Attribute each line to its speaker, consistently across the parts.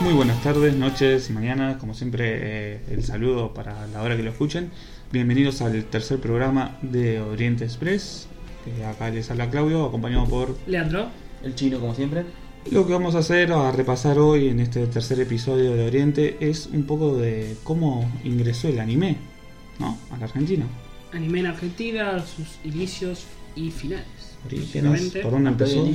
Speaker 1: Muy buenas tardes, noches, mañanas, como siempre eh, el saludo para la hora que lo escuchen. Bienvenidos al tercer programa de Oriente Express. Eh, acá les habla Claudio, acompañado por
Speaker 2: Leandro.
Speaker 3: El chino, como siempre.
Speaker 1: Lo que vamos a hacer, a repasar hoy en este tercer episodio de Oriente, es un poco de cómo ingresó el anime, ¿no? A la Argentina.
Speaker 2: Anime en Argentina, sus inicios y finales.
Speaker 1: Orígenes,
Speaker 2: Básicamente.
Speaker 1: por dónde empezó.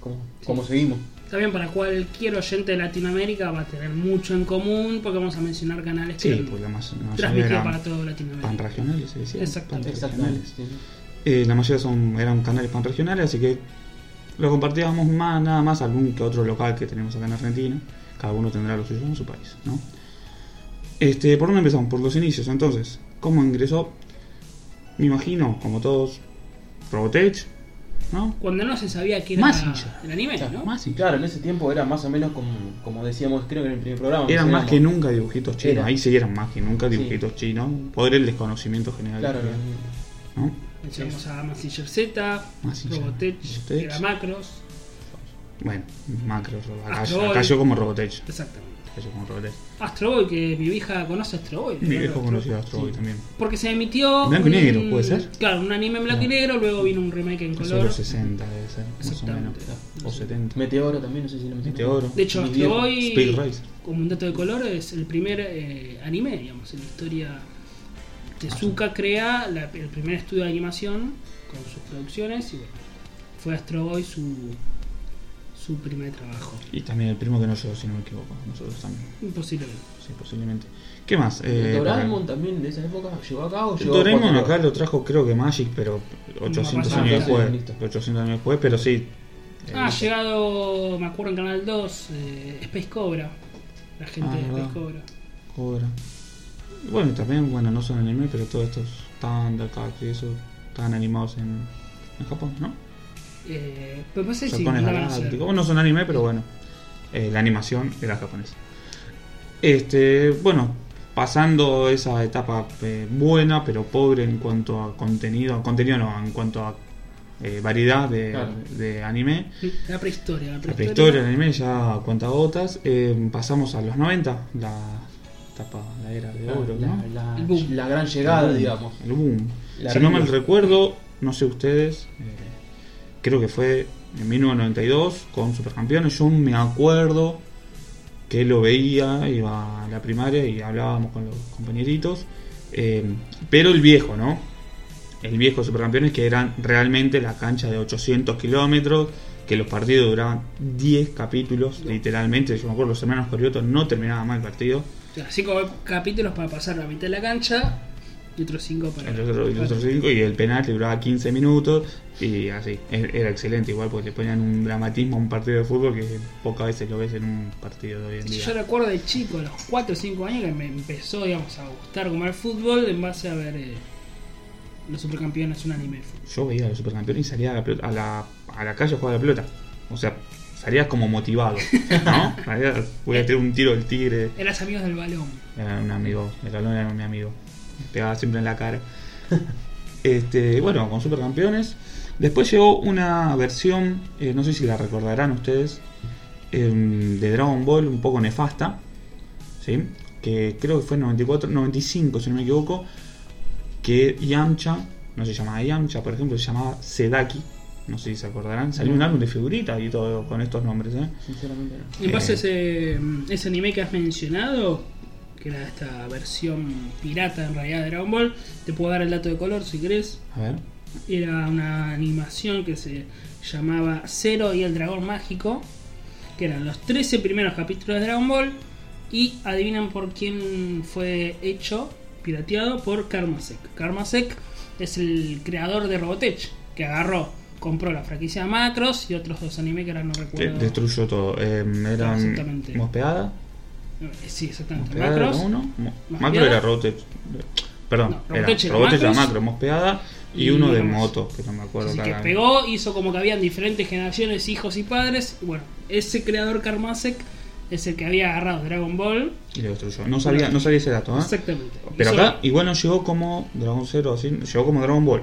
Speaker 3: ¿Cómo, cómo seguimos?
Speaker 2: También para cualquier oyente de Latinoamérica va a tener mucho en común porque vamos a mencionar canales
Speaker 1: Sí,
Speaker 2: que
Speaker 1: porque la mas- la mayoría
Speaker 2: transmitidos
Speaker 1: eran
Speaker 2: para todo
Speaker 1: pan
Speaker 2: Latinoamérica.
Speaker 1: regionales, se decía.
Speaker 2: Exactamente.
Speaker 1: Panregionales.
Speaker 3: Sí, sí.
Speaker 1: Eh, la mayoría son, eran canales panregionales, así que lo compartíamos más, nada más algún que otro local que tenemos acá en Argentina. Cada uno tendrá lo suyo en su país, ¿no? Este, ¿Por dónde empezamos? Por los inicios, entonces. ¿Cómo ingresó? Me imagino, como todos, Robotech, ¿no?
Speaker 2: Cuando no se sabía que era
Speaker 1: Mazinger.
Speaker 2: el anime, ¿no?
Speaker 1: Más y-
Speaker 3: Claro, en ese tiempo era más o menos como, como decíamos, creo que en el primer programa.
Speaker 1: Eran más que
Speaker 3: nunca
Speaker 1: nunca dibujitos chinos,
Speaker 3: Era.
Speaker 1: ahí sí eran más que nunca
Speaker 3: Sí.
Speaker 1: dibujitos chinos, por el desconocimiento general.
Speaker 3: Claro,
Speaker 1: que había, ¿no?
Speaker 2: Mencionamos a Mazinger Z,
Speaker 1: Mazinger,
Speaker 2: Robotech,
Speaker 1: Robotech.
Speaker 2: era Macros.
Speaker 1: Bueno, macro,
Speaker 3: Ah,
Speaker 1: acá,
Speaker 2: Astro Boy.
Speaker 1: acá yo como Robotech.
Speaker 2: Exactamente.
Speaker 1: acá yo como Robotech.
Speaker 2: Astro Boy, que mi vieja conoce Astro Boy.
Speaker 1: Mi
Speaker 2: claro,
Speaker 1: viejo
Speaker 2: Astro-
Speaker 1: conocía a Astro Boy
Speaker 3: Sí.
Speaker 1: también.
Speaker 2: Porque se emitió.
Speaker 1: Blanco y
Speaker 2: un-
Speaker 1: negro, ¿puede ser?
Speaker 2: Claro, un anime en blanco y
Speaker 1: No.
Speaker 2: negro, luego vino un remake en
Speaker 1: Eso
Speaker 2: color.
Speaker 1: de los 60 debe ser, más o menos.
Speaker 2: Exactamente.
Speaker 1: O 70.
Speaker 3: Meteoro también, no sé si lo mencioné.
Speaker 1: Meteoro.
Speaker 2: De hecho,
Speaker 3: Mi
Speaker 2: Astro
Speaker 3: viejo.
Speaker 2: Boy,
Speaker 1: Speed Racer.
Speaker 2: como un dato de color, es el primer eh, anime, digamos, en la historia.
Speaker 1: Ah,
Speaker 2: Tezuka crea la- el primer estudio de animación con sus producciones y bueno, fue Astro Boy su, su primer trabajo.
Speaker 1: Y también el primo que no llegó, si no me equivoco. Nosotros también.
Speaker 2: Imposiblemente.
Speaker 1: Sí, posiblemente. ¿Qué más? Eh,
Speaker 3: Doraemon también de esa época llegó acá o
Speaker 1: para-
Speaker 3: llegó
Speaker 1: Doraemon
Speaker 3: cuando-
Speaker 1: acá lo trajo, creo que Magic, pero 800
Speaker 2: Ah,
Speaker 1: años
Speaker 2: sí,
Speaker 1: después.
Speaker 3: listo.
Speaker 1: 800 años después, pero sí. eh,
Speaker 2: Ha Ah, llegado, me acuerdo en Canal 2, eh, Space Cobra. La gente
Speaker 1: Ah,
Speaker 2: de Space
Speaker 1: verdad.
Speaker 2: Cobra.
Speaker 1: Cobra. Y Bueno, y también, bueno, no son anime, pero todos estos tan de acá, que eso, tan animados en, en Japón, ¿no?
Speaker 2: Eh, pero no sé si
Speaker 1: Halcones
Speaker 2: no la van a hacer.
Speaker 1: Galácticos. Bueno, son anime, pero bueno. eh, la animación era japonesa. Este, bueno, pasando esa etapa eh, buena, pero pobre en cuanto a contenido. Contenido no, en cuanto a eh, variedad de,
Speaker 3: Claro.
Speaker 1: de anime.
Speaker 2: La prehistoria, la
Speaker 1: La
Speaker 2: prehistoria.
Speaker 1: prehistoria del anime ya cuenta gotas. eh, pasamos a los 90, la etapa, la era de
Speaker 3: La,
Speaker 1: oro,
Speaker 3: la-
Speaker 1: ¿no?
Speaker 3: la-
Speaker 2: El boom.
Speaker 3: la gran
Speaker 1: El
Speaker 3: llegada,
Speaker 1: boom,
Speaker 3: digamos.
Speaker 1: El boom.
Speaker 3: La
Speaker 1: si no mal
Speaker 3: regla.
Speaker 1: recuerdo, no sé ustedes, eh, creo que fue en 1992 con Supercampeones. Yo me acuerdo que lo veía, iba a la primaria y hablábamos con los compañeritos. eh, pero el viejo, ¿no? El viejo de Supercampeones que eran realmente la cancha de 800 kilómetros. Que los partidos duraban 10 capítulos, literalmente. Yo me acuerdo, los hermanos Corioto no terminaban mal el partido.
Speaker 2: O sea, cinco capítulos para pasar la mitad de la cancha y otros cinco para.
Speaker 1: el otro- el otro cinco, y el penal le duraba 15 minutos y así. E- Era excelente igual porque le ponían un dramatismo a un partido de fútbol que pocas veces lo ves en un partido de hoy en
Speaker 2: Yo
Speaker 1: día.
Speaker 2: recuerdo de chico, a los 4 o 5 años, que me empezó digamos, a gustar como el fútbol en base a ver eh, los supercampeones, un anime. de fútbol.
Speaker 1: Yo veía a los supercampeones y salía a la, pelota- a la, a la calle a jugar a la pelota. O sea, salías como motivado, ¿no? Salías, voy a tirar un tiro del tigre.
Speaker 2: Eras amigos del balón.
Speaker 1: Era un amigo, el balón era mi amigo. Me pegaba siempre en la cara. Este, bueno, con Supercampeones. Después llegó una versión, eh, no sé si la recordarán ustedes, em, de Dragon Ball un poco nefasta. ¿sí? Que creo que fue en 94, 95, si no me equivoco. Que Yamcha, no se llamaba Yamcha, por ejemplo, se llamaba Sedaki. No sé si se acordarán. Salió un álbum de figuritas y todo con estos nombres. ¿eh?
Speaker 3: Sinceramente no.
Speaker 2: En
Speaker 1: Eh.
Speaker 2: base a ese, mm, ese anime que has mencionado, que era esta versión pirata en realidad de Dragon Ball, te puedo dar el dato de color si querés.
Speaker 1: A ver.
Speaker 2: Era una animación que se llamaba Cero y el Dragón Mágico, que eran los 13 primeros capítulos de Dragon Ball. Y adivinan por quién fue hecho, pirateado, por Karmasek. Karmasek es el creador de Robotech, que agarró, compró la franquicia Macros y otros dos anime que ahora no
Speaker 1: que
Speaker 2: recuerdo.
Speaker 1: destruyó todo. Em, eran
Speaker 2: Exactamente.
Speaker 1: Mospeada.
Speaker 2: Eh, Sí, exactamente.
Speaker 1: Mospeada era
Speaker 2: Macros.
Speaker 1: uno. Mo-
Speaker 2: Mospeada.
Speaker 1: Macro era Robotech. Perdón,
Speaker 2: No,
Speaker 1: era
Speaker 2: Robotech era
Speaker 1: Robotech era
Speaker 2: Macros.
Speaker 1: macro, Mospeada y,
Speaker 2: Y
Speaker 1: uno de
Speaker 2: uno más.
Speaker 1: moto, que no me acuerdo
Speaker 2: Así que
Speaker 1: claramente.
Speaker 2: pegó, hizo como que habían diferentes generaciones, hijos y padres. Y Bueno, ese creador Karmasek es el que había agarrado Dragon Ball.
Speaker 1: Y lo destruyó. No sabía, no sabía ese dato, ¿eh?
Speaker 2: Exactamente.
Speaker 1: Pero
Speaker 2: Hizo-
Speaker 1: acá igual no llegó como Dragon Zero, así, llegó como Dragon Ball.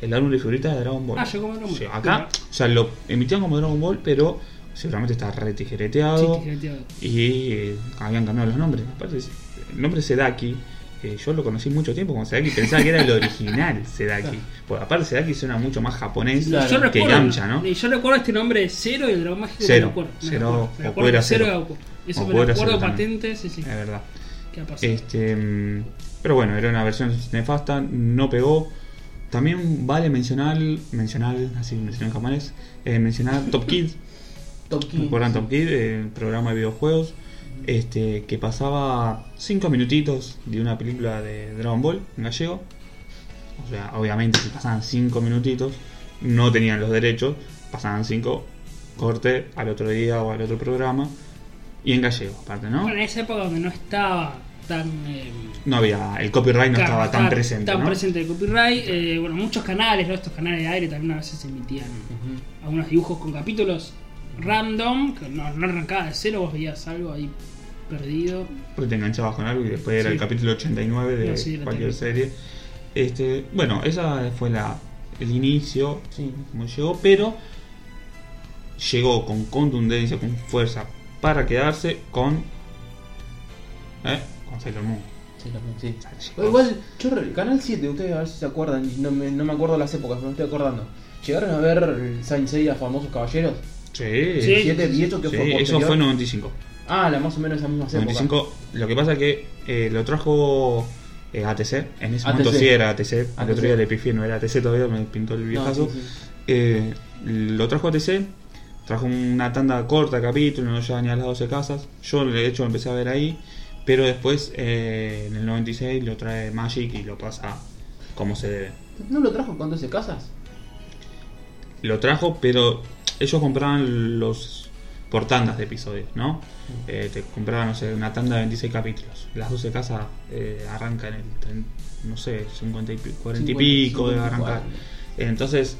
Speaker 1: El álbum de figuritas de Dragon Ball.
Speaker 2: Ah, llegó como Dragon Ball.
Speaker 1: Sí, acá, o sea, lo emitían como Dragon Ball, pero seguramente está re
Speaker 2: Sí,
Speaker 1: tijereteado.
Speaker 2: tijereteado.
Speaker 1: Y eh, habían cambiado los nombres. Aparte, el nombre Sedaki, eh, yo lo conocí mucho tiempo como Sedaki, pensaba que era el original Sedaki. Porque aparte Sedaki suena mucho más japonés
Speaker 3: Claro.
Speaker 2: Yo
Speaker 1: que
Speaker 2: recuerdo,
Speaker 1: Yamcha, ¿no?
Speaker 2: y yo recuerdo este nombre de Cero y el dragón mágico.
Speaker 1: Cero,
Speaker 2: me acuerdo, me
Speaker 1: Cero,
Speaker 2: acuerdo, me
Speaker 1: Goku
Speaker 2: acuerdo,
Speaker 1: era
Speaker 2: Cero
Speaker 1: Cero.
Speaker 2: Goku. Eso
Speaker 1: Goku
Speaker 2: me lo
Speaker 1: era
Speaker 2: acuerdo
Speaker 1: Cero también.
Speaker 2: patente, sí, sí.
Speaker 1: Es verdad.
Speaker 2: ¿Qué ha pasado?
Speaker 1: Este, mm, pero bueno, era una versión nefasta, no pegó. También vale mencionar, mencionar, así mencioné en japonés, eh, mencionar Top Kids.
Speaker 3: Top Kids.
Speaker 1: ¿Recuerdan Top Kid, el programa de videojuegos? Este, que pasaba 5 minutitos de una película de Dragon Ball en gallego. O sea, obviamente si pasaban 5 minutitos, no tenían los derechos, pasaban 5, corte al otro día o al otro programa. Y en gallego, aparte, ¿no?
Speaker 2: Bueno, en esa época donde no estaba tan. eh,
Speaker 1: No había, el copyright no
Speaker 2: claro,
Speaker 1: estaba tan presente.
Speaker 2: Tan
Speaker 1: ¿no?
Speaker 2: presente el copyright. eh, bueno, muchos canales, ¿no? estos canales de aire también a veces emitían
Speaker 3: Ujú.
Speaker 2: algunos dibujos con capítulos random, que no, no arrancaba de cero, vos veías algo ahí perdido.
Speaker 1: Porque te enganchabas con algo y después era
Speaker 2: Sí.
Speaker 1: el capítulo 89 de
Speaker 2: No, sí, era
Speaker 1: cualquier
Speaker 2: terrible.
Speaker 1: serie. Este, bueno, esa fue la, el inicio
Speaker 3: Sí.
Speaker 1: como llegó, pero llegó con contundencia, con fuerza para quedarse con. ¿Eh? Con Sailor Moon.
Speaker 3: Sí, la- sí.
Speaker 1: Llegó.
Speaker 3: Igual, yo, re- Canal 7, ustedes a ver si se acuerdan, y no me, no me acuerdo las épocas, pero me estoy acordando. ¿Llegaron a ver el Saint Seiya, Famosos Caballeros?
Speaker 1: Sí,
Speaker 2: Sí,
Speaker 1: sí,
Speaker 3: 7, 18, que fue
Speaker 1: eso
Speaker 3: posterior.
Speaker 1: fue en 95.
Speaker 3: Ah, la más o menos esa misma época.
Speaker 1: 95, lo que pasa es que eh, lo trajo eh, ATC, en ese momento
Speaker 3: ATC.
Speaker 1: sí era ATC, el otro
Speaker 3: ATC.
Speaker 1: día le pifié, no era ATC todavía, me pintó el
Speaker 3: No,
Speaker 1: viejazo.
Speaker 3: sí, sí.
Speaker 1: Eh, lo trajo ATC, trajo una tanda corta de capítulos, no llegaba ni a las 12 casas. Yo, de hecho, lo empecé a ver ahí, pero después eh, en el 96 lo trae Magic y lo pasa como se debe.
Speaker 3: ¿No lo trajo con 12 casas?
Speaker 1: Lo trajo, pero ellos compraban los por tandas de episodios, ¿no? Eh, te compraban, no sé, una tanda de 26 capítulos. Las 12 casas eh, arrancan en el, tren- no sé, 50 y pi- 40 y
Speaker 3: 50,
Speaker 1: pico debe
Speaker 3: 54.
Speaker 1: arrancar. Entonces,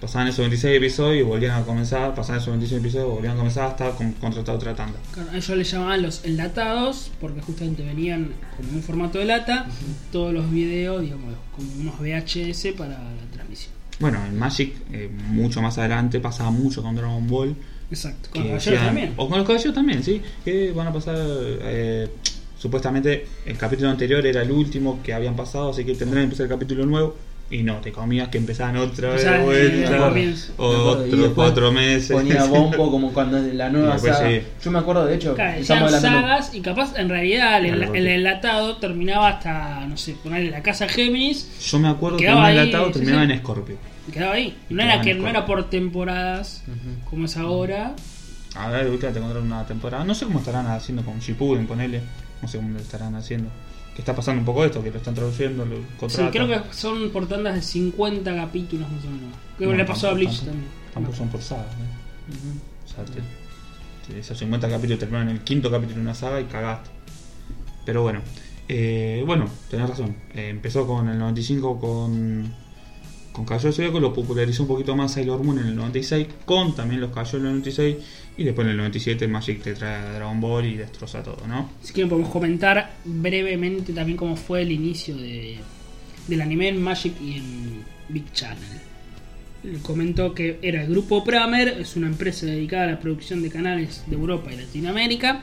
Speaker 1: pasaban esos 26 episodios y volvían a comenzar, pasaban esos 26 episodios y volvían a comenzar hasta con- contratar otra tanda.
Speaker 2: Claro, a ellos le llamaban los enlatados porque justamente venían como un formato de lata todos los videos, digamos, como unos VHS para la transmisión.
Speaker 1: Bueno, en Magic, eh, mucho más adelante, pasaba mucho con Dragon Ball.
Speaker 2: Exacto.
Speaker 1: que
Speaker 2: Con caballeros
Speaker 1: decían-
Speaker 2: también.
Speaker 1: O con los caballeros también, sí. Que van a pasar. eh, supuestamente el capítulo anterior era el último que habían pasado, así que tendrán que empezar el capítulo nuevo. Y no, te comías que empezaban otra vez.
Speaker 2: Empezaban
Speaker 1: de
Speaker 2: desde
Speaker 1: vuelta,
Speaker 2: el eh, comienzo.
Speaker 1: o
Speaker 3: Me acuerdo, y
Speaker 1: otros
Speaker 3: después
Speaker 1: cuatro meses.
Speaker 3: Ponía bombo como cuando en la
Speaker 1: Y
Speaker 3: nueva
Speaker 1: después
Speaker 3: saga.
Speaker 1: sí.
Speaker 3: Yo me acuerdo, de hecho,
Speaker 2: Claro,
Speaker 3: estamos
Speaker 2: eran
Speaker 3: hablando-
Speaker 2: sagas y capaz en realidad el,
Speaker 1: Claro,
Speaker 2: el
Speaker 1: porque-
Speaker 2: enlatado terminaba hasta, no sé, ponerle la casa Géminis
Speaker 1: Yo me acuerdo que
Speaker 2: Quedaba
Speaker 1: un
Speaker 2: ahí,
Speaker 1: enlatado
Speaker 2: sí,
Speaker 1: terminaba
Speaker 2: sí.
Speaker 1: en Scorpio.
Speaker 2: y quedaba ahí.
Speaker 1: Y
Speaker 2: No era,
Speaker 1: quedaban
Speaker 2: que,
Speaker 1: en
Speaker 2: no era por temporadas
Speaker 3: Ujú.
Speaker 2: como es ahora.
Speaker 1: A ver, ahorita te encontraron una temporada. No sé cómo estarán haciendo con Shippuden, ponele. No sé cómo lo estarán haciendo. Que está pasando un poco esto, que lo están traduciendo, lo
Speaker 2: Sí,
Speaker 1: contratan.
Speaker 2: creo que son por tandas de 50 capítulos más o menos. Creo que
Speaker 1: No,
Speaker 2: le pasó a
Speaker 1: tampoco-
Speaker 2: Bleach
Speaker 1: tampoco-
Speaker 2: también.
Speaker 1: Tampoco son por sagas, ¿eh? O sea, te- te- esos 50 capítulos terminan en el quinto capítulo de una saga y cagaste. Pero bueno, eh, bueno, tenés razón. Eh, empezó con el 95 con, con Caballero Zodíaco, lo popularizó un poquito más Sailor Moon en el 96, con también los Caballeros en el 96, y después en el 97 Magic te trae a Dragon Ball y destroza todo, ¿no?
Speaker 2: Si quieren podemos comentar brevemente también cómo fue el inicio de, del anime en Magic y en Big Channel. Le Comentó que era el grupo Pramer, es una empresa dedicada a la producción de canales de Europa y Latinoamérica.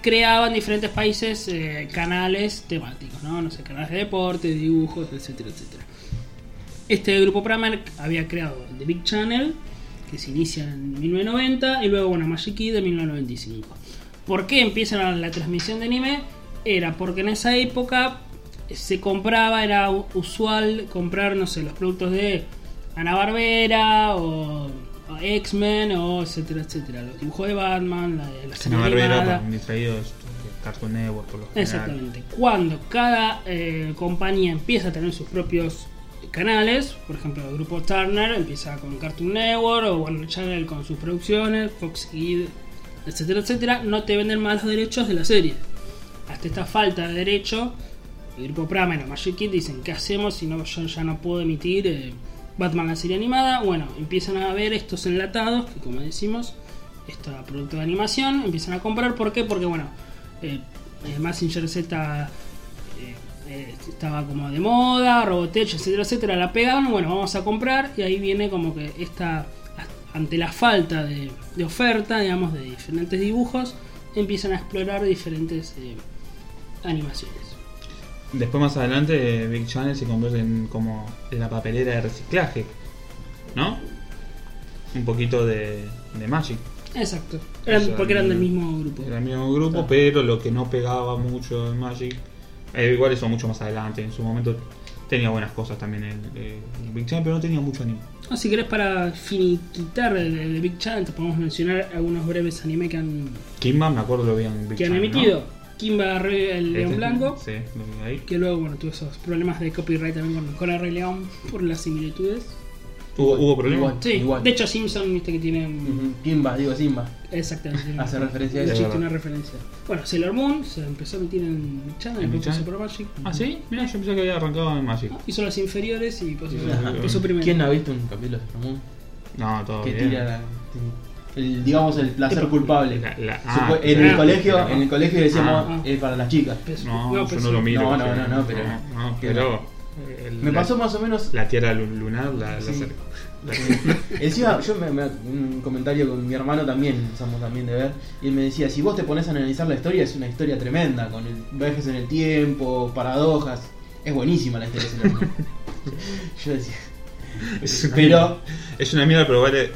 Speaker 2: Creaba en diferentes países eh, canales temáticos, ¿no? No sé, canales de deporte, dibujos, etcétera, etcétera. Este grupo Pramer había creado el The Big Channel, que se inicia en 1990, y luego, bueno, Magic Kid de 1995. ¿Por qué empiezan a la transmisión de anime? Era porque en esa época eh, se compraba, era u- usual comprar, no sé, los productos de Ana Barbera o, o X-Men o etcétera, etcétera. Los dibujos de Batman, la, la serie
Speaker 1: Sena Barbera,
Speaker 2: animada.
Speaker 1: para distraídos, este, Cartoon Network, por lo general.
Speaker 2: Exactamente. Cuando cada eh, compañía empieza a tener sus propios canales, por ejemplo, el grupo Turner empieza con Cartoon Network o Warner Channel con sus producciones, Fox Kids, etcétera, etcétera, no te venden más los derechos de la serie. Hasta esta falta de derecho, el grupo Prama y la Magic Kid dicen: ¿Qué hacemos si no, yo ya no puedo emitir eh, Batman la serie animada? Bueno, empiezan a ver estos enlatados, que como decimos, esta producto de animación, empiezan a comprar. ¿Por qué? Porque, bueno, eh, eh, Mazinger Z eh, eh, estaba como de moda, Robotech, etcétera, etcétera, la pegaban, bueno, vamos a comprar y ahí viene como que esta ante la falta de, de oferta, digamos, de diferentes dibujos, empiezan a explorar diferentes eh, animaciones.
Speaker 1: Después más adelante eh, Big Channel se convierte en como en la papelera de reciclaje, ¿no? Un poquito de, de Magic.
Speaker 2: Exacto. Eran-
Speaker 1: O sea,
Speaker 2: porque eran del
Speaker 1: el-
Speaker 2: mismo grupo.
Speaker 1: Era el mismo grupo, pero lo que no pegaba mucho en Magic, eh, igual eso mucho más adelante, en su momento tenía buenas cosas también el, eh, el Big Channel, pero no tenía mucho anime.
Speaker 2: Ah, si querés para finiquitar de, de- de Big Channel, te podemos mencionar algunos breves anime que han,
Speaker 1: Kimba, me acuerdo lo vi en Big
Speaker 2: que han
Speaker 1: Channel, ¿no?
Speaker 2: emitido. Kimba Re- el León
Speaker 1: Este-
Speaker 2: Blanco,
Speaker 1: Sí, lo vi ahí.
Speaker 2: que luego bueno, tuvo esos problemas de copyright también con, con el Rey León por las similitudes.
Speaker 1: ¿Hubo, hubo problemas?
Speaker 2: Sí,
Speaker 3: Igual.
Speaker 2: de hecho Simpson, viste que tienen
Speaker 3: Ujú, Kimba, digo Simba.
Speaker 2: exactamente tiene-
Speaker 3: Hace referencia a
Speaker 2: de
Speaker 3: eso.
Speaker 2: hecho,
Speaker 1: Es
Speaker 2: tiene
Speaker 1: verdad.
Speaker 2: una referencia. Bueno, Sailor Moon se empezó a emitir en Big Channel,
Speaker 1: ¿En Big
Speaker 2: después pasó
Speaker 1: Channel?
Speaker 2: por Magic. Ah,
Speaker 1: Ah, sí, mira, yo pensé que había arrancado en
Speaker 3: Ah.
Speaker 1: Magic.
Speaker 2: Hizo las inferiores y pues pasó,
Speaker 1: Ajá.
Speaker 2: pasó primero.
Speaker 3: ¿Quién no ha visto un capítulo de Sailor Moon?
Speaker 1: No, todo
Speaker 3: Que
Speaker 1: Oh, bien.
Speaker 3: tira la- el, digamos, el placer
Speaker 2: Tipo,
Speaker 3: culpable.
Speaker 1: la- la-
Speaker 3: Supo-
Speaker 1: ah,
Speaker 3: en,
Speaker 2: claro.
Speaker 3: el colegio, en el colegio decíamos,
Speaker 2: Ah.
Speaker 3: es para las chicas.
Speaker 2: Empezó-
Speaker 1: No, yo
Speaker 2: pues
Speaker 1: no
Speaker 2: sí.
Speaker 1: lo miro.
Speaker 3: No, no, no, no, pero-
Speaker 1: No, no, pero. el-
Speaker 3: Me
Speaker 1: la-
Speaker 3: pasó más o menos
Speaker 1: La tierra lu- lunar, la, la
Speaker 3: Sí.
Speaker 1: cer- la-
Speaker 3: Encima, yo me, me- un comentario con mi hermano también, usamos también de ver, y él me decía, si vos te pones a analizar la historia, es una historia tremenda, con el- viajes en el tiempo, paradojas, es buenísima la historia de Sailor Moon. Yo decía,
Speaker 1: es una
Speaker 3: pero
Speaker 1: Es una mierda, pero vale.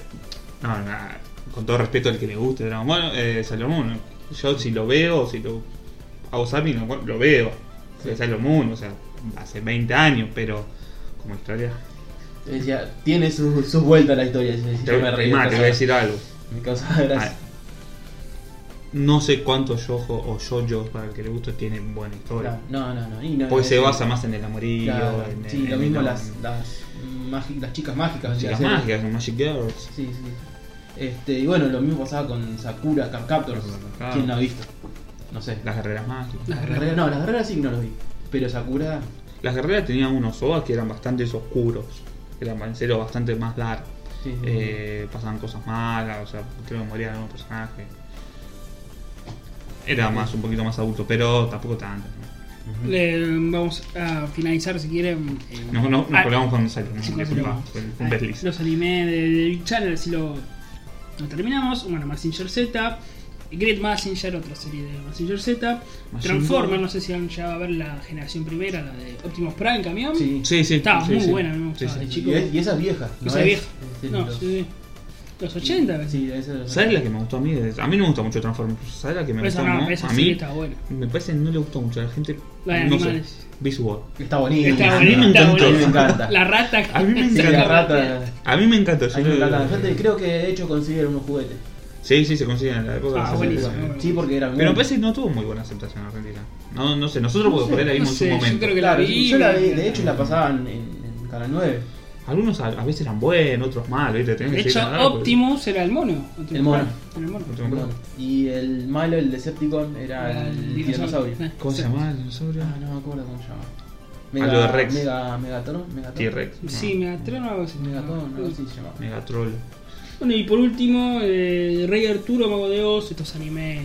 Speaker 1: No, no, con todo respeto al que le guste Dragon Ball, eh, Sailor Moon. Yo si lo veo, si lo hago zapping, lo, lo veo.
Speaker 3: Sí.
Speaker 1: De Sailor Moon, o sea, hace 20 años, pero como historia.
Speaker 3: yo decía, tiene sus sus vueltas la historia, yo decía,
Speaker 1: Te,
Speaker 3: yo me reí,
Speaker 1: más,
Speaker 3: me
Speaker 1: te voy a
Speaker 3: causaba-
Speaker 1: decir algo. Ah,
Speaker 3: me causaba gracia.
Speaker 1: No sé cuántos yojo o yoyos para el que le guste tienen buena historia.
Speaker 3: No, no, no, y no
Speaker 1: Pues se
Speaker 3: no,
Speaker 1: basa más en el amorío.
Speaker 3: claro,
Speaker 1: en,
Speaker 3: sí,
Speaker 1: en-
Speaker 3: lo
Speaker 1: en-
Speaker 3: mismo
Speaker 1: en-
Speaker 3: las, las, magi- las chicas mágicas.
Speaker 1: las
Speaker 3: o sea,
Speaker 1: chicas
Speaker 3: hacer-
Speaker 1: mágicas, las Magic Girls.
Speaker 3: Sí, sí. Este, y bueno, lo mismo pasaba con Sakura Card Captors.
Speaker 1: Claro.
Speaker 3: ¿Quién no ha visto? No sé.
Speaker 1: Las guerreras mágicas.
Speaker 2: Las
Speaker 3: Las guerreras, no, las guerreras sí que no los vi. Pero Sakura.
Speaker 1: Las guerreras tenían unos ovas que eran bastante oscuros. Eran en serio bastante más dark.
Speaker 3: Sí,
Speaker 2: Mm.
Speaker 3: sí.
Speaker 1: Eh, pasaban cosas malas, o sea, creo que morían algunos personajes. Era más un poquito más adulto, pero tampoco tanto. ¿no?
Speaker 3: Ujú.
Speaker 2: Le- vamos a finalizar si quieren. eh,
Speaker 1: No, no, nos
Speaker 2: ah,
Speaker 1: colgamos con Sailor Moon,
Speaker 2: Sí, con
Speaker 1: disculpa,
Speaker 2: Sailor
Speaker 1: fue
Speaker 2: Moon.
Speaker 1: fue un
Speaker 2: Ah,
Speaker 1: desliz.
Speaker 2: Los animes de, de Big Channel, así lo, lo terminamos. Bueno, Massinger Z, Great Massinger, otra serie de Massinger Z.
Speaker 1: Mazinger.
Speaker 2: Transformers, no sé si han llegado a ver la generación primera, la de Optimus Prime, camión.
Speaker 3: Sí.
Speaker 1: Sí, sí,
Speaker 2: Estaba
Speaker 1: sí,
Speaker 2: muy
Speaker 1: sí.
Speaker 2: buena, a mí me gustaba
Speaker 1: Sí, sí.
Speaker 2: de
Speaker 3: Y,
Speaker 2: chico.
Speaker 3: es- y esa es vieja.
Speaker 2: No sé, vieja.
Speaker 3: es de
Speaker 2: No,
Speaker 3: los-
Speaker 2: sí, sí. Los 80, ¿ves?
Speaker 3: Sí, esa es
Speaker 1: ¿Sabes la que me gustó a mí? A mí no me gusta mucho Transformers. ¿Sabes la que me
Speaker 2: Esa
Speaker 1: gustó
Speaker 2: no,
Speaker 1: mo-
Speaker 2: esa
Speaker 1: a
Speaker 2: sí que
Speaker 1: mí?
Speaker 2: está buena.
Speaker 1: Me parece que no le gustó mucho a la gente.
Speaker 2: La de
Speaker 1: no sé,
Speaker 2: animales.
Speaker 1: visual.
Speaker 3: Está bonita.
Speaker 2: Está
Speaker 1: A mí me
Speaker 2: bonita,
Speaker 1: encantó.
Speaker 3: A mí me
Speaker 2: bonita.
Speaker 3: encanta.
Speaker 2: La rata.
Speaker 1: A mí me
Speaker 3: Sí,
Speaker 1: encanta.
Speaker 3: la rata.
Speaker 1: A mí me encanta.
Speaker 3: A mí me encanta. Yo te- creo que de hecho consiguieron unos juguetes.
Speaker 1: Sí, sí, se consiguen en la época.
Speaker 2: Ah,
Speaker 1: de los
Speaker 2: buenísimo.
Speaker 1: 60.
Speaker 3: Sí, porque eran.
Speaker 1: Pero me parece que no tuvo muy buena aceptación en Argentina. No, no sé, nosotros
Speaker 3: No
Speaker 1: porque por
Speaker 3: sé,
Speaker 1: ahí la
Speaker 2: no
Speaker 1: vimos
Speaker 2: sé,
Speaker 1: en
Speaker 2: yo
Speaker 1: su momento.
Speaker 2: creo que la
Speaker 3: Claro,
Speaker 2: vi,
Speaker 3: yo la
Speaker 2: me
Speaker 3: vi. De
Speaker 2: encanta.
Speaker 3: hecho, la pasaban en, en Canal 9.
Speaker 1: Algunos a, a veces eran buenos, otros malos, ¿viste? Tenés
Speaker 2: De
Speaker 1: que
Speaker 2: hecho,
Speaker 1: seguir nadando,
Speaker 2: Optimus era el mono.
Speaker 3: El mono.
Speaker 2: Era el mono.
Speaker 1: porque- Optimus.
Speaker 3: Y el malo, el Decepticon, era el dinosaurio.
Speaker 2: Eh,
Speaker 1: ¿Cómo se
Speaker 2: sí.
Speaker 1: llamaba el dinosaurio?
Speaker 3: Ah, no me acuerdo cómo se llama.
Speaker 1: Algo Ah, de Rex.
Speaker 3: Mega, Megatron. Megatron.
Speaker 1: T-Rex. ¿no?
Speaker 2: Sí, Megatron o algo así.
Speaker 3: Megatron, algo así se llama.
Speaker 1: Megatrol.
Speaker 2: Bueno, y por último, eh, Rey Arturo, Mago de Oz, estos animes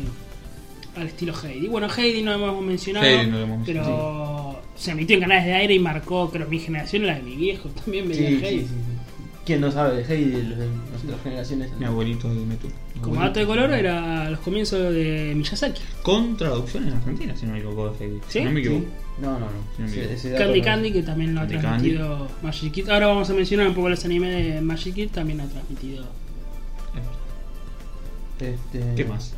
Speaker 2: al estilo Heidi. Bueno, Heidi no lo hemos mencionado,
Speaker 1: Heidi no lo hemos
Speaker 2: pero se emitió en canales de aire y marcó, creo, mi generación, la de mi viejo. También
Speaker 3: Sí,
Speaker 2: veía
Speaker 3: sí,
Speaker 2: Heidi.
Speaker 3: sí, sí. ¿Quién no sabe de Heidi de los de nuestras generaciones?
Speaker 1: Mi abuelito de Metu.
Speaker 2: Como dato de color, era los comienzos de Miyazaki.
Speaker 1: Con traducción en Argentina, si no me equivoco. de Heidi.
Speaker 2: ¿Sí?
Speaker 1: Si no me
Speaker 3: Sí.
Speaker 1: equivoco.
Speaker 3: No, no,
Speaker 1: Sí,
Speaker 3: no.
Speaker 1: amigo.
Speaker 3: dato
Speaker 2: Candy
Speaker 3: no-
Speaker 2: Candy, que también lo ha
Speaker 1: Candy
Speaker 2: transmitido Magic Kid. Ahora vamos a mencionar un poco los animes de Magic Kid, también lo ha transmitido.
Speaker 3: Este,
Speaker 1: ¿Qué más?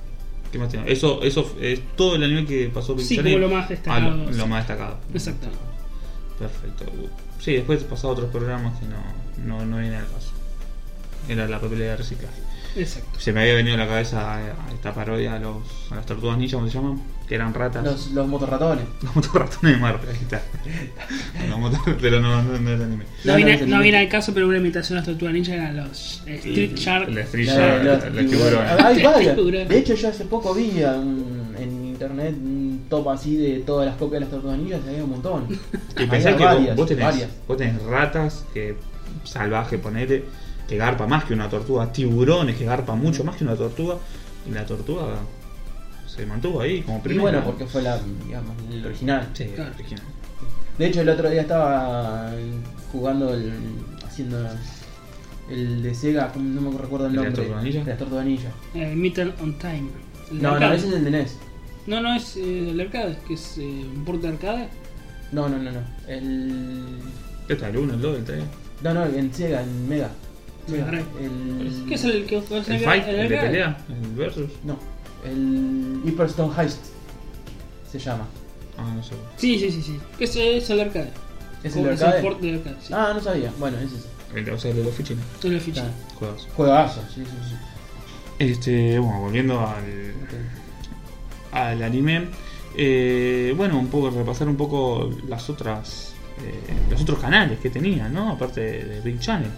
Speaker 1: ¿Qué más tenemos? Eso, eso es todo el anime que pasó por
Speaker 2: Sí,
Speaker 1: Pixar.
Speaker 2: como lo más destacado,
Speaker 1: Ah, lo, lo
Speaker 2: sí.
Speaker 1: más destacado.
Speaker 2: Exacto.
Speaker 1: Perfecto. Sí, después pasaba a otros programas que no, no, no vienen al caso. Era la papelera de reciclaje.
Speaker 2: Exacto.
Speaker 1: Se me había venido a la cabeza eh, esta parodia a, los, a las tortugas ninja, ¿cómo se llaman? Que eran ratas.
Speaker 3: Los, los motorratones.
Speaker 1: Los motorratones de Marte, ahí está. Los motor- pero no, no, no era anime.
Speaker 2: No
Speaker 3: No,
Speaker 2: viene,
Speaker 3: no,
Speaker 2: no
Speaker 3: no.
Speaker 2: viene al caso, pero una imitación a las tortugas ninja eran los eh, Street Shark.
Speaker 1: La
Speaker 3: La-
Speaker 1: estrella, la,
Speaker 3: los
Speaker 1: la
Speaker 3: tiburones.
Speaker 1: tiburona.
Speaker 3: Hay varias.
Speaker 2: Tiburones.
Speaker 3: De hecho, yo hace poco vi a un- en internet un top así de todas las copias de las tortugas ninjas. y Había un montón.
Speaker 1: Y
Speaker 3: Había
Speaker 1: pensar que vos,
Speaker 3: varias,
Speaker 1: vos tenés,
Speaker 3: varias.
Speaker 1: vos tenés ratas que salvaje, ponete, que garpa más que una tortuga, tiburones que garpa mucho más que una tortuga, y la tortuga se mantuvo ahí como
Speaker 3: Y
Speaker 1: primera.
Speaker 3: bueno, porque fue la, digamos, el original.
Speaker 1: Sí,
Speaker 2: Claro.
Speaker 1: original.
Speaker 3: De hecho, el otro día estaba jugando, el, haciendo El de Sega, ¿cómo- no me recuerdo el
Speaker 1: ¿El de
Speaker 3: nombre.
Speaker 1: las tortuganillas?
Speaker 3: De las tortuganillas.
Speaker 2: El eh, Metal on Time. El
Speaker 3: No, no,
Speaker 2: arcade.
Speaker 3: ese es el de E NES.
Speaker 2: no, no, es eh, el arcade, que es eh, un port de arcade.
Speaker 3: No, no, no, no. El.
Speaker 1: ¿Qué tal? ¿El 1, el 2, el 3?
Speaker 3: No, no, en Sega, en Mega.
Speaker 2: Mega Drive.
Speaker 3: el...
Speaker 2: ¿Qué es el que es
Speaker 1: ¿El Fight?
Speaker 2: el
Speaker 1: ¿El de
Speaker 2: arcade?
Speaker 1: pelea? ¿El Versus?
Speaker 3: No, el Hyperstone Heist se llama.
Speaker 1: Ah, no sé.
Speaker 2: Sí, sí, sí, sí. Que es, es el arcade.
Speaker 3: ¿Es
Speaker 2: Como
Speaker 3: el
Speaker 2: que
Speaker 3: arcade?
Speaker 2: port de arcade, sí.
Speaker 3: Ah, no sabía. Bueno, es ese.
Speaker 1: El, o sea, el de los fichines.
Speaker 2: Es la ficha.
Speaker 3: Claro.
Speaker 1: Juegos.
Speaker 3: Juegazo, sí, sí, sí.
Speaker 1: Este, bueno, volviendo al,
Speaker 3: Ok.
Speaker 1: al anime. eh, bueno, un poco repasar un poco las otras. eh, los otros canales que tenía, ¿no? Aparte de, de Big Channel.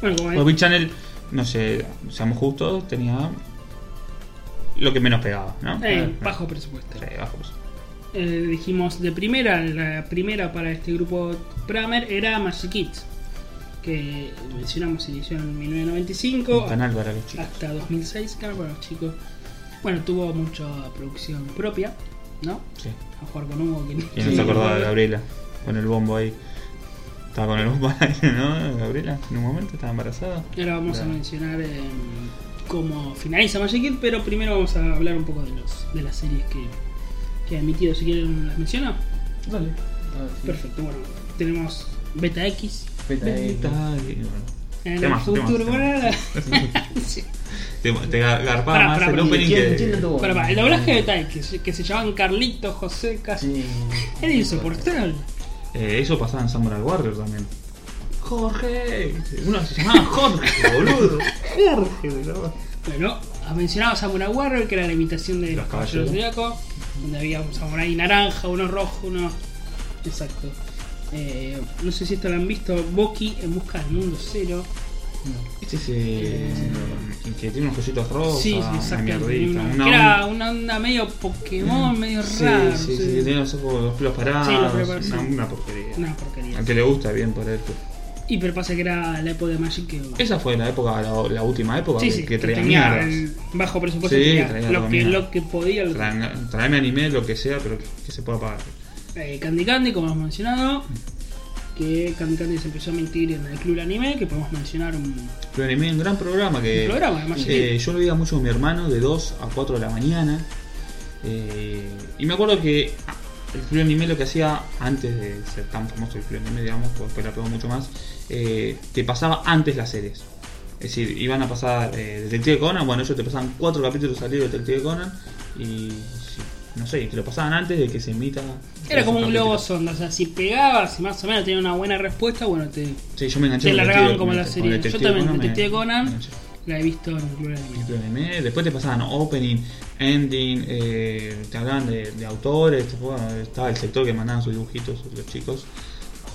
Speaker 2: Bueno, como
Speaker 1: Bueno, Big Pues Channel, no sé, seamos justos, tenía lo que menos pegaba, ¿no?
Speaker 3: Ah.
Speaker 2: Eh, bajo presupuesto.
Speaker 1: Sí, bajo pues. presupuesto.
Speaker 2: Eh, dijimos de primera, la primera para este grupo Pramer era Magic Kids, que mencionamos inició en 1995
Speaker 1: Un canal para los chicos.
Speaker 2: hasta 2006, claro, para los chicos. Bueno, tuvo mucha producción propia, ¿no?
Speaker 1: Sí.
Speaker 2: A jugar con Hugo, que
Speaker 1: ¿Quién no
Speaker 3: Sí.
Speaker 1: se acordaba de Gabriela? Con el bombo ahí. Estaba con el bombo ahí, ¿no? Gabriela, en un momento estaba embarazada.
Speaker 2: Ahora vamos a
Speaker 1: Claro.
Speaker 2: mencionar eh, cómo finaliza Magic Kid, pero primero vamos a hablar un poco de los de las series que, que ha emitido. Si quieren, las menciono.
Speaker 3: Dale. A ver, sí.
Speaker 2: Perfecto, bueno, tenemos Beta X.
Speaker 3: Beta
Speaker 1: Bendita.
Speaker 3: X.
Speaker 1: Y bueno, Temas,
Speaker 2: En el
Speaker 1: temas,
Speaker 2: futuro,
Speaker 1: temas.
Speaker 2: bueno, sí.
Speaker 1: Te, te gar- garpaba
Speaker 2: Pará,
Speaker 1: más
Speaker 2: pará,
Speaker 1: el
Speaker 2: pará.
Speaker 1: opening
Speaker 3: ¿Quién- quién
Speaker 1: que.
Speaker 3: lo tuvo?
Speaker 2: Pero, pará, el doblaje de Tai, que, se- que se llamaban Carlito, José, Casi.
Speaker 3: Sí.
Speaker 2: Era insoportable.
Speaker 1: Eh, eso pasaba en Samurai Warrior también. Jorge. Uno se llamaba Jorge, boludo. Jorge, boludo.
Speaker 2: Bueno, mencionaba Samurai Warrior, que era la imitación de
Speaker 1: Los
Speaker 2: los Caballeros de
Speaker 1: Caballeros.
Speaker 2: Zodiaco, donde había un samurai naranja, uno rojo, uno. Exacto. Eh, no sé si esto lo han visto, Boki en busca del mundo cero.
Speaker 1: Este es el. que tiene unos cositos rojos. Ah,
Speaker 2: sí, sí,
Speaker 1: Oh, una
Speaker 2: exacto.
Speaker 1: mierdita.
Speaker 2: Una-
Speaker 1: una- Mm.
Speaker 2: que era una onda medio Pokémon, medio
Speaker 1: Sí,
Speaker 2: raro.
Speaker 1: sí,
Speaker 2: sí.
Speaker 1: sí, que tiene los ojos, los pelos parados.
Speaker 2: Sí, los pelos parados,
Speaker 1: una,
Speaker 2: sí.
Speaker 1: una porquería.
Speaker 2: Una porquería.
Speaker 1: Al que le gusta, bien por él. pues.
Speaker 2: Y pero pasa que era la época de Magic que.
Speaker 1: Esa fue la época, la, la última época
Speaker 2: Sí,
Speaker 1: que,
Speaker 2: sí,
Speaker 1: que traía
Speaker 2: tenía
Speaker 1: mierdas.
Speaker 2: el bajo presupuesto,
Speaker 1: Sí,
Speaker 2: tenía
Speaker 1: traía
Speaker 2: lo,
Speaker 1: todo
Speaker 2: que,
Speaker 1: mierda.
Speaker 2: lo que podía. lo que-
Speaker 1: Traen- Traeme anime, lo que sea, pero que, que se pueda pagar.
Speaker 2: Eh, Candy Candy, como hemos mencionado, que Candy Candy se empezó a mentir en el club del anime, que podemos mencionar un...
Speaker 1: Pero anime es un gran programa que.
Speaker 2: Un programa, además,
Speaker 1: eh,
Speaker 2: sí.
Speaker 1: Yo lo veía mucho con mi hermano de 2 a 4 de la mañana. Eh, y me acuerdo que ah, el Club Anime lo que hacía antes de ser tan famoso el Club Anime, digamos, porque después la pegó mucho más, eh, te pasaba antes las series. Es decir, iban a pasar eh, Detective Conan, bueno, ellos te pasaban cuatro capítulos salidos de Detective Conan y sí, no sé, te lo pasaban antes de que se emita.
Speaker 2: Era como un globo
Speaker 1: globoso
Speaker 2: sonda, o sea, si pegabas, si más o menos tenía una buena respuesta, bueno, te
Speaker 1: Sí, yo me enganché con
Speaker 2: Te largaban
Speaker 1: Detective-
Speaker 2: como
Speaker 1: con
Speaker 2: la
Speaker 1: Detective
Speaker 2: serie. Yo
Speaker 1: Conan,
Speaker 2: también,
Speaker 1: me-
Speaker 2: Detective Conan.
Speaker 1: me enganché.
Speaker 2: la he visto en el club del anime.
Speaker 1: Ejemplo de anime, Después te pasaban opening, ending, eh, te hablaban de, de autores, te- bueno, estaba el sector que mandaban sus dibujitos los chicos.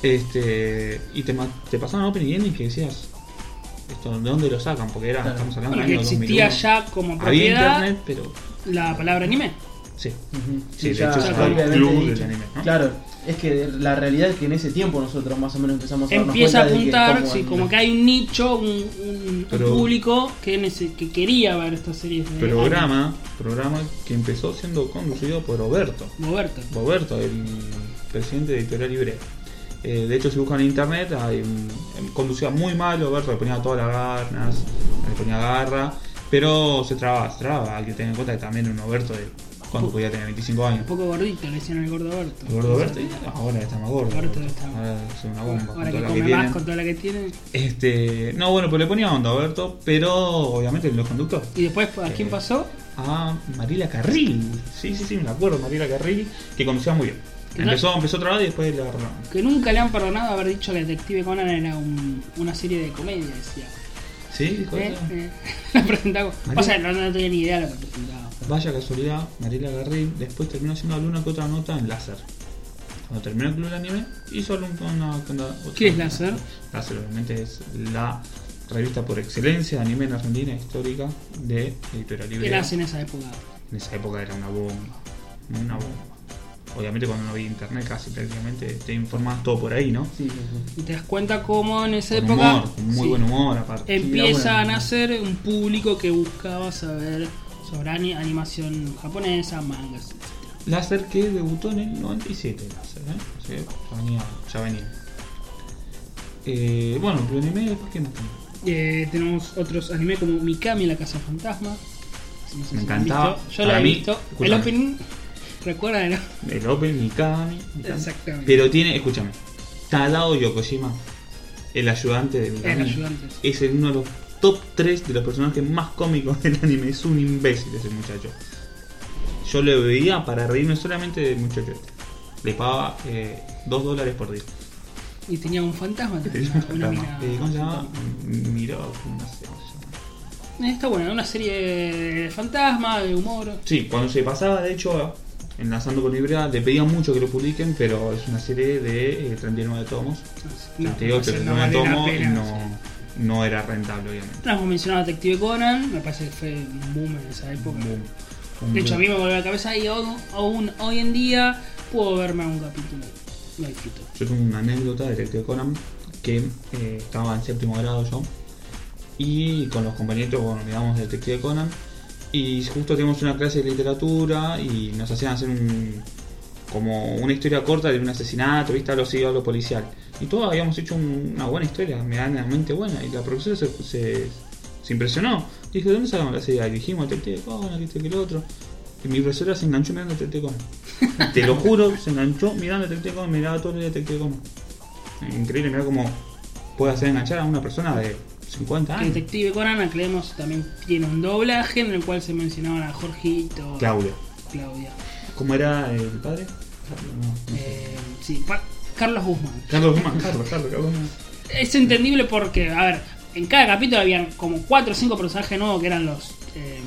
Speaker 1: Este, y te, ma- te pasaban opening y ending que decías, esto, ¿de dónde lo sacan? Porque era,
Speaker 3: Claro.
Speaker 1: estamos hablando
Speaker 2: Bueno,
Speaker 1: del
Speaker 2: que
Speaker 1: año
Speaker 2: existía
Speaker 1: 2001.
Speaker 2: ya como
Speaker 1: Había
Speaker 2: propiedad
Speaker 1: internet, pero
Speaker 2: la palabra anime.
Speaker 1: sí.
Speaker 3: Ujú.
Speaker 1: Sí, de
Speaker 3: ya
Speaker 1: hecho,
Speaker 2: es el
Speaker 3: obviamente
Speaker 1: club
Speaker 3: dicho.
Speaker 1: del anime, ¿no?
Speaker 3: Claro, es que la realidad es que en ese tiempo nosotros más o menos empezamos a darnos
Speaker 2: Empieza a
Speaker 3: cuenta de que
Speaker 2: apuntar,
Speaker 3: cómo-
Speaker 2: sí, como que hay un nicho, un, un- un
Speaker 1: Pero-
Speaker 2: público que, nece- que quería ver estas series. de anime.
Speaker 1: Programa, programa que empezó siendo conducido por Roberto.
Speaker 2: Roberto.
Speaker 1: Roberto, el presidente de Editorial Libre. Eh, de hecho, si buscan en internet, hay un- em, conducía muy mal, Roberto le ponía todas las ganas, le ponía garra, pero se trababa, se trababa. Hay que tener en cuenta que también era un Roberto de cuando podía tener 25 años.
Speaker 2: Un poco gordito, le decían el gordo Roberto.
Speaker 1: El gordo Roberto, y ahora está más gordo.
Speaker 2: Roberto está-
Speaker 1: Ahora es una bomba. con
Speaker 2: Ahora
Speaker 1: todo
Speaker 2: que
Speaker 1: lo
Speaker 2: come
Speaker 1: tiene.
Speaker 2: más con toda la que tiene.
Speaker 1: Este, no, bueno, pues le ponía onda a Roberto, pero obviamente los conductores.
Speaker 2: Y después, ¿a quién
Speaker 1: Eh,
Speaker 2: pasó?
Speaker 1: a Mariela Carril. Sí, sí, sí, me la acuerdo, Mariela Carril, que conducía muy bien.
Speaker 2: ¿Qué tal?
Speaker 1: Empezó, empezó a trabajar y después le agarraron.
Speaker 2: Que nunca le han perdonado haber dicho que Detective Conan era un- una serie de comedia, decía.
Speaker 1: ¿Sí? dijo
Speaker 2: ¿Eh?
Speaker 1: eso?
Speaker 2: Eh, la presentaba.
Speaker 1: María.
Speaker 2: Pasa, no, no tenía ni idea de lo que presentaba.
Speaker 1: Vaya casualidad, Mariela Garril después terminó haciendo alguna que otra nota en Láser. Cuando terminó el club del anime, hizo algún- una, una otra-
Speaker 2: ¿Qué es Láser?
Speaker 1: Láser obviamente es la revista por excelencia de anime en Argentina histórica de Editorial
Speaker 2: ¿Qué
Speaker 1: Libre.
Speaker 2: nace en esa época?
Speaker 1: En esa época era una bomba. Una bomba. Obviamente cuando no había internet casi prácticamente te informabas todo por ahí, ¿no?
Speaker 3: Sí, sí, sí.
Speaker 2: Y te das cuenta cómo en esa
Speaker 1: Con
Speaker 2: época
Speaker 1: humor, con muy
Speaker 2: sí,
Speaker 1: buen humor aparte.
Speaker 2: empieza
Speaker 3: Sí,
Speaker 2: a
Speaker 3: la buena.
Speaker 2: nacer un público que buscaba saber sobre ani- animación japonesa, mangas, etc.
Speaker 1: Láser que debutó en el 97, Láser, ¿eh? O sea, ya venía. Ya venía. Eh, bueno, Club Anime, después qué más tenía?
Speaker 2: Eh, tenemos otros anime como Mikami la Casa Fantasma. No sé
Speaker 1: Me
Speaker 2: si lo han
Speaker 1: encantaba.
Speaker 2: visto. Yo
Speaker 1: Para
Speaker 2: lo he
Speaker 1: mí,
Speaker 2: visto. El
Speaker 1: escúchame.
Speaker 2: opening. Recuerda, ¿no?
Speaker 1: El Open, Mikami. Mikami.
Speaker 2: Exactamente.
Speaker 1: Pero tiene, escúchame, Tadao Yokoshima, el ayudante de Mikami,
Speaker 2: El ayudante.
Speaker 1: es el- uno de los top 3 de los personajes más cómicos del anime. Es un imbécil ese muchacho. Yo lo veía para reírme solamente del muchacho este. Le pagaba 2 dólares por día.
Speaker 2: Y tenía un fantasma.
Speaker 1: Tenía
Speaker 2: tenía
Speaker 1: un
Speaker 2: una
Speaker 1: fantasma. Eh,
Speaker 2: mina
Speaker 1: ¿Cómo se llamaba?
Speaker 2: fantasma.
Speaker 1: Miró, no sé cómo se llama.
Speaker 2: Eh, Está bueno, una serie de fantasma, de humor.
Speaker 1: Sí, cuando se pasaba, de hecho, enlazando con Librea, le pedían mucho que lo publiquen, pero es una serie de eh, 39 tomos.
Speaker 2: No,
Speaker 1: 38,
Speaker 2: no
Speaker 1: 39
Speaker 2: vale la
Speaker 1: tomos y
Speaker 2: pena, sí.
Speaker 1: no, no era rentable, obviamente.
Speaker 2: Hemos mencionado a Detective Conan, me parece que fue un boom en esa época.
Speaker 1: Boom. Un
Speaker 2: De hecho, a
Speaker 1: boom.
Speaker 2: mí me volvió la cabeza y aún, aún hoy en día puedo verme un capítulo. Lo disfruto.
Speaker 1: Yo tengo una anécdota de Detective Conan que eh, estaba en séptimo grado yo y con los compañeros, bueno, miramos Detective Conan y justo teníamos una clase de literatura y nos hacían hacer un como una historia corta de un asesinato, viste, algo así, algo policial. Y todos habíamos hecho un- una buena historia, medianamente buena, y la profesora se, se- se impresionó. Dijo, ¿de dónde sacamos la idea? Y dijimos, Detective Conan, que este, que el otro. Y mi profesora se enganchó mirando Detective Conan. Te lo juro, se enganchó mirando Detective Conan, miraba todo el Detective Conan. Increíble, mira cómo puede hacer enganchar a una persona de 50
Speaker 2: Que
Speaker 1: años.
Speaker 2: Detective Conan, aclaremos, también tiene un doblaje en el cual se mencionaban a Jorgito,
Speaker 1: Claudio.
Speaker 2: Claudia.
Speaker 1: ¿Cómo era el padre? No, no sé.
Speaker 2: Eh, sí, Pa- Carlos Guzmán.
Speaker 1: Carlos Guzmán, Carlos, Carlos, Carlos Guzmán.
Speaker 2: Es entendible porque, a ver, en cada capítulo habían como 4 o 5 personajes nuevos que eran los. eh,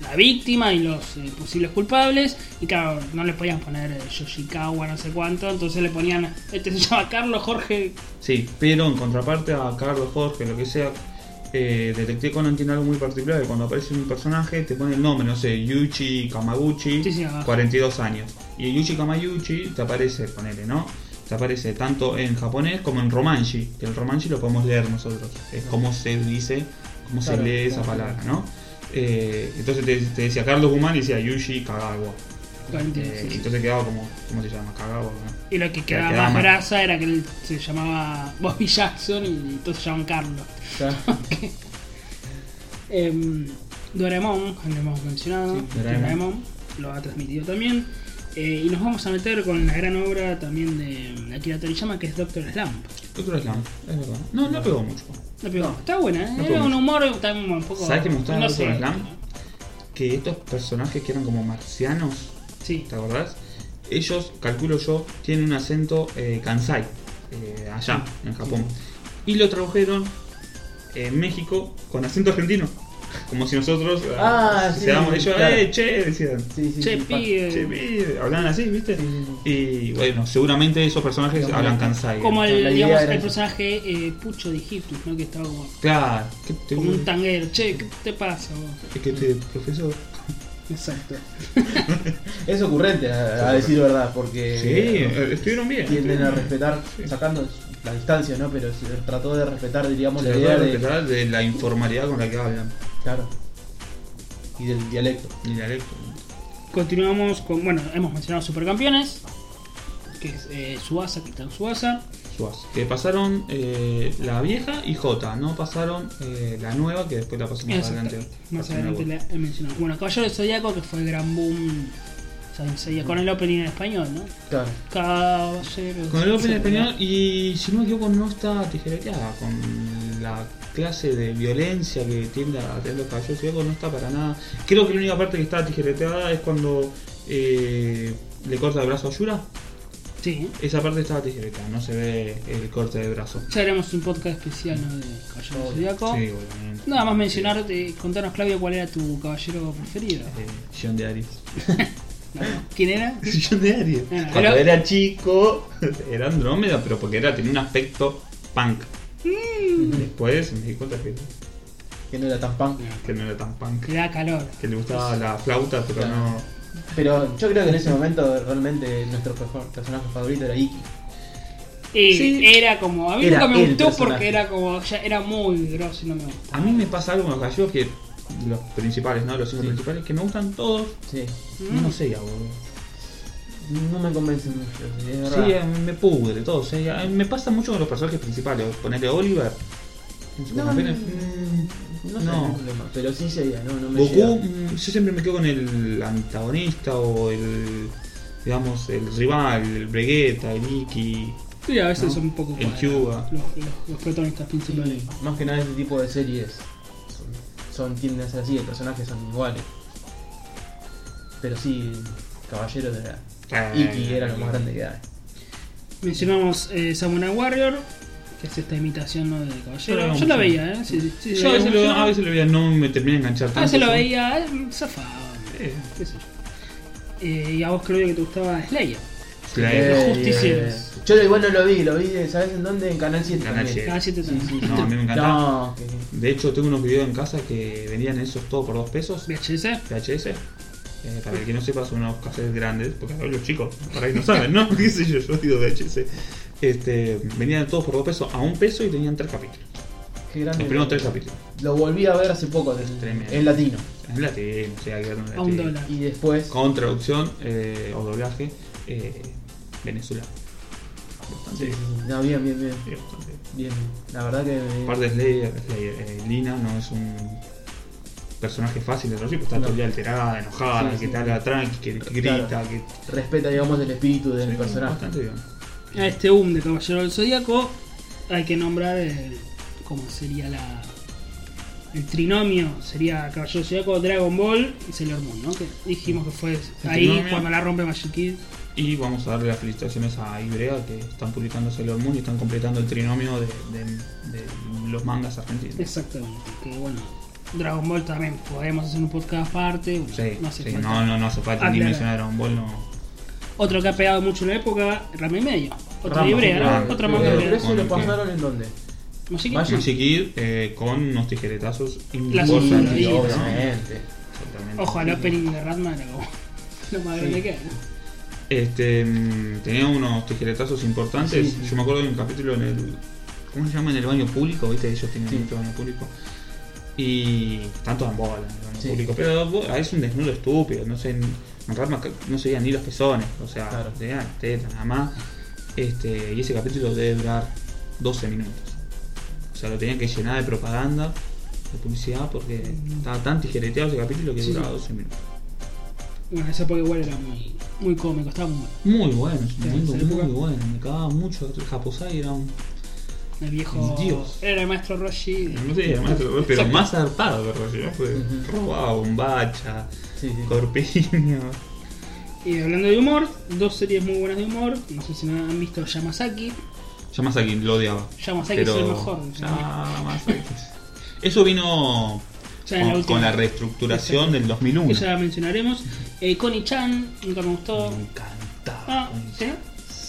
Speaker 2: la víctima y los eh, posibles culpables. Y claro, no le podían poner eh, Yoshikawa, no sé cuánto. Entonces le ponían. Este se llama Carlos Jorge.
Speaker 1: Sí, pero en contraparte a Carlos, Jorge, lo que sea, eh, Detective Conan tiene algo muy particular, que cuando aparece un personaje te pone el nombre, no sé, Yuchi Kamaguchi,
Speaker 2: Sí, sí, abajo.
Speaker 1: 42 años. Y Yuchi Kamaguchi te aparece, ponele, ¿no? Te aparece tanto en japonés como en romanji, que el romanji lo podemos leer nosotros, es como se dice, cómo
Speaker 3: Claro,
Speaker 1: se lee esa
Speaker 3: claro.
Speaker 1: palabra, ¿no? Eh, entonces te, te decía Carlos Guzmán y decía Yushi Kagawa.
Speaker 2: Cuarenta y dos,
Speaker 1: Eh,
Speaker 2: sí, sí.
Speaker 1: entonces quedaba como, ¿cómo se llama? Kagawa, ¿no?
Speaker 2: Y lo que quedaba
Speaker 1: quedaba
Speaker 2: más
Speaker 1: más.
Speaker 2: grasa era que él se llamaba Bobby Jackson y todos se llamaban Carlos.
Speaker 3: Ya.
Speaker 2: Em, Doraemon, lo hemos mencionado,
Speaker 1: Sí,
Speaker 2: Doraemon.
Speaker 1: Doraemon.
Speaker 2: lo ha transmitido también. Eh, y nos vamos a meter con la gran obra también de Akira Toriyama que es Doctor Slump.
Speaker 1: Doctor Slump, es verdad. No, no pegó mucho.
Speaker 2: La pegó. Está buena, ¿eh?
Speaker 1: No
Speaker 2: era
Speaker 1: pegó
Speaker 2: un humor también un poco.
Speaker 1: ¿Sabes qué me gustaba de Doctor
Speaker 2: sé.
Speaker 1: Slump? Que estos personajes que eran como marcianos,
Speaker 2: Sí,
Speaker 1: ¿te acordás? Ellos, calculo yo, tienen un acento eh, kansai, eh, allá, en Japón. Y lo tradujeron en México con acento argentino. Como si nosotros
Speaker 3: Ah, sí,
Speaker 1: seamos ellos,
Speaker 3: claro.
Speaker 1: ¡eh, che! decían.
Speaker 3: Sí, sí,
Speaker 2: Che,
Speaker 3: sí, pa-
Speaker 2: pibe.
Speaker 1: Che, vi", hablaban así, ¿viste?
Speaker 3: Sí, sí, sí.
Speaker 1: Y bueno, seguramente esos personajes
Speaker 3: Digamos,
Speaker 1: hablan kansai.
Speaker 2: como el,
Speaker 3: la idea
Speaker 2: digamos,
Speaker 3: era
Speaker 2: el
Speaker 3: esa.
Speaker 2: personaje eh, Pucho de Egipto, ¿no? que estaba como,
Speaker 1: Claro, ¿qué te,
Speaker 2: como un tanguero. Che, ¿qué te pasa vos?
Speaker 1: ¿qué te este profesor?
Speaker 2: Exacto.
Speaker 3: Es ocurrente, a, a decir verdad, porque
Speaker 1: Sí, eh, estuvieron bien.
Speaker 3: tienden
Speaker 1: estuvieron
Speaker 3: a
Speaker 1: bien.
Speaker 3: respetar,
Speaker 1: Sí.
Speaker 3: sacando las distancias, ¿no? Pero se trató de respetar, diríamos,
Speaker 1: Se
Speaker 3: la
Speaker 1: trata
Speaker 3: idea
Speaker 1: de
Speaker 3: de,
Speaker 1: respetar de la informalidad con la que hablan.
Speaker 3: Claro. Y del dialecto.
Speaker 1: Y dialecto.
Speaker 2: Continuamos con, bueno, hemos mencionado Supercampeones, que es eh, Suasa, Capitán Suasa.
Speaker 1: Suaz. Que pasaron eh, la vieja y J, no pasaron eh, la nueva que después la pasamos
Speaker 2: Exacto.
Speaker 1: adelante.
Speaker 2: Más
Speaker 1: Pasaron la
Speaker 2: adelante la he mencionado. Bueno, Caballero del Zodíaco, que fue el gran boom Saint Seiya, con el opening en español, ¿no?
Speaker 3: Claro.
Speaker 2: Caballero.
Speaker 1: Con el Open español y si no me equivoco no está tijereteada con la clase de violencia que tiende a tener los caballeros zodíacos no está para nada. Creo que la única parte que está tijereteada es cuando eh, le corta el brazo a Yura.
Speaker 2: Sí.
Speaker 1: Esa parte estaba tijereteada, no se ve el corte de brazo.
Speaker 2: Ya haremos un podcast especial ¿no? de Caballero del
Speaker 3: Oh,
Speaker 2: Zodíaco.
Speaker 1: Sí, obviamente.
Speaker 2: Nada más mencionar, eh, contanos, Claudio, cuál era tu caballero preferido.
Speaker 1: Eh, John de Aries.
Speaker 2: No, ¿Quién era?
Speaker 1: John de Aries.
Speaker 2: Ah,
Speaker 1: Cuando
Speaker 2: pero-
Speaker 1: era chico, era Andrómeda, pero porque era, tenía un aspecto punk.
Speaker 3: Mm.
Speaker 1: Después me di cuenta que,
Speaker 3: Que no era tan pan.
Speaker 1: que no era tan punk.
Speaker 2: Le da calor.
Speaker 1: Que le gustaba la flauta, pero
Speaker 3: Claro.
Speaker 1: no.
Speaker 3: Pero yo creo que en ese momento realmente nuestro perfor- personaje favorito era Iki.
Speaker 2: Y
Speaker 1: Sí.
Speaker 2: Eh, era como. A mí
Speaker 3: Era
Speaker 2: nunca me
Speaker 3: el
Speaker 2: gustó
Speaker 3: personaje.
Speaker 2: porque era como. Ya era muy grosso y no me gustó.
Speaker 1: A mí me pasa algo con los gallegos que. Los principales, ¿no? Los cinco
Speaker 3: Sí.
Speaker 1: principales, que me gustan todos.
Speaker 3: Sí.
Speaker 2: Mm.
Speaker 1: No sé, ya, boludo.
Speaker 3: No me convence mucho. sí, es
Speaker 1: Sí,
Speaker 3: verdad.
Speaker 1: eh, me pudre todo. sí, eh, Me pasa mucho con los personajes principales. Ponerle Oliver.
Speaker 3: No, no,
Speaker 1: supercampeones.
Speaker 3: no, sé,
Speaker 1: Mm, No.
Speaker 3: no hay problema, pero sí sería, no, no me
Speaker 1: Goku,
Speaker 3: llega.
Speaker 1: mm, yo siempre me quedo con el antagonista o el, digamos, el rival, el Vegeta, el Iki.
Speaker 2: Y a veces
Speaker 1: ¿No?
Speaker 2: son un poco
Speaker 1: En
Speaker 2: cuadrados,
Speaker 1: Cuba.
Speaker 2: Los, los- los protagonistas principales.
Speaker 3: Más que nada este tipo de series son, son- tienden a ser así, los personajes son iguales. Pero sí, Caballeros de la
Speaker 1: Ah, Eh,
Speaker 3: Iki era lo más grande que hay.
Speaker 2: Mencionamos eh, Samurai Warrior, que es esta imitación ¿no? de caballero.
Speaker 1: Pero
Speaker 2: Yo la
Speaker 1: sí.
Speaker 2: veía, ¿eh? Sí, sí, sí,
Speaker 1: Yo a
Speaker 2: la
Speaker 1: veces, lo,
Speaker 2: mencionaba.
Speaker 1: a veces lo veía, no me terminé de enganchar
Speaker 2: Ah, se lo
Speaker 1: yo.
Speaker 2: veía, eh, zafaba.
Speaker 1: Eh,
Speaker 2: qué sé yo. Eh, y a vos creo que te gustaba Slayer.
Speaker 1: Slayer.
Speaker 2: Los justicieros.
Speaker 3: Eh, Yo igual no lo vi, lo vi, de- ¿sabes en dónde? En Canal 7
Speaker 1: Canal
Speaker 3: también.
Speaker 1: 7.
Speaker 2: Cada siete
Speaker 3: Sí,
Speaker 2: también.
Speaker 3: sí, sí.
Speaker 1: No, a mí me encantaba.
Speaker 3: No, que-
Speaker 1: De hecho, tengo unos videos en casa que vendían esos todo por 2 pesos.
Speaker 2: VHS.
Speaker 1: VHS. Eh, para el que no sepa, son unos cassettes grandes, porque ahora los chicos, para que no saben, ¿no? ¿Qué sé yo? Yo digo VHS. Este, venían todos por 2 pesos a 1 peso y tenían 3 capítulos.
Speaker 3: qué grande.
Speaker 1: Los primeros 3 capítulos.
Speaker 3: Lo volví a ver hace poco, en-
Speaker 1: Tremendo.
Speaker 3: en latino.
Speaker 1: En latín, o sea, que eran en
Speaker 2: A un
Speaker 1: latín.
Speaker 2: dólar.
Speaker 3: Y después.
Speaker 1: Con traducción eh, o doblaje eh, venezolano. Bastante.
Speaker 3: Sí, sí, sí. No, bien, bien, bien.
Speaker 1: sí, bastante.
Speaker 3: Bien, la verdad que.
Speaker 1: Aparte de Slayer, Slayer, eh, Lina no es un personaje fácil de traducir, porque está
Speaker 3: No.
Speaker 1: todo el día alterada, enojada,
Speaker 3: Sí,
Speaker 1: que
Speaker 3: sí.
Speaker 1: te habla tranqui, que grita,
Speaker 3: Claro.
Speaker 1: que...
Speaker 3: respeta, digamos, el espíritu del
Speaker 1: Sí,
Speaker 3: personaje.
Speaker 1: Bastante bien.
Speaker 2: A este boom de Caballero del Zodíaco hay que nombrar el, cómo sería la el trinomio sería Caballero del Zodíaco, Dragon Ball y Sailor Moon, ¿no? Que dijimos que fue ahí
Speaker 1: trinomio.
Speaker 2: cuando la rompe Magic Kid.
Speaker 1: Y vamos a darle las felicitaciones a Ibrea que están publicando Sailor Moon y están completando el trinomio de, de- de los mangas argentinos.
Speaker 2: Exactamente. Que bueno, Dragon Ball también podemos hacer un podcast aparte. bueno,
Speaker 1: Sí,
Speaker 2: no hace
Speaker 1: sí,
Speaker 2: falta.
Speaker 1: no, no, no hace
Speaker 3: Ah,
Speaker 1: falta ni
Speaker 2: Aclarar.
Speaker 1: mencionar Dragon Ball, no.
Speaker 2: Otro que ha pegado mucho en la época, Rama y Medio. Otro
Speaker 3: Rama,
Speaker 2: de Ibrea, ¿no?
Speaker 1: Rama.
Speaker 2: Otra
Speaker 3: Pero-
Speaker 2: manga de
Speaker 1: Sí.
Speaker 3: pero
Speaker 2: Ibrea.
Speaker 3: eso lo
Speaker 1: Ok.
Speaker 3: pasaron en dónde?
Speaker 2: Magic Kid.
Speaker 3: Magic-
Speaker 1: Magic Kid eh, con unos tijeretazos
Speaker 2: Sí,
Speaker 1: importantes.
Speaker 2: sí,
Speaker 1: ¿no?
Speaker 3: obviamente.
Speaker 1: Exactamente.
Speaker 2: Ojalá el opening de Ratman era como lo más
Speaker 3: Sí.
Speaker 2: grande que hay, ¿no?
Speaker 1: Este, mm, tenía unos tijeretazos importantes.
Speaker 3: Sí, sí.
Speaker 1: Yo me acuerdo de un capítulo en el. ¿Cómo se llama? En el baño público, ¿viste? Ellos tienen
Speaker 3: Sí.
Speaker 1: mucho baño público. Y. Tanto en bola en el baño
Speaker 3: Sí.
Speaker 1: público. Pero bo- ah, es un desnudo estúpido. No sé, en en Ratma ca- no se veían ni los pezones. O sea,
Speaker 3: Claro.
Speaker 1: se veían tetas nada más. Este, y ese capítulo debe durar 12 minutos. O sea, lo tenían que llenar de propaganda, de publicidad, porque
Speaker 3: Mm.
Speaker 1: estaba tan tijereteado ese capítulo que
Speaker 2: Sí.
Speaker 1: duraba 12 minutos.
Speaker 2: Bueno, esa época igual era muy, muy cómico, estaba muy
Speaker 1: Muy
Speaker 2: bueno.
Speaker 1: bueno, es un
Speaker 2: Sí,
Speaker 1: momento
Speaker 2: en esa
Speaker 1: muy
Speaker 2: época.
Speaker 1: bueno. Me cagaba mucho. El Japosai era un.
Speaker 2: El viejo.
Speaker 1: Dios.
Speaker 2: Era el maestro Roshi.
Speaker 1: No sé, además, pero
Speaker 2: Exacto.
Speaker 1: más zarpado que Roger. ¿no? Fue
Speaker 3: Ujú.
Speaker 1: robado, bombacha,
Speaker 3: Sí, sí.
Speaker 1: corpiño.
Speaker 2: Y hablando de humor, dos series muy buenas de humor. No sé si no han visto Yamazaki.
Speaker 1: Ya más aquí lo odiaba.
Speaker 2: Yamazaki
Speaker 1: Pero.
Speaker 2: es el mejor.
Speaker 1: Ya Masaki. Eso vino
Speaker 2: Ya en la
Speaker 1: con,
Speaker 2: última.
Speaker 1: con la reestructuración
Speaker 2: Exacto.
Speaker 1: del 2001.
Speaker 2: Que ya la mencionaremos. Eh, Connie Chan, nunca me gustó.
Speaker 1: Me encantaba.
Speaker 2: Ah,
Speaker 1: Connie
Speaker 2: ¿sí?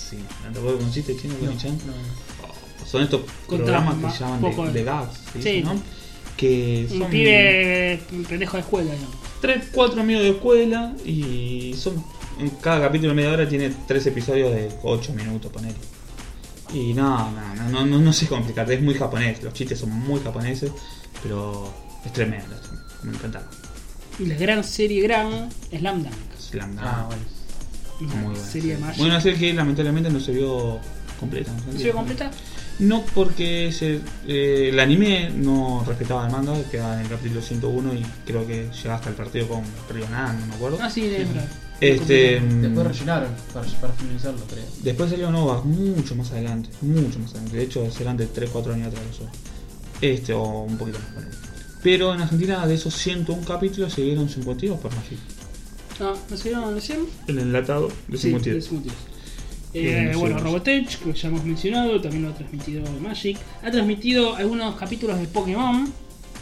Speaker 1: Sí, me encantaba. ¿Cómo hiciste chino
Speaker 3: No,
Speaker 1: con Chan?
Speaker 3: no.
Speaker 1: Son estos
Speaker 2: Contaba
Speaker 1: programas que
Speaker 2: más-
Speaker 1: se llaman
Speaker 2: poco
Speaker 1: de,
Speaker 2: de-
Speaker 1: de gags, ¿sí?
Speaker 2: Sí.
Speaker 1: ¿no? Que son
Speaker 2: Un pibe pendejo de escuela, digamos.
Speaker 1: tres, cuatro amigos de escuela y son en cada capítulo de media hora tiene tres episodios de 8 minutos, ponele. Y no, no, no, no, no, no sé complicarte, es muy japonés, los chistes son muy japoneses, pero es tremendo, es tremendo, me encantaba.
Speaker 2: Y la gran serie gran, Slam Dunk.
Speaker 1: Slam Dunk,
Speaker 3: Ah, bueno.
Speaker 2: Una
Speaker 1: muy buena
Speaker 2: serie más.
Speaker 1: Bueno, una serie que lamentablemente no se vio completa.
Speaker 2: ¿No se vio completa?
Speaker 1: No, porque se- eh, el anime no respetaba el manga, quedaba en el capítulo 101 y creo que llegaba hasta el partido con Rionan, no me acuerdo.
Speaker 2: Ah, sí, de verdad.
Speaker 1: Este,
Speaker 3: Después rellenaron para, para finalizarlo, creo.
Speaker 1: Después salió Novak mucho más adelante, mucho más adelante. De hecho, serán de 3-4 años atrás eso. Este, o un poquito más. ponele. Pero en Argentina, de esos 101 capítulos, se vieron 52 por Magic.
Speaker 2: No, Ah, ¿no se vieron recién?
Speaker 1: El enlatado de
Speaker 2: Sí,
Speaker 1: 52.
Speaker 2: de Smoothie.
Speaker 1: Bien,
Speaker 2: Eh,
Speaker 1: nos
Speaker 2: bueno,
Speaker 1: vemos.
Speaker 2: Robotech, que ya hemos mencionado, también lo ha transmitido Magic. Ha transmitido algunos capítulos de Pokémon.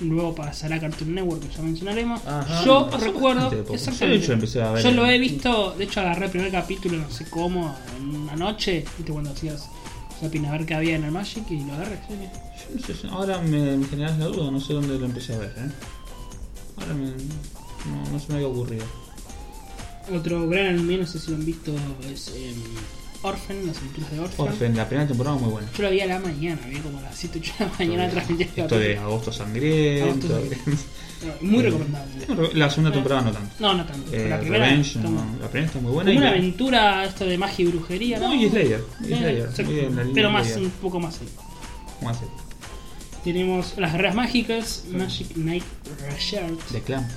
Speaker 2: Luego pasará a Cartoon Network, que ya mencionaremos.
Speaker 3: Ajá.
Speaker 2: yo
Speaker 1: Pasó
Speaker 2: recuerdo.
Speaker 1: bastante de Pokémon.
Speaker 2: exactamente.
Speaker 1: Yo, de hecho, empecé a ver
Speaker 2: Yo lo
Speaker 1: el-
Speaker 2: he visto, de hecho, agarré el primer capítulo, no sé cómo, en una noche. Viste cuando hacías zapping a ver qué había en el Magic y lo agarré. sí, sí.
Speaker 1: Yo no sé, yo- ahora me, me generás la duda, no sé dónde lo empecé a ver. ¿eh? Ahora me, no, no se me había ocurrido.
Speaker 2: Otro gran anime, no sé si lo han visto, es em, Orphan, las aventuras de Orphan.
Speaker 1: Orfen, la primera temporada muy buena.
Speaker 2: Yo lo vi a la mañana, vi como a las 7 8 de la mañana transmitía el
Speaker 1: Esto de
Speaker 2: capítulo.
Speaker 1: agosto sangriento.
Speaker 2: Agosto Muy recomendable.
Speaker 1: la segunda temporada no tanto.
Speaker 2: No, no tanto.
Speaker 1: Eh,
Speaker 2: pero la primera.
Speaker 1: Revenge,
Speaker 2: está
Speaker 1: no,
Speaker 2: muy-
Speaker 1: la primera está muy buena.
Speaker 2: como
Speaker 1: y
Speaker 2: una
Speaker 1: la-
Speaker 2: aventura esto de magia y brujería, ¿no?
Speaker 1: Muy Slayer, muy
Speaker 2: Eh,
Speaker 1: Slayer,
Speaker 2: exacto.
Speaker 1: muy en la línea
Speaker 2: pero más
Speaker 1: Slayer.
Speaker 2: un poco más ahí.
Speaker 1: ¿Cómo hace?
Speaker 2: Tenemos las guerreras mágicas, Magic Knight Rashard,
Speaker 1: de Clamp.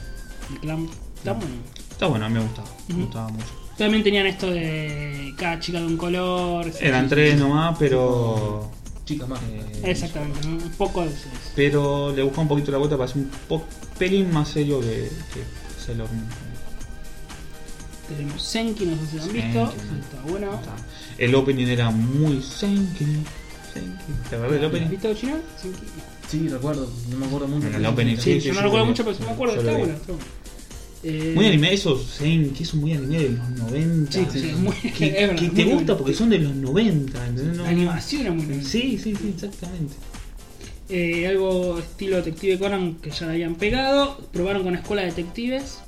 Speaker 2: y Clamp. Está bueno.
Speaker 1: Está bueno, a mí me gustaba. Me
Speaker 2: Ujú.
Speaker 1: gustaba mucho.
Speaker 2: También tenían esto de cada chica de un color.
Speaker 1: Eran tres nomás, pero.
Speaker 3: Chica más.
Speaker 1: eh,
Speaker 2: Exactamente, ¿no? un poco de esos.
Speaker 1: Pero le buscaba un poquito la vuelta para hacer un po- pelín más serio que, que Sailor Moon.
Speaker 2: Tenemos Senki, no sé si lo han
Speaker 1: Senki,
Speaker 2: visto.
Speaker 1: ¿no?
Speaker 2: Está bueno.
Speaker 1: Está. El opening era muy senki. senki. ¿Te acuerdas del
Speaker 2: ¿Has
Speaker 1: opening?
Speaker 2: visto China? Senki. No.
Speaker 3: Sí, recuerdo, no me acuerdo mucho.
Speaker 1: Bueno, el opening,
Speaker 2: Sí,
Speaker 1: Sí,
Speaker 2: yo
Speaker 1: sí, yo
Speaker 2: no lo recuerdo
Speaker 1: lo vi.
Speaker 2: mucho, pero sí me acuerdo.
Speaker 1: Yo
Speaker 2: Está
Speaker 1: lo vi.
Speaker 2: bueno, está bueno. Eh,
Speaker 1: Muy anime, esos senki, eso muy anime de los 90.
Speaker 2: Sí, sí,
Speaker 3: sí.
Speaker 2: muy-
Speaker 1: Que,
Speaker 2: es verdad,
Speaker 1: que
Speaker 2: muy
Speaker 1: te
Speaker 2: bueno.
Speaker 1: gusta porque son de los 90, ¿entendés? No-
Speaker 2: La animación es muy buena.
Speaker 1: Sí, sí, sí, exactamente.
Speaker 2: Eh, algo estilo Detective Conan que ya la habían pegado. Probaron con Escuela de Detectives.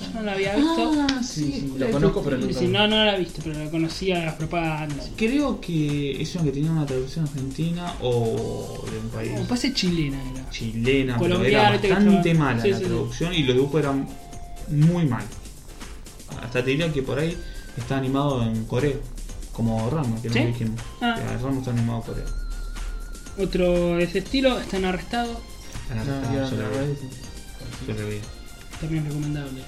Speaker 2: Yo no la había visto.
Speaker 1: Ah,
Speaker 3: Sí, sí,
Speaker 1: claro,
Speaker 3: lo conozco,
Speaker 1: sí.
Speaker 3: pero nunca.
Speaker 2: Sí, no, no la he visto, pero la conocía de las propagandas.
Speaker 1: Creo que es una que tenía una traducción argentina o de un país
Speaker 2: Como pase chilena era.
Speaker 1: chilena, pero era
Speaker 2: Colombiana, te
Speaker 1: bastante
Speaker 2: gustaba.
Speaker 1: mala
Speaker 2: Sí,
Speaker 1: la
Speaker 2: sí, sí.
Speaker 1: traducción y los dibujos eran muy malos. Hasta te diría que por ahí está animado en Corea, como Ramo, que
Speaker 2: ¿Sí?
Speaker 1: no lo dijimos.
Speaker 2: Ah.
Speaker 1: Que Ramo está animado en Corea.
Speaker 2: Otro de ese estilo, están arrestados.
Speaker 1: Ah,
Speaker 3: No,
Speaker 1: está,
Speaker 3: ya,
Speaker 1: yo
Speaker 3: la
Speaker 1: lo vi,
Speaker 3: verdad es que
Speaker 1: yo lo vi.
Speaker 2: También recomendable.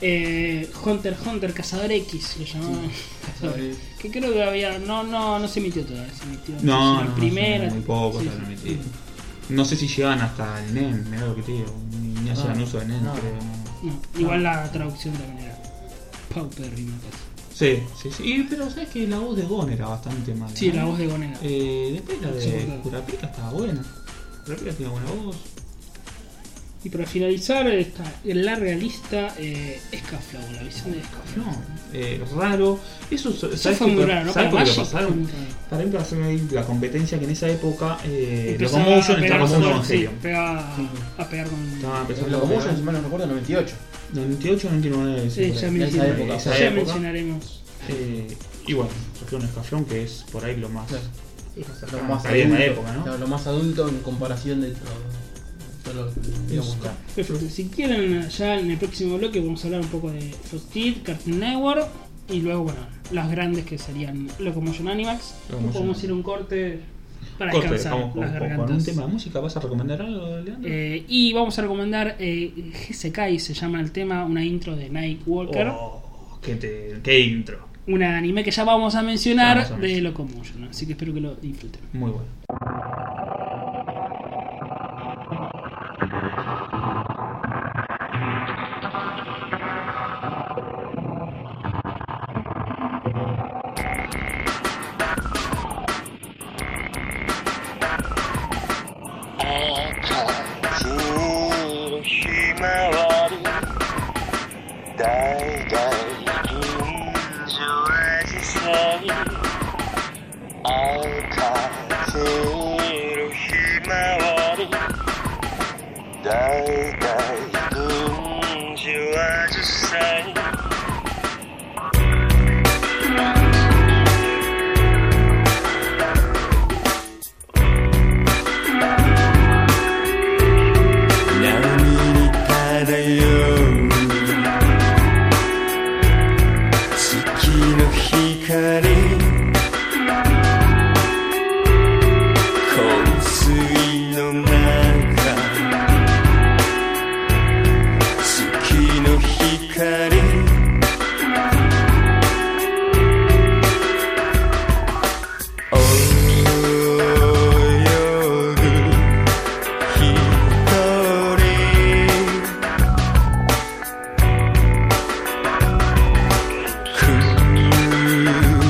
Speaker 2: Eh, Hunter x Hunter, Cazador X, lo llamaban. Cazador
Speaker 3: sí.
Speaker 2: Que creo que había. No, no, no se emitió todavía. Se emitió
Speaker 1: No,
Speaker 2: en
Speaker 1: no,
Speaker 2: primera.
Speaker 1: sí, muy poco
Speaker 2: sí,
Speaker 1: se habrán
Speaker 2: sí.
Speaker 1: metido. No sé si llegan hasta el NEM, mirá lo que te digo. Ni hacen
Speaker 3: Ah,
Speaker 1: uso de NEM,
Speaker 3: no.
Speaker 1: creo, no.
Speaker 2: No, igual la traducción también era. Paupérrima pues. casi.
Speaker 1: Sí, sí, sí. Y, pero sabes que la voz de Gon era bastante mala.
Speaker 2: Sí,
Speaker 1: ¿no?
Speaker 2: la voz de Gonera.
Speaker 1: Eh, después la
Speaker 2: Sí,
Speaker 1: de
Speaker 2: claro.
Speaker 1: Curapica estaba buena. Curapica tenía buena voz.
Speaker 2: Y para finalizar, esta larga lista, eh, Scaflow, la visión de Scaflow.
Speaker 1: No, eh, raro. Eso,
Speaker 2: Eso
Speaker 1: ¿sabes
Speaker 2: fue
Speaker 1: qué
Speaker 2: muy
Speaker 1: pa-
Speaker 2: raro, ¿no?
Speaker 1: ¿sabes
Speaker 2: Para
Speaker 1: por qué lo
Speaker 2: Magic fue
Speaker 1: pasaron?
Speaker 2: muy raro.
Speaker 1: Para mí pasaron ahí la competencia que en esa época eh,
Speaker 2: Empezaba
Speaker 1: Locomotion
Speaker 2: a pegar
Speaker 1: estaba con
Speaker 2: solo,
Speaker 1: Evangelion.
Speaker 2: sí, pegaba
Speaker 3: Sí.
Speaker 2: a pegar con.
Speaker 1: Estaba
Speaker 3: El
Speaker 1: empezando a
Speaker 3: Locomotion, si
Speaker 1: pegar.
Speaker 3: mal no recuerdo, 98.
Speaker 1: 98, 99.
Speaker 2: Sí,
Speaker 1: por
Speaker 2: ya,
Speaker 1: ahí.
Speaker 3: me-
Speaker 2: mencionaremos-
Speaker 3: época.
Speaker 1: Esa
Speaker 2: ya
Speaker 1: época.
Speaker 2: mencionaremos.
Speaker 1: Eh, y bueno, surgió un escaflón que es por ahí lo más.
Speaker 3: Claro. Lo
Speaker 1: cercano
Speaker 3: más
Speaker 1: que había en la
Speaker 3: adulto,
Speaker 1: época, ¿no?
Speaker 3: claro, lo más adulto en comparación de todo. todo lo- digamos,
Speaker 1: Eso.
Speaker 2: Perfecto. Si quieren, ya en el próximo bloque vamos a hablar un poco de Frosted, Cartoon Network y luego, bueno, las grandes que serían Locomotion Animals.
Speaker 1: Locomotion
Speaker 2: Podemos ir a un corte para
Speaker 1: Corte,
Speaker 2: descansar
Speaker 1: vamos con,
Speaker 2: las
Speaker 1: con- con
Speaker 2: gargantas.
Speaker 1: un tema de música. ¿Vas a recomendar algo, Leandro?
Speaker 2: Eh, y vamos a recomendar eh, GSK, se llama el tema, una intro de Night Walker.
Speaker 1: Oh, qué, te- qué intro.
Speaker 2: Un anime que ya vamos a mencionar
Speaker 1: Vamos a
Speaker 2: de
Speaker 1: mencionar.
Speaker 2: Locomotion. Así que espero que lo disfruten.
Speaker 1: Muy bueno.
Speaker 4: 「月のひまわり」「だいだい近所あじさい」「あかせるひまわり」「だいだい近所あじさい」「波に漂う」「月の光」「昏睡の中」「月の光」「泳ぐ」一人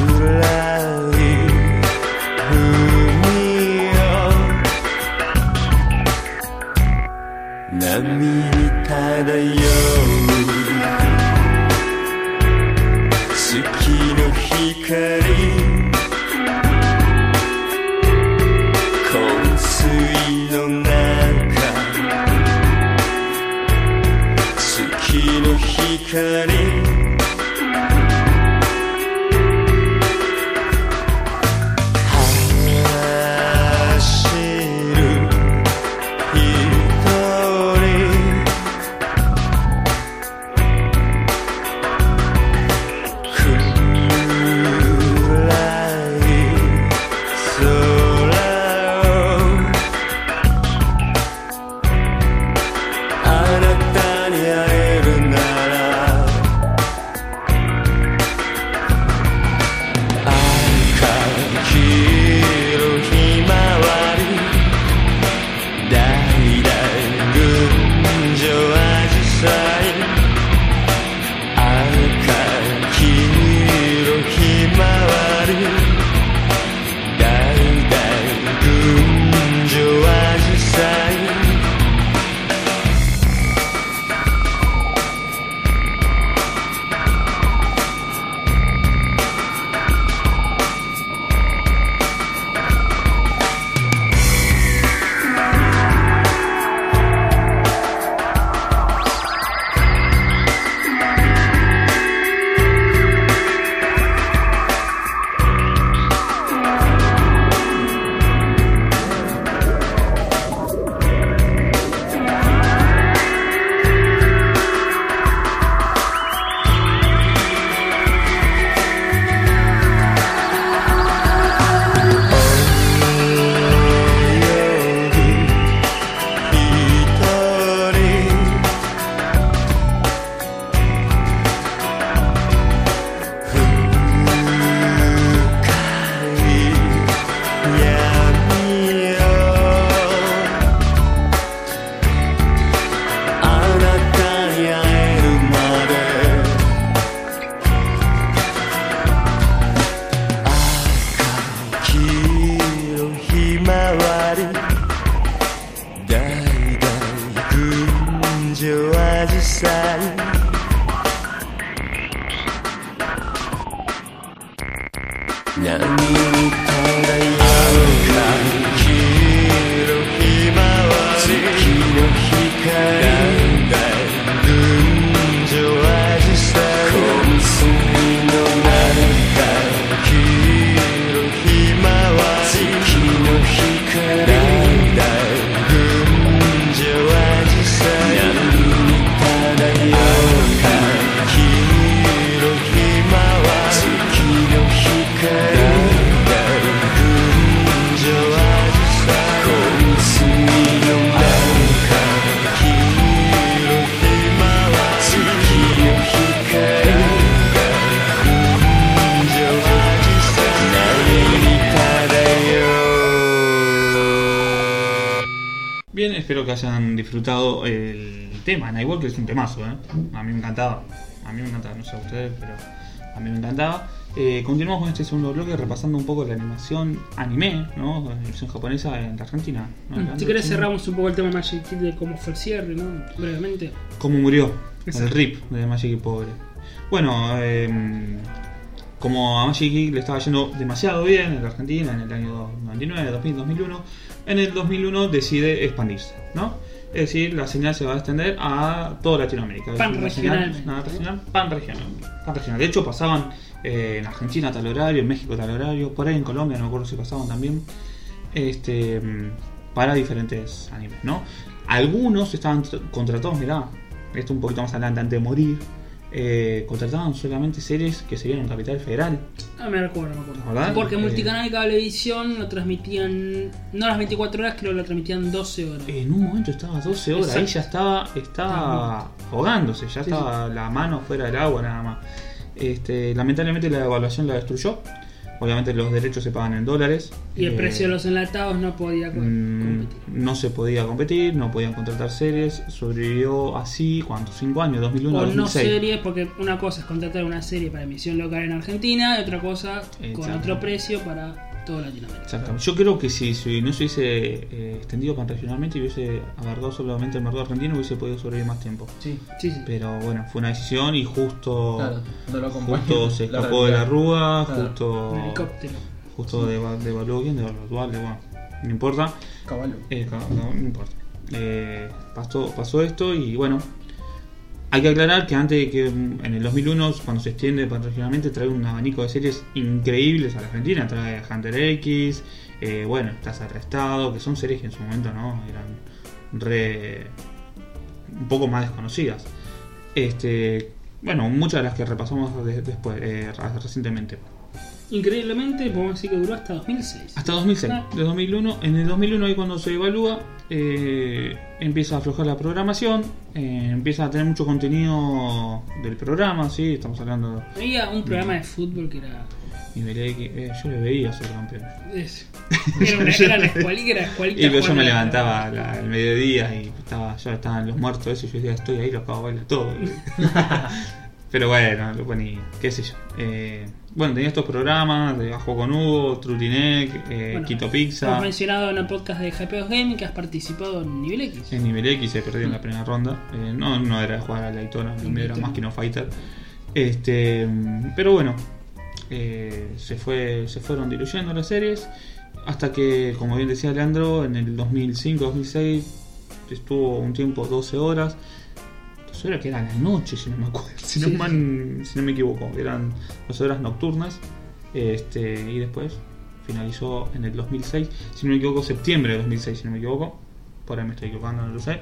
Speaker 4: 暗い海を波に漂う月の光昏睡の中月の光走る一人暗何かが合うか黄色ひまわり月の光だんだん群青あじさい霞の中黄色ひまわり月の光だんだん群青あじさい何に漂うか黄色ひまわり月の光
Speaker 1: Bien, espero que hayan disfrutado el tema. Night Walker es un temazo, ¿eh? A mí me encantaba. A mí me encantaba, no sé a ustedes, pero a mí me encantaba. Eh, continuamos con este segundo bloque repasando un poco la animación anime, ¿no? La animación japonesa en la Argentina. ¿no? Acá en
Speaker 2: Mm, Si querés
Speaker 1: Chile.
Speaker 2: cerramos un poco el tema Magic Kid de cómo fue el cierre, ¿no? Brevemente.
Speaker 1: cómo murió el
Speaker 2: Exacto.
Speaker 1: rip de Magic y pobre. Bueno, eh, como a Magic Key le estaba yendo demasiado bien en la Argentina en el año 99, 2000, 2001, en el 2001 decide expandirse, ¿no? Es decir, la señal se va a extender a toda Latinoamérica.
Speaker 2: Pan
Speaker 1: Es una señal-
Speaker 2: regionalmente,
Speaker 1: una
Speaker 2: ¿no?
Speaker 1: regional, pan regional. pan regional. De hecho, pasaban eh, en Argentina tal horario, en México tal horario, por ahí en Colombia, no me acuerdo si pasaban también este, mm, para diferentes animes, ¿no? Algunos estaban tr- contratados, mirá, esto un poquito más adelante, antes de morir, eh, contrataban solamente series que se vieron en Capital Federal.
Speaker 2: No Ah, me recuerdo, no me acuerdo.
Speaker 1: ¿Verdad?
Speaker 2: Porque
Speaker 1: Eh.
Speaker 2: Multicanal y Cablevisión lo transmitían, no las 24 horas, creo que lo transmitían 12 horas.
Speaker 1: En un momento estaba 12 horas, ahí
Speaker 2: Exacto.
Speaker 1: ya estaba, estaba ahogándose, ya
Speaker 3: Sí,
Speaker 1: estaba la mano fuera del agua nada más. Este, lamentablemente la evaluación la destruyó. Obviamente los derechos se pagan en dólares.
Speaker 2: Y el
Speaker 1: Eh,
Speaker 2: precio de los enlatados no podía co-
Speaker 1: Mm,
Speaker 2: competir.
Speaker 1: No se podía competir, no podían contratar series. Sobrevivió así, ¿cuántos? ¿Cinco años? ¿2001?
Speaker 2: o no
Speaker 1: 2006.
Speaker 2: series, porque una cosa es contratar una serie para emisión local en Argentina y otra cosa con
Speaker 1: Exacto.
Speaker 2: otro precio para toda Latinoamérica.
Speaker 1: Exactamente. Yo creo que si, si no se hubiese eh, extendido tan regionalmente y hubiese abarcado solamente el mercado argentino, hubiese podido sobrevivir más tiempo.
Speaker 3: Sí,
Speaker 2: Sí, sí.
Speaker 1: Pero bueno, fue una decisión y justo,
Speaker 3: claro, no lo acompaña.
Speaker 1: justo se
Speaker 3: La
Speaker 1: escapó de la
Speaker 3: realidad.
Speaker 1: rúa,
Speaker 3: Claro.
Speaker 1: justo,
Speaker 2: Un helicóptero.
Speaker 1: justo de, de ¿quién? De Dualde, bueno, no importa.
Speaker 3: Caballo.
Speaker 1: Eh, ca- no, no importa. Eh, pasó, pasó esto y bueno. Hay que aclarar que antes de que mm, en el 2001, cuando se extiende regionalmente, trae un abanico de series increíbles a la Argentina. Trae Hunter X, eh, bueno, Estás Arrestado, que son series que en su momento no eran re. un poco más desconocidas. Este, bueno, muchas de las que repasamos de- después, eh, recientemente.
Speaker 2: Increíblemente, podemos decir que duró hasta 2006.
Speaker 1: Hasta 2006,
Speaker 2: Ah.
Speaker 1: de 2001. En el 2001 ahí cuando se evalúa, eh, empieza a aflojar la programación, eh, empieza a tener mucho contenido del programa, ¿sí? Estamos hablando de
Speaker 2: Había un programa de fútbol que era.
Speaker 1: nivel X, eh, yo le veía ser campeón.
Speaker 2: es- era, una, era la escuelita. Era la escuelita
Speaker 1: Y luego yo me
Speaker 2: jugando a-
Speaker 1: levantaba
Speaker 2: eh,
Speaker 1: a la- al mediodía y estaba, ya estaban los muertos esos, y yo decía, estoy ahí, los caballos, todo. Pero bueno, lo ponía, qué sé yo. Eh, bueno, tenía estos programas de Bajo con Hugo, Trutineck, eh,
Speaker 2: Bueno,
Speaker 1: Quito Pizza.
Speaker 2: Hemos mencionado en el podcast de Hypeos Game que has participado en Nivel X.
Speaker 1: En nivel X se perdió en la primera ronda. Eh, no, no era jugar a la Daytona, en realidad era
Speaker 2: Invicto.
Speaker 1: más que no Fighter. Este, mm, pero bueno, eh, se, fue, se fueron diluyendo las series. Hasta que, como bien decía Leandro, en el 2005-2006 estuvo un tiempo 12 horas. 12 horas que eran la noche, si no me acuerdo, si, no,
Speaker 2: Sí,
Speaker 1: mal- si no me equivoco. Eran 12 horas nocturnas. Este, y después finalizó en el 2006, si no me equivoco, septiembre de 2006, si no me equivoco. Por ahí me estoy equivocando, no lo sé.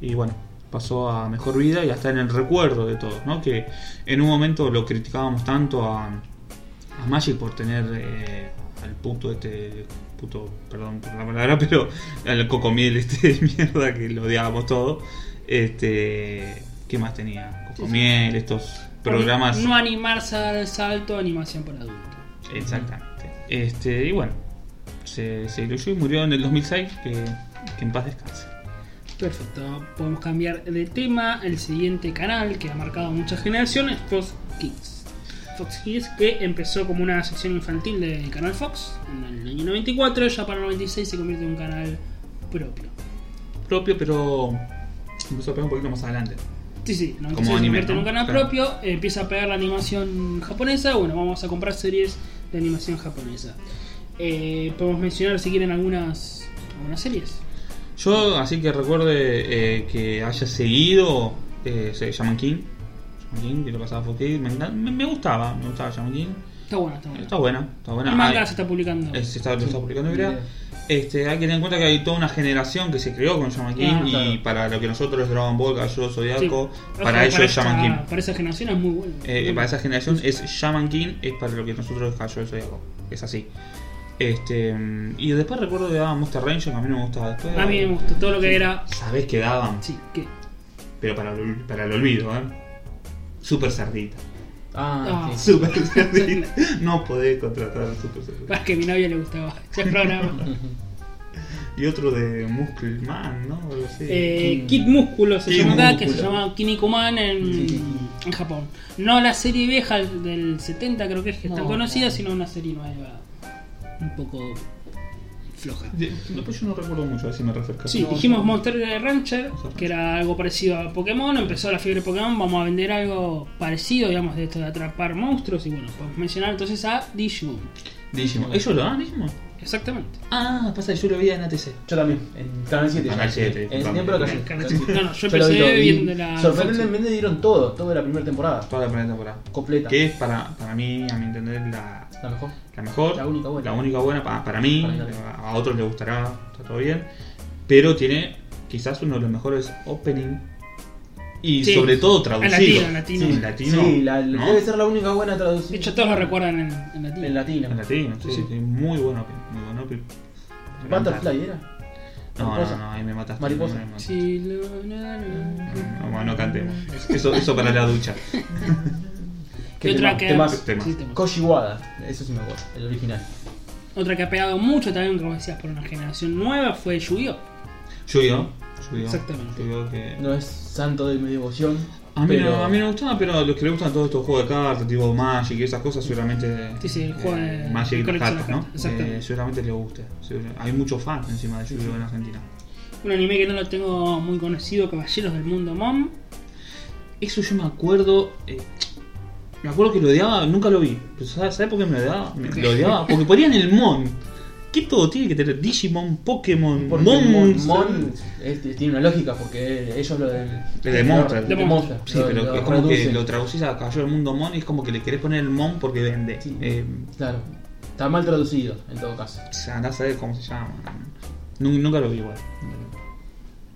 Speaker 1: Y bueno, pasó a mejor vida y hasta en el recuerdo de todos, ¿no? Que en un momento lo criticábamos tanto a, a Magic por tener eh, al puto este. Puto, perdón por la palabra, pero al cocomiel este de mierda que lo odiábamos todo. Este. ¿Qué más tenía? Cocomiel, estos programas.
Speaker 2: No animarse al salto, animación para adultos.
Speaker 1: Exactamente. Este, y bueno, se, se diluyó y murió en el 2006, que, que en paz descanse.
Speaker 2: Perfecto, podemos cambiar de tema. El siguiente canal que ha marcado muchas generaciones, Fox Kids. Fox Kids que empezó como una sección infantil del canal Fox en el año 94, ya para el 96 se convierte en un canal propio.
Speaker 1: Propio, pero empezó a pegar un poquito más adelante.
Speaker 2: Sí, sí,
Speaker 1: Como
Speaker 2: no, entonces se
Speaker 1: anime,
Speaker 2: convierte en un
Speaker 1: ¿no?
Speaker 2: canal
Speaker 1: Claro.
Speaker 2: propio, eh, empieza a pegar la animación japonesa, bueno, vamos a comprar series de animación japonesa. Eh, podemos mencionar si quieren algunas, algunas series.
Speaker 1: Yo, así que recuerde eh, que haya seguido eh, se- Shaman King. Shaman King, que lo pasaba por Kids. Me, encanta- me, me gustaba, me gustaba Shaman King.
Speaker 2: Está buena, está buena.
Speaker 1: Está buena, está buena.
Speaker 2: El manga
Speaker 1: Hay-
Speaker 2: se está publicando.
Speaker 1: eh, se está, lo
Speaker 3: Sí,
Speaker 1: está publicando
Speaker 3: ni
Speaker 1: Ibrea.
Speaker 3: idea.
Speaker 1: Este, hay que tener en cuenta que hay toda una generación que se creó con Shaman King.
Speaker 2: Ah,
Speaker 1: y
Speaker 3: claro.
Speaker 1: para lo que nosotros es Dragon Ball, Caballero
Speaker 2: Sí.
Speaker 1: Zodiaco,
Speaker 2: O sea,
Speaker 1: para ellos es
Speaker 2: esta-
Speaker 1: Shaman King.
Speaker 2: Para esa generación es muy bueno.
Speaker 1: Eh, para esa generación es Shaman King, es para lo que nosotros es Caballero Zodiaco. Es así. Este, mm, y después recuerdo que daban Monster Ranger, que a mí no me gustaba. Después,
Speaker 2: A mí me gustó todo lo que era.
Speaker 1: Sabés que daban,
Speaker 2: Sí, que.
Speaker 1: pero para, el- para el olvido, ¿eh? Super cerdita.
Speaker 3: Ah,
Speaker 2: Ah.
Speaker 3: sí.
Speaker 1: Super cerdita. No podés contratar a Super cerdita.
Speaker 2: Es que a mi novia le gustaba ese programa.
Speaker 1: Y otro de Muscle Man, ¿no? Algo así.
Speaker 2: Eh, Kid Músculo se
Speaker 1: Kid
Speaker 2: llamaba acá, que se
Speaker 1: Músculo.
Speaker 2: llamaba Kinnikuman en,
Speaker 3: Sí, sí.
Speaker 2: en Japón. No la serie vieja del 70, creo que es que es tan
Speaker 3: No,
Speaker 2: conocida,
Speaker 3: claro.
Speaker 2: sino una serie nueva. Un poco floja.
Speaker 1: De- Después yo no recuerdo mucho, a ver si me refresco.
Speaker 2: Sí, dijimos Monster Rancher, que era algo parecido a Pokémon, empezó la fiebre Pokémon, vamos a vender algo parecido, digamos, de esto de atrapar monstruos y bueno, podemos mencionar entonces a Digimon.
Speaker 1: Digimon. ¿Ellos lo dan, Digimon?
Speaker 2: Exactamente.
Speaker 1: Ah, pasa que yo lo vi en ATC.
Speaker 3: Yo también, en Canal 7.
Speaker 1: Canal
Speaker 3: ya.
Speaker 1: 7,
Speaker 3: En
Speaker 1: también.
Speaker 3: tiempo lo
Speaker 1: En
Speaker 2: Canal
Speaker 3: casi.
Speaker 2: 7. No, no, yo
Speaker 3: lo
Speaker 2: empecé
Speaker 3: vi, lo vi.
Speaker 2: viendo la-
Speaker 3: Sorprendentemente dieron todo, toda la primera temporada.
Speaker 1: Toda la primera temporada.
Speaker 3: Completa.
Speaker 1: Que es para, para mí, a mi entender, la,
Speaker 3: La mejor.
Speaker 1: la mejor.
Speaker 3: La única buena.
Speaker 1: La única buena pa- para, mí.
Speaker 3: Para mí también.
Speaker 1: a a otros les gustará, está todo bien. Pero tiene quizás uno de los mejores opening. Y
Speaker 2: Sí.
Speaker 1: sobre todo
Speaker 2: En
Speaker 1: traducido.
Speaker 2: latino, en latino.
Speaker 1: Sí, en latino.
Speaker 3: Sí, la-
Speaker 1: ¿no?
Speaker 3: debe ser la única buena
Speaker 2: De
Speaker 3: traducción.
Speaker 2: hecho, todos lo recuerdan en, en latino.
Speaker 3: En latino.
Speaker 1: En latino, sí,
Speaker 3: Sí.
Speaker 1: sí, tiene muy buen opening. Muy buen opening.
Speaker 3: Butterfly era.
Speaker 1: No, no,
Speaker 3: Mariposa.
Speaker 1: no, ahí me mataste.
Speaker 3: Mariposa.
Speaker 1: Me mataste.
Speaker 2: Sí, lo- na- na-
Speaker 1: No, no, no cantemos. Eso, eso para la ducha.
Speaker 2: ¿Qué otra
Speaker 3: tema-
Speaker 2: que
Speaker 3: temazo.
Speaker 2: sí, temazo.
Speaker 3: Koshiwada, eso sí me acuerdo, el original.
Speaker 2: Otra que ha pegado mucho también, como decías, por una generación nueva fue Yu-Gi-Oh!
Speaker 1: Lluvio. Lluvio.
Speaker 2: Exactamente.
Speaker 1: que.
Speaker 3: No es santo de mi devoción.
Speaker 1: A mí,
Speaker 3: pero-
Speaker 1: no, a mí no me gustaba, pero a los que le gustan todos estos juegos de cartas, tipo Magic y esas cosas, seguramente.
Speaker 2: Sí, sí, el juego de-
Speaker 1: Magic y las
Speaker 2: colección de
Speaker 1: cartas,
Speaker 2: cartas,
Speaker 1: ¿no?
Speaker 2: exactamente.
Speaker 1: Eh, seguramente le guste. Segura- Hay muchos fans encima de Yu-Gi-Oh! en Argentina.
Speaker 2: Un anime que no lo tengo muy conocido, Caballeros del Mundo Mom.
Speaker 1: Eso yo me acuerdo. eh, me acuerdo que lo odiaba, nunca lo vi. Pero ¿sabes, sabes por qué me lo odiaba? Me-
Speaker 2: Ok.
Speaker 1: Lo odiaba porque ponían el Mon. ¿Qué todo tiene que tener? Digimon, Pokémon,
Speaker 3: Porque
Speaker 1: Mon.
Speaker 3: Mon, Mon es- tiene una lógica porque ellos lo del.
Speaker 1: Es de Monster.
Speaker 3: De
Speaker 2: De Monster.
Speaker 3: Monster.
Speaker 1: Sí,
Speaker 3: lo-
Speaker 1: pero
Speaker 3: lo
Speaker 1: es como que
Speaker 3: reducen.
Speaker 1: lo traducís a Caballero del Mundo Mon y es como que le querés poner el Mon porque vende.
Speaker 3: Sí.
Speaker 1: Eh,
Speaker 3: Claro. Está mal traducido en todo caso.
Speaker 1: andá a saber cómo se llama. Nun- Nunca lo vi igual.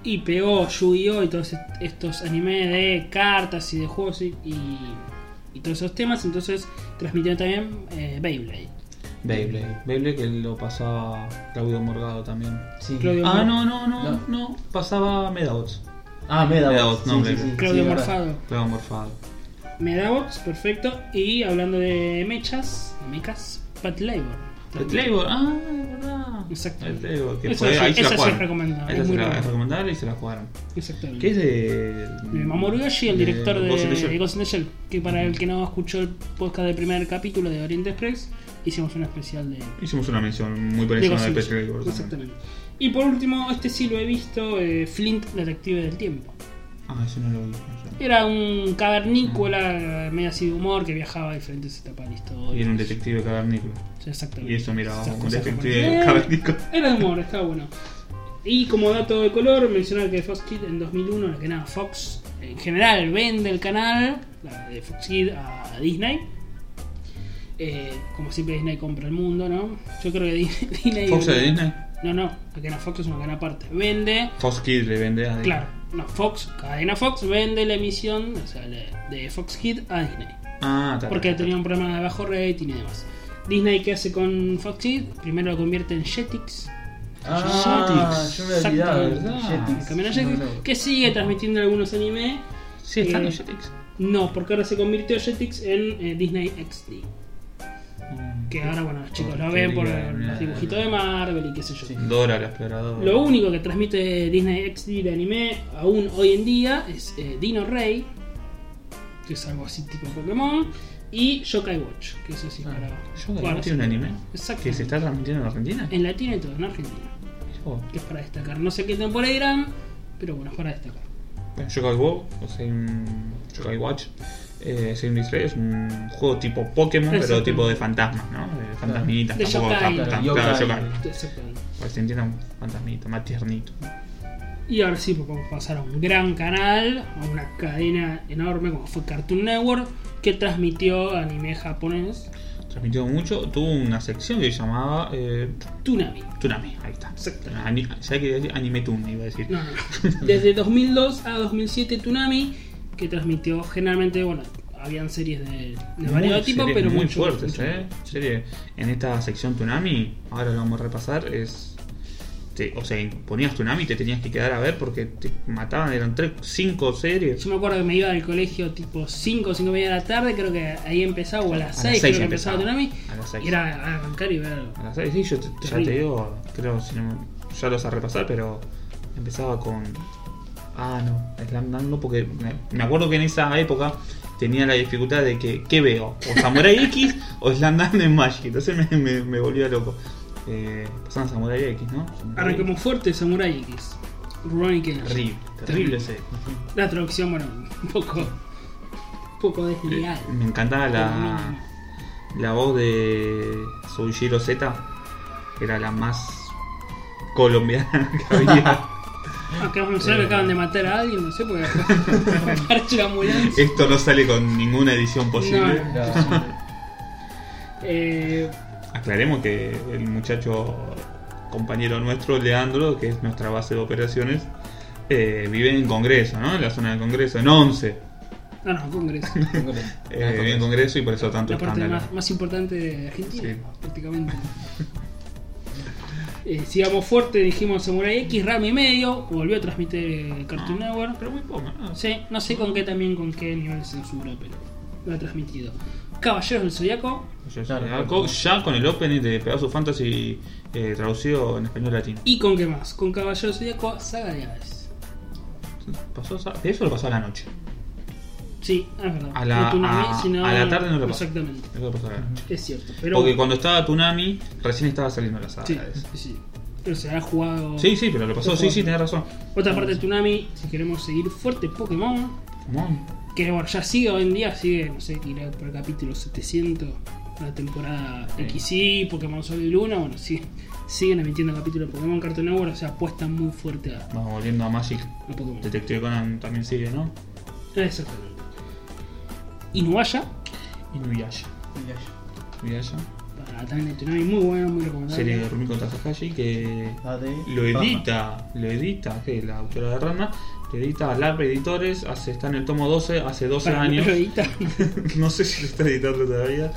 Speaker 2: Y pegó Yu-Gi-Oh! y todos est- estos animes de cartas y de juegos y, y- y todos esos temas. Entonces transmitió también eh, Beyblade.
Speaker 1: Beyblade. Beyblade que lo pasaba Claudio Morgado también.
Speaker 3: Sí.
Speaker 2: Claudio-
Speaker 1: Ah, no, no, no, no.
Speaker 3: No.
Speaker 1: Pasaba Medabots.
Speaker 3: Ah, Medabots.
Speaker 1: Medabots, no,
Speaker 3: sí, sí,
Speaker 1: hombre.
Speaker 3: sí,
Speaker 2: Claudio
Speaker 3: sí, verdad.
Speaker 2: Morfado.
Speaker 1: Claudio Morfado.
Speaker 2: Medabots, perfecto. Y hablando de mechas, de mechas, Pat Labor.
Speaker 1: El Playboy. Ah, es verdad. El
Speaker 2: Exactamente.
Speaker 1: Playboy. Que
Speaker 2: Esa
Speaker 1: fue,
Speaker 2: sí-
Speaker 1: ahí se
Speaker 2: esa
Speaker 1: la
Speaker 2: sí es
Speaker 1: jugaron.
Speaker 2: recomendable,
Speaker 1: Esa
Speaker 2: es
Speaker 1: se
Speaker 2: muy
Speaker 1: la-
Speaker 2: buena.
Speaker 1: es recomendable y se la jugaron.
Speaker 2: Exactamente.
Speaker 1: Que es de.
Speaker 2: De Eh, Mamoru Yoshi, el director de
Speaker 1: Ghost in the Shell.
Speaker 2: Ghost in the Shell. Que para el que no escuchó el podcast del primer capítulo de Oriente Express, hicimos un especial de,
Speaker 1: Hicimos una mención muy
Speaker 2: de
Speaker 1: parecida
Speaker 2: Ghost
Speaker 1: a
Speaker 2: in the
Speaker 1: Pet
Speaker 2: Shell.
Speaker 1: Playboy.
Speaker 2: Exactamente. Y por último, este sí lo he visto, eh, Flint, Detective del Tiempo.
Speaker 1: Ah, eso no lo vi. no sé.
Speaker 2: Era un cavernícola medio así de humor que viajaba a diferentes etapas de la historia.
Speaker 1: Y era un detective cavernícola.
Speaker 2: Sí, Exactamente.
Speaker 1: Y eso miraba
Speaker 2: Esas
Speaker 1: un
Speaker 2: cosas Eh,
Speaker 1: detective
Speaker 2: japonesas.
Speaker 1: cavernícola.
Speaker 2: Era de humor, estaba bueno. Y como dato de color, mencionar que Fox Kids en 2001, la que nada, Fox en general vende el canal la de Fox Kids a Disney. Eh, como siempre Disney compra el mundo, ¿no? Yo creo que Di- Disney...
Speaker 1: Fox de Disney.
Speaker 2: No, no, la cadena Fox es una cadena aparte. Vende,
Speaker 1: Fox Kids le vende a Disney.
Speaker 2: claro, no, Fox, cadena Fox vende la emisión o sea, le- de Fox Kids a Disney.
Speaker 1: Ah, está.
Speaker 2: Porque
Speaker 1: está, está.
Speaker 2: tenía un problema de bajo rating y demás. Disney, ¿qué hace con Fox Kids? Primero lo convierte en Jetix,
Speaker 3: Ah,
Speaker 1: Jetix.
Speaker 3: yo me había olvidado.
Speaker 1: Exactamente.
Speaker 2: El
Speaker 3: Jetix.
Speaker 2: Camino Jetix,
Speaker 3: No, no.
Speaker 2: que sigue transmitiendo algunos anime.
Speaker 1: Sí, están
Speaker 2: Eh,
Speaker 1: los Jetix.
Speaker 2: No, porque ahora se convirtió Jetix en eh, Disney XD. Que ahora, bueno, los chicos lo ven por
Speaker 1: Porquería,
Speaker 2: los
Speaker 1: mira.
Speaker 2: dibujitos de Marvel y qué sé yo.
Speaker 3: Sí.
Speaker 1: Dora la exploradora.
Speaker 2: Lo único que transmite Disney XD de anime aún hoy en día es eh, Dino Rey, que es algo así tipo Pokémon, y Yokai Watch, que eso sí
Speaker 3: Ah,
Speaker 2: para.
Speaker 1: Yo creo que
Speaker 2: jugar.
Speaker 1: no tiene un anime.
Speaker 2: Exacto.
Speaker 1: Que se está transmitiendo en Argentina.
Speaker 2: En latino y todo, en Argentina.
Speaker 1: Oh,
Speaker 2: Que es para destacar. No sé qué temporada irán, pero bueno, es para destacar.
Speaker 1: Bueno, Yokai Wow, o sea, un Yokai Watch, eh, Seven Days Grace, es un juego tipo Pokémon, pero
Speaker 2: Exacto.
Speaker 1: tipo de fantasmas, ¿no? De fantasmitas,
Speaker 2: De
Speaker 1: tampoco
Speaker 2: yokai.
Speaker 1: tan- tan-
Speaker 3: Yokai.
Speaker 1: claro, yokai.
Speaker 2: Exactamente.
Speaker 1: Para que se entienda un fantasmita, más tiernito.
Speaker 2: Y ahora sí podemos pasar a un gran canal, a una cadena enorme como fue Cartoon Network, que transmitió anime japonés
Speaker 1: Transmitió mucho, tuvo una sección que se llamaba eh,
Speaker 2: Tsunami.
Speaker 1: Tsunami, ahí está.
Speaker 2: Exacto.
Speaker 1: Ani- ya que decir Anime Tune, iba a decir.
Speaker 2: No, no, no. Desde 2002 a 2007 Tsunami, que transmitió generalmente, bueno, habían series de, de varios
Speaker 1: Muy
Speaker 2: tipos,
Speaker 1: series
Speaker 2: pero
Speaker 1: muy
Speaker 2: mucho-
Speaker 1: fuertes,
Speaker 2: mucho-
Speaker 1: ¿eh? Serie. En esta sección Tsunami, ahora lo vamos a repasar, es. te- o sea, ponías Tsunami y te tenías que quedar a ver porque te mataban, eran 3, 5 series.
Speaker 2: Yo me acuerdo que me iba del colegio tipo 5 o 5 y media de la tarde, creo que ahí empezaba, o a las
Speaker 1: las
Speaker 2: 6 creo
Speaker 1: seis
Speaker 2: que empezaba
Speaker 1: empezaba.
Speaker 2: Tsunami.
Speaker 1: A las seis.
Speaker 2: Y era arrancar y ver.
Speaker 1: A las seis, sí, yo te- ya te
Speaker 2: Terrible.
Speaker 1: digo, creo, si no- ya lo vas a repasar, pero empezaba con. Ah, no, Slam Dunk no, porque me, me acuerdo que en esa época tenía la dificultad de que, ¿qué veo? ¿O Samurai X o Slam Dunk en Magic? Entonces me, me, me volvía loco. Eh, pasaban Samurai X, ¿no? Samurai-
Speaker 2: Arrancamos fuerte Samurai X. Rurouni Kenshin.
Speaker 1: Terrible, terrible ese.
Speaker 2: La traducción, bueno, un poco. Un poco desleal.
Speaker 1: Me encantaba
Speaker 2: Pero
Speaker 1: la,
Speaker 2: mínimo.
Speaker 1: la voz de Soujiro Z, que era la más colombiana que había.
Speaker 2: Acá vamos a mencionar que acaban de matar a alguien, no sé, porque marcha la ambulancia.
Speaker 1: Esto no sale con ninguna edición posible.
Speaker 2: No.
Speaker 3: Claro.
Speaker 2: Eh,
Speaker 1: Aclaremos que el muchacho compañero nuestro, Leandro, que es nuestra base de operaciones, eh, vive en Congreso, ¿no? En la zona de Congreso, en 11.
Speaker 2: no, no, Congreso.
Speaker 1: Eh, vive en Congreso y por eso tanto
Speaker 2: La parte
Speaker 1: escándalo.
Speaker 2: más, más importante de Argentina,
Speaker 1: Sí.
Speaker 2: prácticamente. Eh, sigamos fuerte, dijimos Samurai X, Rami y medio, volvió a transmitir Cartoon Network.
Speaker 1: Pero muy poco, ¿no?
Speaker 2: Sí, no sé con qué también, con qué nivel de censura, pero lo ha transmitido. Caballeros del Zodiaco,
Speaker 1: Yo
Speaker 3: Claro,
Speaker 1: soy
Speaker 3: claro.
Speaker 1: Arco, ya con el opening de Pegasus Fantasy eh, traducido en español latino.
Speaker 2: y con qué más, con Caballeros del Zodiaco, Saga de Hades.
Speaker 1: Pasó, esa- pero eso lo pasó a la noche.
Speaker 2: Sí, es verdad.
Speaker 1: A la-
Speaker 2: No Tsunami,
Speaker 1: a-
Speaker 2: sino-
Speaker 1: a la tarde no lo pasó.
Speaker 2: Exactamente,
Speaker 1: Eso lo pasó a la noche.
Speaker 2: es cierto. Pero
Speaker 1: Porque
Speaker 2: bueno,
Speaker 1: cuando estaba Tsunami, recién estaba saliendo la saga.
Speaker 2: sí,
Speaker 1: esa.
Speaker 2: sí, sí. Pero se ha jugado.
Speaker 1: Sí, sí, pero lo pasó.
Speaker 2: Lo
Speaker 1: Sí,
Speaker 2: jugó.
Speaker 1: sí, tenés razón.
Speaker 2: Otra parte de Tsunami, si queremos seguir fuerte, Pokémon.
Speaker 1: Pokémon.
Speaker 2: Que bueno, ya sigue hoy en día, sigue, no sé, irá por el capítulo 700, la temporada XY, Pokémon Sol y Luna, bueno, sí, siguen emitiendo capítulos de Pokémon Cartoon Network, o sea, apuestan muy fuerte a,
Speaker 1: Vamos volviendo a Magic.
Speaker 2: a Pokémon.
Speaker 1: Detective Conan también sigue, ¿no?
Speaker 2: Exactamente. Inuyasha,
Speaker 1: Inuyasha. Inuyasha.
Speaker 2: para también de Tsunami, muy bueno, muy recomendable.
Speaker 1: Serie de Rumiko Takahashi que
Speaker 2: Ah,
Speaker 1: lo
Speaker 3: edita
Speaker 1: edita, lo edita, que es la autora de Rama, lo edita Larva Editores, hace, está en el tomo 12, hace 12
Speaker 2: Para
Speaker 1: años.
Speaker 2: que lo edita.
Speaker 1: no sé si lo está editando todavía.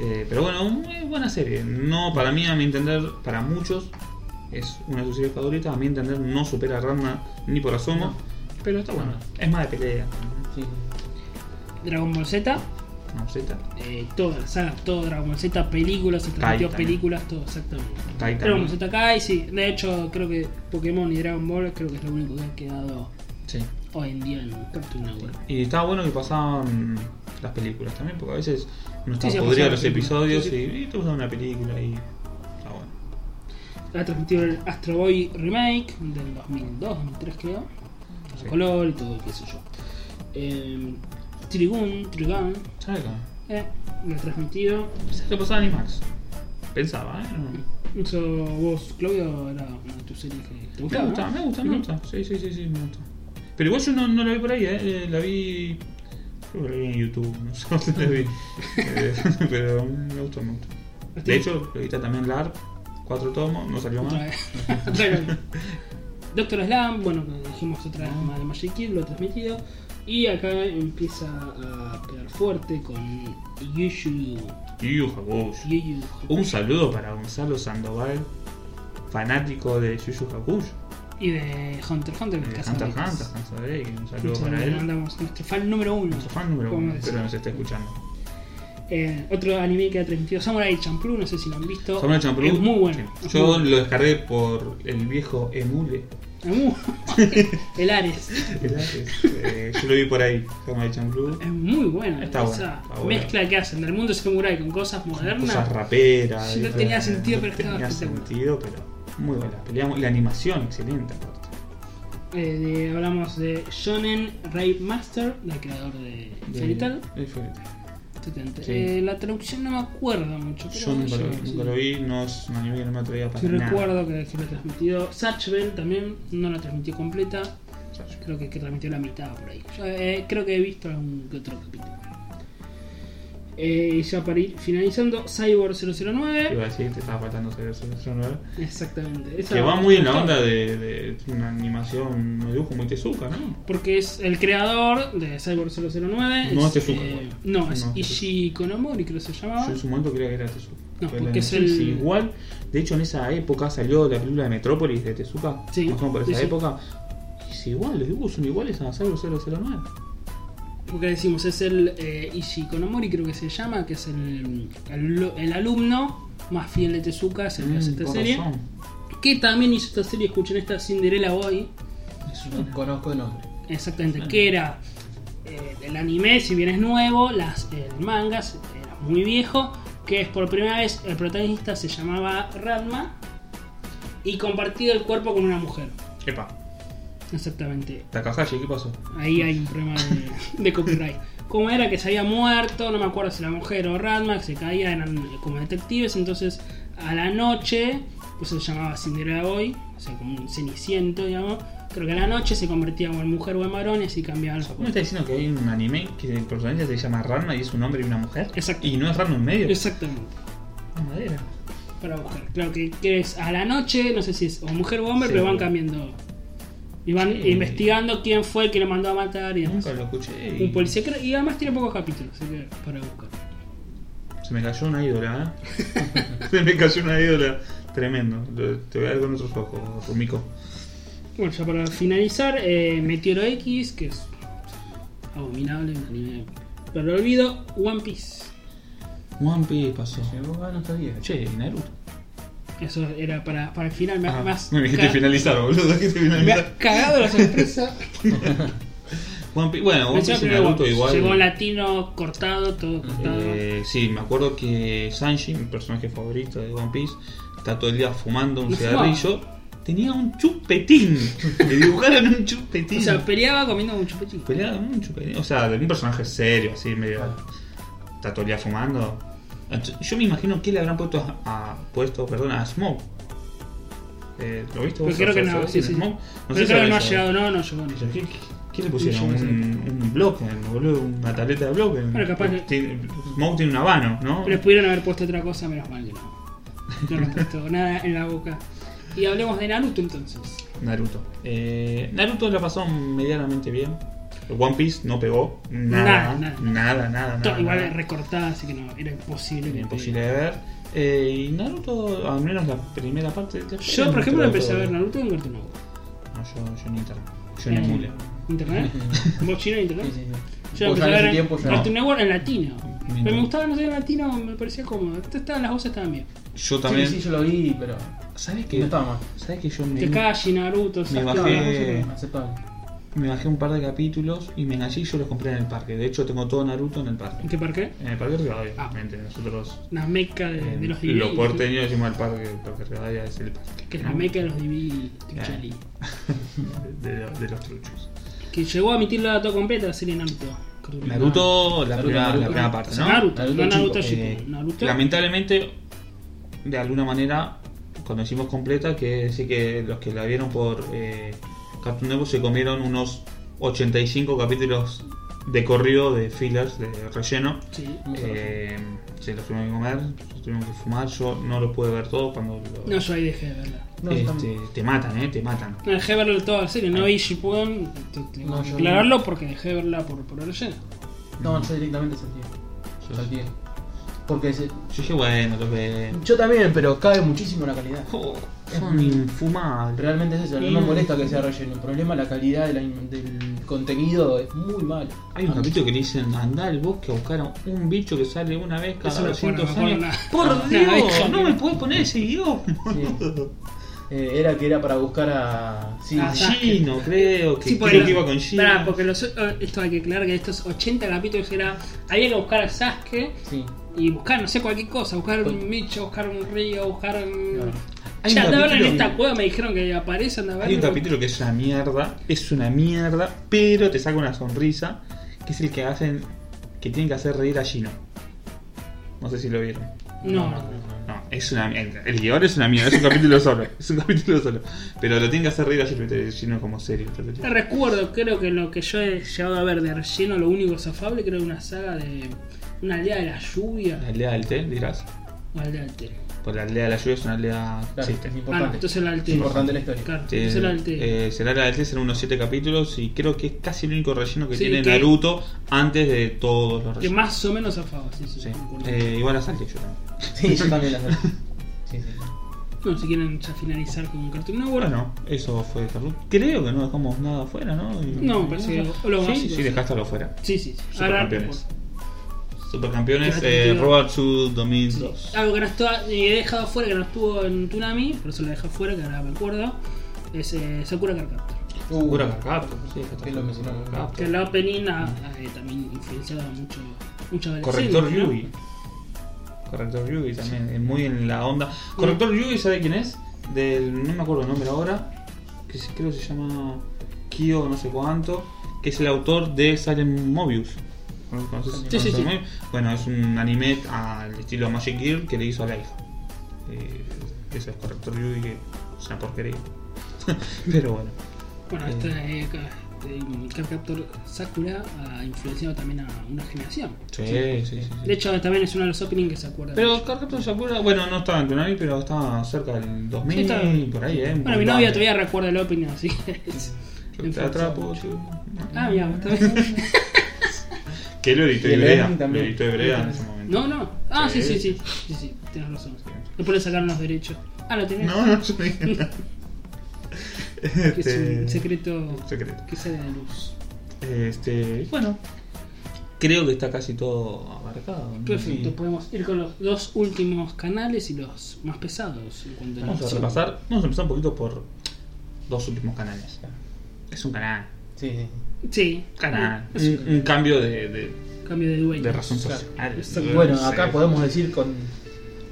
Speaker 1: Eh, pero bueno, muy buena serie. No, para mí, a mi entender, para muchos, es una de sus series favoritas. A mi entender, no supera a Ranma ni por asomo. Pero está buena. Es más de pelea.
Speaker 3: Sí.
Speaker 2: Dragon Ball Z,
Speaker 1: No, Z.
Speaker 2: eh, toda la saga, todo Dragon Ball Z, películas, se transmitió
Speaker 1: también.
Speaker 2: películas, todo, exactamente.
Speaker 1: Kai
Speaker 2: Dragon
Speaker 1: también.
Speaker 2: Ball Z Kai, sí. De hecho, creo que Pokémon y Dragon Ball creo que es lo único que ha quedado
Speaker 1: Sí.
Speaker 2: hoy en día en Cartoon Network.
Speaker 1: Y estaba bueno que pasaban las películas también, porque a veces uno está
Speaker 2: Sí, sí,
Speaker 1: podrido
Speaker 2: pasaban
Speaker 1: de los
Speaker 2: las películas.
Speaker 1: episodios
Speaker 2: Sí, sí.
Speaker 1: y, y te pasaban una película y está bueno.
Speaker 2: Ha transmitido el Astro Boy Remake del 2002, 2003 creo. A
Speaker 1: Sí.
Speaker 2: color y todo, qué sé yo. Eh, Trigun, Trigun,
Speaker 1: ¿Sabes acá?
Speaker 2: eh, lo ha transmitido.
Speaker 1: ¿Sabes qué pasaba en IMAX? Pensaba, ¿eh? No.
Speaker 2: Eso vos, Claudio, era una de tus series que te
Speaker 1: Me
Speaker 2: gustaba.
Speaker 1: gusta,
Speaker 2: ¿no?
Speaker 1: me gusta, me
Speaker 2: Ujú.
Speaker 1: gusta. Sí, sí, sí, sí, me gusta. Pero igual yo no, no la vi por ahí, ¿eh? Eh, La vi. Creo que la vi en YouTube, no sé dónde la vi. Eh, pero me gustó, me gustó. De hecho, lo edita también LARP, cuatro tomos, no salió
Speaker 2: Otra
Speaker 1: más.
Speaker 2: vez. Otra vez. eh, Doctor Slam, bueno, que dijimos otra
Speaker 1: Ah.
Speaker 2: vez más de Magic Kid, lo he transmitido. Y acá empieza a pegar fuerte con Yushu.
Speaker 1: Y Jabush.
Speaker 2: Yuyu.
Speaker 1: Un saludo para Gonzalo Sandoval, fanático de Yu Yu Hakusho.
Speaker 2: Y de Hunter x Hunter, este que
Speaker 1: Eh,
Speaker 2: es
Speaker 1: Hunter
Speaker 2: Casablanca.
Speaker 1: Hunter, Hunter Drake, un saludo
Speaker 2: Entonces,
Speaker 1: para
Speaker 2: le
Speaker 1: él.
Speaker 2: mandamos nuestro fan número uno.
Speaker 1: Nuestro fan número
Speaker 2: podemos
Speaker 1: uno,
Speaker 2: decir.
Speaker 1: pero nos está escuchando.
Speaker 2: Eh, otro anime que ha transmitido Samurai Champloo, no sé si lo han visto.
Speaker 1: Samuel Champloo,
Speaker 2: Es muy bueno.
Speaker 1: sí.
Speaker 2: es
Speaker 1: Yo
Speaker 2: muy
Speaker 1: lo descargué por el viejo Emule.
Speaker 2: bueno. Es muy- El Ares.
Speaker 1: el Ares. Eh, yo lo vi por ahí, Samuel Champloo.
Speaker 2: Es muy bueno.
Speaker 1: Está
Speaker 2: o
Speaker 1: bueno,
Speaker 2: sea,
Speaker 1: está bueno.
Speaker 2: mezcla que hacen del mundo samurai con cosas modernas.
Speaker 1: Cosas raperas.
Speaker 2: Sí, no
Speaker 1: ¿viste?
Speaker 2: tenía sentido, pero
Speaker 1: no
Speaker 2: estaba
Speaker 1: tenía
Speaker 2: espectacular.
Speaker 1: sentido, pero muy buena. Peleamos. Y la animación, excelente aparte.
Speaker 2: eh, de- hablamos de Shonen Ray Master, el creador de
Speaker 1: de-
Speaker 2: Fairy Tail.
Speaker 1: de Fairy Tail.
Speaker 2: Exactamente.
Speaker 1: Sí.
Speaker 2: Eh, la traducción no me acuerdo mucho. pero
Speaker 1: Yo nunca,
Speaker 2: no
Speaker 1: lo,
Speaker 2: sé.
Speaker 1: nunca lo vi, no es un anime que no me atrevía para
Speaker 2: Sí,
Speaker 1: nada.
Speaker 2: recuerdo que, que lo transmitió Satchel también, no la transmitió completa,
Speaker 1: O sea, yo-
Speaker 2: creo que, que transmitió la mitad por ahí. Yo, eh, creo que he visto algún que otro capítulo. Eh, y ya para ir finalizando, Cyborg 009.
Speaker 1: Iba a decir, te estaba faltando saber sobre eso, ¿no?
Speaker 2: Exactamente. Esa-
Speaker 1: Que va muy en la
Speaker 2: me gustó,
Speaker 1: onda de, de una animación, un dibujo muy tezuka, ¿no?
Speaker 2: Porque es el creador de Cyborg 009.
Speaker 1: No
Speaker 2: es,
Speaker 1: es Tezuka,
Speaker 2: eh,
Speaker 1: igual.
Speaker 2: no, es
Speaker 1: No, es
Speaker 2: Ishii Konomori, creo que se llamaba.
Speaker 1: Yo en su momento creía que era Tezuka.
Speaker 2: No,
Speaker 1: Pero la
Speaker 2: porque es
Speaker 1: animación
Speaker 2: el-
Speaker 1: igual. De hecho, en esa época salió la película de Metrópolis de Tezuka.
Speaker 2: Sí,
Speaker 1: Más o menos por esa
Speaker 2: sí, sí.
Speaker 1: época. Es igual, los dibujos son iguales a Cyber 009.
Speaker 2: Porque decimos, es el eh, Ishii Konomori, creo que se llama, que es el, el, el alumno más fiel de Tezuka, es el que hace
Speaker 1: Mm,
Speaker 2: esta
Speaker 1: con
Speaker 2: serie.
Speaker 1: razón.
Speaker 2: Que también hizo esta serie, escuchen esta Cinderella Boy.
Speaker 3: Conozco el nombre.
Speaker 2: Exactamente, que era eh, el anime, si bien es nuevo, las, eh, el manga se- era muy viejo, que es por primera vez el protagonista se llamaba Radma y compartía el cuerpo con una mujer.
Speaker 1: Epa,
Speaker 2: Exactamente.
Speaker 1: Takahashi, ¿qué pasó?
Speaker 2: Ahí hay un problema de, de copyright. Como era que se había muerto, no me acuerdo si la mujer o Radma, que se caía, eran como detectives, entonces a la noche, pues se llamaba Cinderella Boy, o sea, como un ceniciento, digamos. Creo que a la noche se convertía o en mujer o en varón y así cambiaban los
Speaker 1: ¿Cómo me está diciendo que hay un anime que el protagonista se llama Ranma y es un hombre y una mujer?
Speaker 2: Exacto.
Speaker 1: Y no es Ranma en medio.
Speaker 2: Exactamente.
Speaker 1: Ah, madera.
Speaker 2: Para mujer. Claro que, que es a la noche, no sé si es o mujer o hombre,
Speaker 1: Sí.
Speaker 2: pero van cambiando. Y van
Speaker 1: Sí.
Speaker 2: investigando quién fue el que lo mandó a matar y demás.
Speaker 1: Nunca lo escuché. y
Speaker 2: Un policía creo- y además tiene pocos capítulos, así que para buscar.
Speaker 1: Se me cayó una ídola, ¿eh? Se me cayó una ídola. Tremendo. Lo- Te voy a ver con otros ojos, Rumiko.
Speaker 2: Bueno, ya para finalizar, eh, Meteoro X, que es abominable, un anime. Pero lo olvido, One Piece.
Speaker 1: One Piece pasó.
Speaker 3: Llegó, ah, no está viejo.
Speaker 1: Che, ¿y Naruto.
Speaker 2: Eso era para, para el final. Me,
Speaker 1: Ah,
Speaker 2: me has
Speaker 1: me dijiste
Speaker 2: ca-
Speaker 1: finalizar, boludo. dijiste
Speaker 2: me has
Speaker 1: finalizar.
Speaker 2: cagado la sorpresa.
Speaker 1: One Piece, bueno, One
Speaker 2: Pensaba
Speaker 1: Piece y
Speaker 2: primero,
Speaker 1: Naruto igual.
Speaker 2: Llegó en latino cortado, todo cortado.
Speaker 1: Eh, sí, me acuerdo que Sanji, mi personaje favorito de One Piece, está todo el día fumando un
Speaker 2: Y
Speaker 1: cigarrillo. Tenía un chupetín. Le dibujaron un chupetín.
Speaker 2: O sea, peleaba comiendo mucho pechín.
Speaker 1: Peleaba un chupetín. O sea, de un personaje serio, así, medio. Está todo el día fumando. Yo me imagino que le habrán puesto a, a- puesto, perdón, a Smoke. Eh, ¿Lo viste vos?
Speaker 2: Pero creo que no,
Speaker 1: ¿Sabés
Speaker 2: sí,
Speaker 1: quién es
Speaker 2: sí.
Speaker 1: Smoke?
Speaker 2: Pero
Speaker 1: sé si
Speaker 2: creo que
Speaker 1: habrá
Speaker 2: no ha
Speaker 1: llegado.
Speaker 2: llegado, no, no llegó. No.
Speaker 1: Pero ¿Qué, qué le
Speaker 3: Yo
Speaker 1: pusieron?
Speaker 3: no sé.
Speaker 1: Un, un bloque, boludo, una tableta de bloque.
Speaker 2: Bueno, capaz que-
Speaker 1: Tiene- Smoke tiene un habano, ¿no?
Speaker 2: Pero pudieron haber puesto otra cosa, menos mal que no. No les puesto nada en la boca. Y hablemos de Naruto entonces.
Speaker 1: Naruto. Eh, Naruto la pasó medianamente bien. One Piece no pegó. Nada,
Speaker 2: Nada,
Speaker 1: nada,
Speaker 2: nada.
Speaker 1: nada. nada,
Speaker 2: To- igual
Speaker 1: nada.
Speaker 2: recortada, así que no, era imposible.
Speaker 1: Era
Speaker 2: que
Speaker 1: Ah, imposible de ver. Eh, y Naruto, al menos la primera parte. la
Speaker 2: te-
Speaker 1: primera
Speaker 2: Yo, por
Speaker 1: no
Speaker 2: ejemplo,
Speaker 1: te la
Speaker 2: empecé a
Speaker 1: puedo
Speaker 2: ver Naruto en Cartoon Network.
Speaker 1: No, yo, yo en internet. Yo en
Speaker 2: Eh,
Speaker 1: emule.
Speaker 2: ¿Internet? ¿Vos chino en internet?
Speaker 3: Sí, sí, sí.
Speaker 2: Yo empecé
Speaker 3: Vos ya
Speaker 2: a
Speaker 3: en
Speaker 2: ver
Speaker 3: ese
Speaker 2: en
Speaker 3: tiempo ya.
Speaker 2: Cartoon Network en latino.
Speaker 1: Mi
Speaker 2: Pero me
Speaker 1: no.
Speaker 2: gustaba, no sé, en latino me parecía cómodo. Esto estaba- Las voces estaban bien.
Speaker 1: Yo
Speaker 3: Sí,
Speaker 1: también.
Speaker 3: sí, yo lo vi, pero.
Speaker 1: ¿Sabes
Speaker 3: No
Speaker 1: qué?
Speaker 3: estaba mal.
Speaker 1: ¿Sabes que yo me,
Speaker 2: Tekashi, Naruto,
Speaker 1: me
Speaker 2: Sasuke.
Speaker 1: bajé-
Speaker 2: las voces-
Speaker 1: Eh.
Speaker 3: Aceptable.
Speaker 1: me bajé un par de capítulos y me enganché y yo los compré en el parque? De hecho, tengo todo Naruto en el parque.
Speaker 2: ¿En qué parque?
Speaker 1: En el Parque Rivadavia,
Speaker 2: Ah.
Speaker 1: obviamente. Nosotros,
Speaker 2: La meca de, de
Speaker 1: eh,
Speaker 2: los
Speaker 1: los
Speaker 2: DVDs.
Speaker 1: porteños, decimos el Parque, el parque Rivadavia es el parque.
Speaker 2: Que es
Speaker 1: ¿no?
Speaker 2: la meca de los DVDs, Truchelli.
Speaker 1: de, lo- de los truchos.
Speaker 2: Que llegó a emitir la dato completa la serie Naruto. Cartoon Network.
Speaker 1: Naruto, la,
Speaker 3: Naruto,
Speaker 1: primera,
Speaker 3: Naruto.
Speaker 1: la primera parte, ¿no?
Speaker 2: Naruto,
Speaker 3: Naruto
Speaker 2: no Naruto
Speaker 1: Eh,
Speaker 2: Shippuden, Naruto.
Speaker 1: Lamentablemente, de alguna manera, cuando decimos completa, que decir que los que la vieron por eh, Cartoon Network se comieron unos 85 capítulos de corrido de fillers, de relleno.
Speaker 2: Sí.
Speaker 1: Eh, se los tuvieron que comer, se los tuvieron que fumar. Yo no los pude ver todos cuando lo-
Speaker 2: No, yo ahí dejé de verla.
Speaker 3: No,
Speaker 1: Este,
Speaker 3: también.
Speaker 1: te matan, eh, te matan.
Speaker 2: No, dejé de verla toda la serie, no vi Shippuden. te- te-
Speaker 3: No, yo
Speaker 2: Aclararlo porque dejé de verla por, por relleno.
Speaker 3: No, yo directamente salté.
Speaker 1: Yo-
Speaker 3: Salté. Porque se-
Speaker 1: Yo dije, bueno, los ve.
Speaker 3: yo también, pero cae muchísimo la calidad.
Speaker 1: Oh, son infumables.
Speaker 3: Realmente es eso, no
Speaker 1: Y-
Speaker 3: me molesta que sea relleno. El problema es la calidad de la- del contenido, es muy Ah, malo.
Speaker 1: Hay un capítulo que le dicen, andá al bosque a buscar a un bicho que sale una vez
Speaker 2: Eso
Speaker 1: cada
Speaker 2: me acuerdo,
Speaker 1: 200
Speaker 2: me acuerdo
Speaker 1: años.
Speaker 2: la-
Speaker 1: Por
Speaker 2: la
Speaker 1: Dios,
Speaker 2: abeja,
Speaker 1: no
Speaker 2: mira.
Speaker 1: me puedes poner ese idioma.
Speaker 3: Sí. Eh, era que era para buscar a. Sí,
Speaker 2: Ah,
Speaker 3: sí.
Speaker 1: Gino, Eh, creo que, creo que iba con Gino.
Speaker 2: Pará, porque los, eh, esto hay que aclarar que estos 80 capítulos era. Había que buscar a Sasuke
Speaker 3: sí.
Speaker 2: y buscar, no sé, cualquier cosa. Buscar
Speaker 3: Pues-
Speaker 2: un bicho, buscar un río, buscar un.
Speaker 3: Claro. Hay
Speaker 2: Ya
Speaker 3: un
Speaker 2: andaban en
Speaker 3: capítulo-
Speaker 2: esta cueva, me dijeron que aparece, andaban.
Speaker 1: Hay un capítulo que es una mierda, es una mierda, pero te saca una sonrisa, que es el que hacen, que tienen que hacer reír a Gino. No sé si lo vieron.
Speaker 2: No,
Speaker 1: No, es una mierda. El guión es una mierda, es un capítulo solo. Es un capítulo solo. Pero lo tienen que hacer reír a Gino, entonces Gino es como serio. entonces-
Speaker 2: Te recuerdo, creo que lo que yo he llegado a ver de relleno, lo único zafable, creo que una saga de. Una aldea de la
Speaker 1: La
Speaker 2: lluvia
Speaker 1: aldea del té, dirás.
Speaker 2: o aldea del té.
Speaker 1: Porque la aldea de la lluvia es una aldea.
Speaker 3: Claro,
Speaker 1: chiste.
Speaker 3: es
Speaker 2: Ah,
Speaker 3: importante.
Speaker 2: no, entonces la del té.
Speaker 3: es importante la historia.
Speaker 2: Claro,
Speaker 1: Sí,
Speaker 2: entonces la del té.
Speaker 1: eh, será la del té, serán unos 7 capítulos y creo que es casi el único relleno que
Speaker 2: Sí,
Speaker 1: tiene
Speaker 2: que-
Speaker 1: Naruto antes de todos los
Speaker 2: que
Speaker 1: rellenos.
Speaker 2: más o menos zafaba, sí, sí.
Speaker 1: Sí.
Speaker 2: me acuerdo.
Speaker 1: Eh, igual la salte yo también.
Speaker 3: Sí, yo también la sé. Sí, sí.
Speaker 2: Bueno, si quieren ya finalizar con Cartoon Network.
Speaker 1: Bueno, eso fue Cartoon. Creo que no dejamos nada afuera, ¿no? Y-
Speaker 2: No, parece que lo- lo
Speaker 1: Sí,
Speaker 2: básico,
Speaker 1: sí,
Speaker 2: sí.
Speaker 1: dejaste algo afuera.
Speaker 2: Sí, sí, sí. Ahora,
Speaker 1: Supercampeones. Supercampeones,
Speaker 2: Quédate
Speaker 1: eh,
Speaker 2: contigo.
Speaker 1: Robert Su
Speaker 2: Sí.
Speaker 1: 2002.
Speaker 2: Algo que no está- eh, he dejado fuera, que no estuvo en Tsunami, por eso lo dejé fuera, que ahora me acuerdo, es eh, Sakura Card Captor.
Speaker 3: Uh,
Speaker 1: Pura Capcom, sí, dejaste
Speaker 3: Que lo
Speaker 1: fuera
Speaker 3: mencionaron.
Speaker 1: Capcom.
Speaker 2: Que la opening ha, ha, eh, también influenciado a mucho, mucho adolescente,
Speaker 1: Corrector
Speaker 2: ¿no?
Speaker 1: Yugi. Corrector Yugi también, eh, muy en la onda. Corrector Yugi, ¿sabe quién es? Del, no me acuerdo el nombre ahora, que se- creo que se llama Kyo, no sé cuánto, que es el autor de Silent Mobius. ¿Conoces-
Speaker 3: Sí,
Speaker 1: conoces
Speaker 2: sí, sí.
Speaker 1: Mobius? Bueno, es un anime al estilo Magic Girl que le hizo a la hija. Eh, ese es Corrector Yugi, que es una porquería. Pero bueno,
Speaker 2: Bueno, esta eh, ca- eh, Card Captor Sakura ha influenciado también a una generación.
Speaker 1: sí, sí, sí. sí,
Speaker 2: De hecho, también es uno de los openings que se acuerdan.
Speaker 1: Pero Carcaptor Sakura, bueno, no estaba en Tunami, pero estaba cerca del 2000,
Speaker 2: Sí, estaba-
Speaker 1: por ahí, ¿eh? Un
Speaker 2: bueno, mi
Speaker 1: combate.
Speaker 2: novia todavía recuerda el opening, así que es-
Speaker 1: Yo Te
Speaker 2: influenciado
Speaker 1: atrapo,
Speaker 2: mucho.
Speaker 1: yo-
Speaker 2: Ah, mira, vos también.
Speaker 1: Que lo editó
Speaker 3: Y el
Speaker 1: Ibrea,
Speaker 3: Ernie
Speaker 1: lo
Speaker 3: también.
Speaker 1: editó Ibrea en ese momento.
Speaker 2: No, no. Ah, sí, sí,
Speaker 1: Sí.
Speaker 2: sí. Sí, sí, tienes razón. Después le sacaron los derechos. Ah, lo tenés.
Speaker 1: No, no, yo no dije nada.
Speaker 2: Que es
Speaker 1: este,
Speaker 2: un secreto
Speaker 1: secreto.
Speaker 2: que sale a la luz.
Speaker 1: Este, bueno, creo que está casi todo abarcado. ¿no?
Speaker 2: Perfecto,
Speaker 1: Sí.
Speaker 2: podemos ir con los dos últimos canales y los más pesados en cuanto a
Speaker 1: Vamos a
Speaker 2: animación.
Speaker 1: repasar, vamos a empezar un poquito por dos últimos canales. Es un canal,
Speaker 3: Sí, sí.
Speaker 2: Sí,
Speaker 1: canal,
Speaker 2: Es un
Speaker 1: un, un cambio de, de,
Speaker 2: cambio de dueño.
Speaker 1: de razón
Speaker 3: Claro.
Speaker 1: social.
Speaker 3: Bueno,
Speaker 1: Sí.
Speaker 3: acá podemos decir con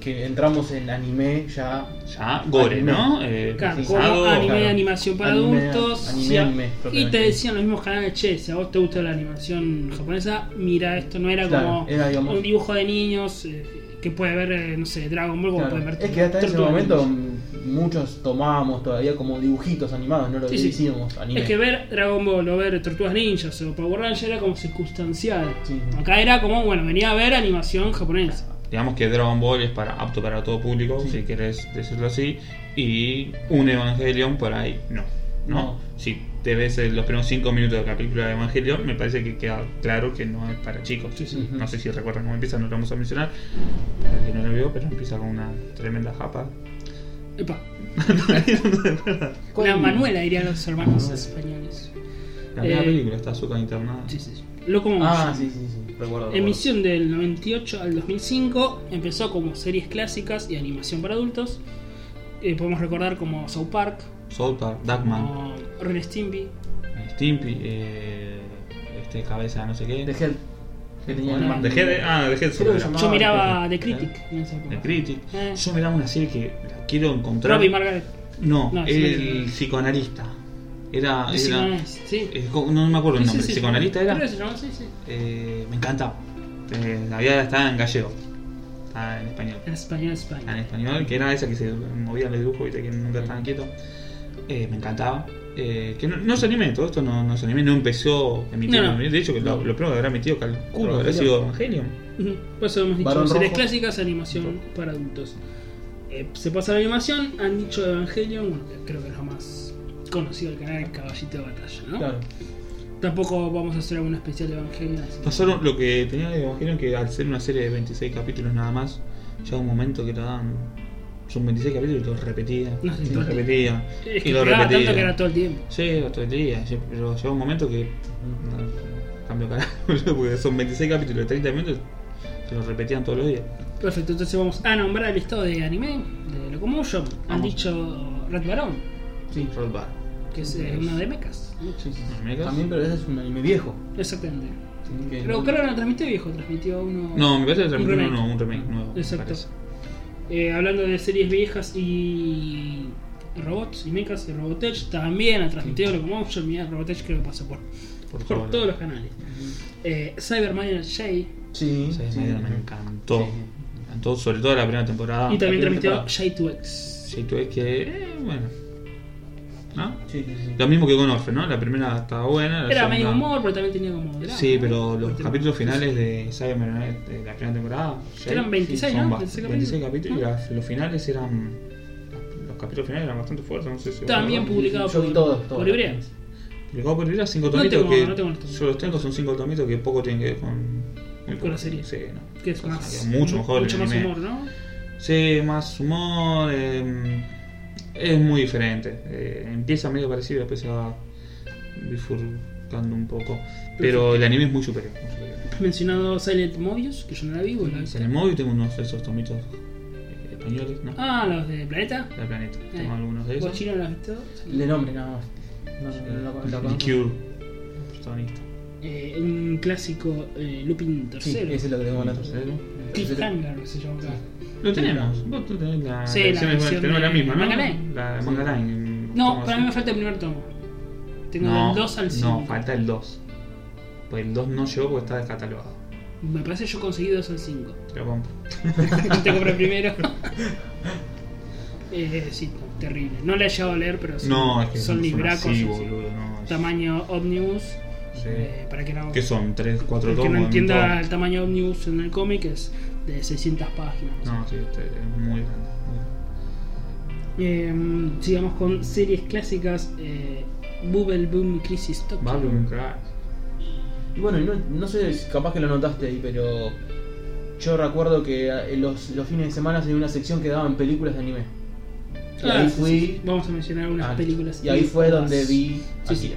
Speaker 3: que entramos en anime ya.
Speaker 1: Ya, gore,
Speaker 3: Anime.
Speaker 1: ¿no? Eh,
Speaker 2: Claro,
Speaker 3: Sí,
Speaker 2: como
Speaker 1: pesado.
Speaker 2: anime,
Speaker 3: claro.
Speaker 2: animación para
Speaker 3: Anime,
Speaker 2: adultos.
Speaker 3: anime,
Speaker 2: si a-
Speaker 3: anime,
Speaker 2: y
Speaker 3: propiamente.
Speaker 2: te decían los mismos canales, che, si a vos te gusta la animación japonesa, mira, esto no era
Speaker 3: Claro,
Speaker 2: como
Speaker 3: era, digamos-
Speaker 2: un dibujo de niños eh, que puede ver, eh, no sé, Dragon Ball, como
Speaker 3: Claro,
Speaker 2: puede ver.
Speaker 3: Es que hasta ese
Speaker 2: Tortuga
Speaker 3: momento
Speaker 2: Ninja.
Speaker 3: mm, muchos tomábamos todavía como dibujitos animados, no lo
Speaker 2: Sí, sí.
Speaker 3: decíamos anime.
Speaker 2: Es que ver Dragon Ball o ver Tortugas Ninjas o Power Rangers era como circunstancial.
Speaker 3: Sí.
Speaker 2: Acá era como, bueno, venía a ver animación japonesa.
Speaker 1: Digamos que Dragon Ball es para apto para todo público, si querés decirlo así, y un Evangelion por ahí no. No,
Speaker 3: No.
Speaker 1: si te ves el- los primeros 5 minutos de la película de Evangelion, me parece que queda claro que no es para chicos.
Speaker 3: sí.
Speaker 1: No sé si recuerdan cómo empieza, no lo vamos a mencionar, para el que no lo vio, pero empieza con una tremenda japa.
Speaker 2: Epa,
Speaker 3: ¿Cuál-
Speaker 2: la Manuela dirían los hermanos españoles.
Speaker 1: La primera
Speaker 2: Eh,
Speaker 1: película está azúcar internada.
Speaker 2: Sí, sí, sí. Locomotion.
Speaker 3: Ah, sí, sí, sí. Recuerdo. recuerdo.
Speaker 2: Emisión del 98 al 2005, empezó como series clásicas y animación para adultos. Eh, podemos recordar como South Park,
Speaker 1: Soul Park, Duckman,
Speaker 2: como Ren and Stimpy,
Speaker 1: Stimpy, eh, este cabeza no sé qué.
Speaker 3: De Hell. Que tenía
Speaker 2: Hola.
Speaker 3: el-
Speaker 1: De Head, ah, de Head
Speaker 3: Creo que
Speaker 1: Soldier.
Speaker 3: llamaba-
Speaker 2: Yo
Speaker 3: Ah,
Speaker 2: miraba The
Speaker 1: The Critic.
Speaker 2: Critic. en esa época.
Speaker 1: de Critic.
Speaker 2: Eh.
Speaker 1: Yo miraba una serie que la quiero encontrar.
Speaker 2: Robbie Margaret.
Speaker 1: no,
Speaker 2: No, sí,
Speaker 1: el
Speaker 2: sí.
Speaker 1: psicoanalista. Era.
Speaker 2: The
Speaker 1: era-
Speaker 2: Signals, sí.
Speaker 1: eh, co- no, me acuerdo el
Speaker 2: Sí, sí,
Speaker 1: nombre.
Speaker 2: sí.
Speaker 1: ¿Psicoanalista era?
Speaker 2: Creo que se llamaba, sí, sí.
Speaker 1: Eh, me encantaba. Eh, la vida estaba en gallego. Estaba en español.
Speaker 2: En español,
Speaker 1: Estaba en
Speaker 2: España.
Speaker 1: español, que era esa que se movía en el dibujo, viste, que nunca estaban quietos. Eh, me encantaba. Eh, que no, no se anime, todo esto no, no se anime, no empezó emitiendo.
Speaker 2: No, no.
Speaker 1: De hecho, que lo, lo primero que habrá emitido, calculo, habrá
Speaker 3: Evangelion.
Speaker 1: sido Evangelion.
Speaker 2: Ujú. Por eso hemos dicho
Speaker 3: Barón
Speaker 2: series
Speaker 3: Rojo.
Speaker 2: clásicas, animación para adultos. Eh, se pasa a la animación, han dicho Evangelion, bueno, que creo que es lo más conocido del canal, el caballito de batalla, ¿no?
Speaker 3: Claro.
Speaker 2: Tampoco vamos a hacer algún especial de Evangelion. así que-
Speaker 1: Pasaron lo que tenía de Evangelion que al ser una serie de 26 capítulos nada más, llegaba un momento que lo daban. Son 26 capítulos y lo repetía.
Speaker 2: No,
Speaker 1: y
Speaker 2: sí,
Speaker 1: lo
Speaker 2: todo el
Speaker 1: repetía.
Speaker 2: Es
Speaker 1: y
Speaker 2: que
Speaker 1: lo
Speaker 2: pegaba
Speaker 1: repetía.
Speaker 2: tanto que era todo el tiempo.
Speaker 1: Sí, era todo el día. sí, Pero llegó un momento que. no, cambio canal. boludo, Porque son 26 capítulos de 30 minutos. Se lo repetían todos los días.
Speaker 2: Perfecto, entonces vamos a nombrar el listado de anime, de Locomotion. Han
Speaker 1: Vamos.
Speaker 2: dicho Red Baron,
Speaker 3: Sí.
Speaker 1: Roll Bar.
Speaker 2: que es eh, uno de mechas.
Speaker 3: Sí, sí, sí.
Speaker 1: ¿Amigos?
Speaker 3: También, pero ese es un anime viejo.
Speaker 2: Exactamente.
Speaker 3: Sí, que-
Speaker 2: Pero creo que no transmitió viejo, transmitió uno.
Speaker 1: No, me parece que
Speaker 2: Un
Speaker 1: transmitieron
Speaker 2: remake.
Speaker 1: uno- un remake nuevo. me
Speaker 2: Exacto.
Speaker 1: parece.
Speaker 2: Eh, hablando de series viejas y robots y mechas, y Robotech también ha transmitido Locomotion. Mirá, Robotech creo que pasó por,
Speaker 1: Por
Speaker 2: por
Speaker 1: todos lados.
Speaker 2: todos los canales. Eh, Cyberman Jay
Speaker 3: Sí,
Speaker 1: Sí,
Speaker 3: sí.
Speaker 1: Snyder me encantó.
Speaker 3: Sí.
Speaker 1: Me encantó, sobre todo la primera temporada.
Speaker 2: y también
Speaker 3: la primera
Speaker 2: transmitió
Speaker 3: temporada.
Speaker 2: J2X.
Speaker 1: Sí, tú ves que. eh, bueno. ¿No?
Speaker 3: Sí, sí, sí.
Speaker 1: Lo mismo que con Orfe, ¿no? La primera estaba buena. La
Speaker 2: Era
Speaker 1: segunda-
Speaker 2: medio humor, pero también tenía como. drama,
Speaker 1: Sí,
Speaker 2: ¿no?
Speaker 1: pero los
Speaker 2: Porque-
Speaker 1: capítulos finales de Cyberman de la primera temporada.
Speaker 2: Eran
Speaker 1: sí,
Speaker 2: 26,
Speaker 1: son
Speaker 2: ¿no?
Speaker 1: bast-
Speaker 2: 26
Speaker 1: 26 capítulos.
Speaker 2: capítulos.
Speaker 1: Y las- los finales eran. Los capítulos finales eran bastante fuertes, no sé si.
Speaker 2: También
Speaker 1: ¿verdad?
Speaker 2: publicado
Speaker 3: Yo vi
Speaker 2: por,
Speaker 3: todos, todos.
Speaker 2: por Ibrea.
Speaker 1: Publicado por Ibrea, 5
Speaker 2: No
Speaker 1: tomitos
Speaker 2: tengo-
Speaker 1: que.
Speaker 2: no tengo los tomitos.
Speaker 1: yo los tengo, son 5 tomitos que poco tienen que ver con. muy poco.
Speaker 2: la serie.
Speaker 1: Sí, no.
Speaker 2: Que es
Speaker 1: O sea,
Speaker 2: más.
Speaker 1: que Mucho mejor el
Speaker 2: Mucho más
Speaker 1: anime.
Speaker 2: humor, ¿no?
Speaker 1: Sí, más humor. eh, es muy diferente. Eh, empieza medio parecido, después se va bifurcando un poco. Pero el anime es muy superior. Muy superior.
Speaker 2: Has mencionado Silent Mobius, que yo no la vi, vos la
Speaker 1: Sí,
Speaker 2: viste.
Speaker 1: En el móvil tengo unos de esos tomitos eh, españoles, ¿no?
Speaker 2: Ah, los de Planeta.
Speaker 1: Del planeta.
Speaker 2: Eh.
Speaker 1: Tengo algunos de
Speaker 2: ¿Vos
Speaker 1: esos.
Speaker 2: chino la has visto?
Speaker 3: De nombre nada más. No, no, no, lo- lo
Speaker 1: Y
Speaker 3: conozco.
Speaker 1: Cure, protagonista.
Speaker 2: Eh, un clásico eh, Lupin III.
Speaker 3: Sí, ese es lo que tengo en la tercera.
Speaker 1: Tercero.
Speaker 2: Cliffhanger, que se llama acá.
Speaker 1: Lo tenemos. Vos tú tenés la,
Speaker 2: Sí,
Speaker 1: versión
Speaker 2: la
Speaker 1: de-
Speaker 2: versión
Speaker 1: tenemos
Speaker 2: de
Speaker 1: la misma, ¿no?
Speaker 2: Manga Line.
Speaker 1: La de
Speaker 3: Sí.
Speaker 1: Manga Line.
Speaker 2: No,
Speaker 1: ¿cómo
Speaker 2: para
Speaker 1: así?
Speaker 2: mí me falta el primer tomo. Tengo
Speaker 1: No,
Speaker 2: del 2 al 5.
Speaker 1: No, falta el 2. Pues el 2 no llegó porque está descatalogado.
Speaker 2: Me parece que yo conseguí 2 al 5.
Speaker 1: Te lo compro.
Speaker 2: Te compré primero. eh, sí, no, terrible. No la he llegado a leer, pero son,
Speaker 1: No, es que
Speaker 2: son
Speaker 1: es un
Speaker 2: libracos.
Speaker 1: masivo,
Speaker 2: sí, sí.
Speaker 1: boludo, no, es-
Speaker 2: Tamaño Omnibus.
Speaker 1: Sí.
Speaker 2: eh, para que no,
Speaker 1: ¿Qué son? ¿3, 4
Speaker 2: el
Speaker 1: tomos?
Speaker 2: que no
Speaker 1: en
Speaker 2: entienda el
Speaker 1: todo?
Speaker 2: tamaño Omnibus en el cómic es de 600 páginas. no sé.
Speaker 1: No, sí, este es muy grande. muy grande.
Speaker 2: Eh, sigamos con series clásicas. Eh, Bubble Boom Crisis Tokyo.
Speaker 1: Babylon Crack.
Speaker 3: Y bueno, y no, no sé, si capaz que lo notaste ahí, pero yo recuerdo que eh, los, los fines de semana había una sección que daban películas de anime. Y
Speaker 2: Ah,
Speaker 3: ahí
Speaker 2: sí, sí.
Speaker 3: fui.
Speaker 2: Vamos a mencionar algunas
Speaker 3: ah,
Speaker 2: películas.
Speaker 3: Y ahí fue
Speaker 2: todas.
Speaker 3: donde vi.
Speaker 2: Sí,
Speaker 3: Akira.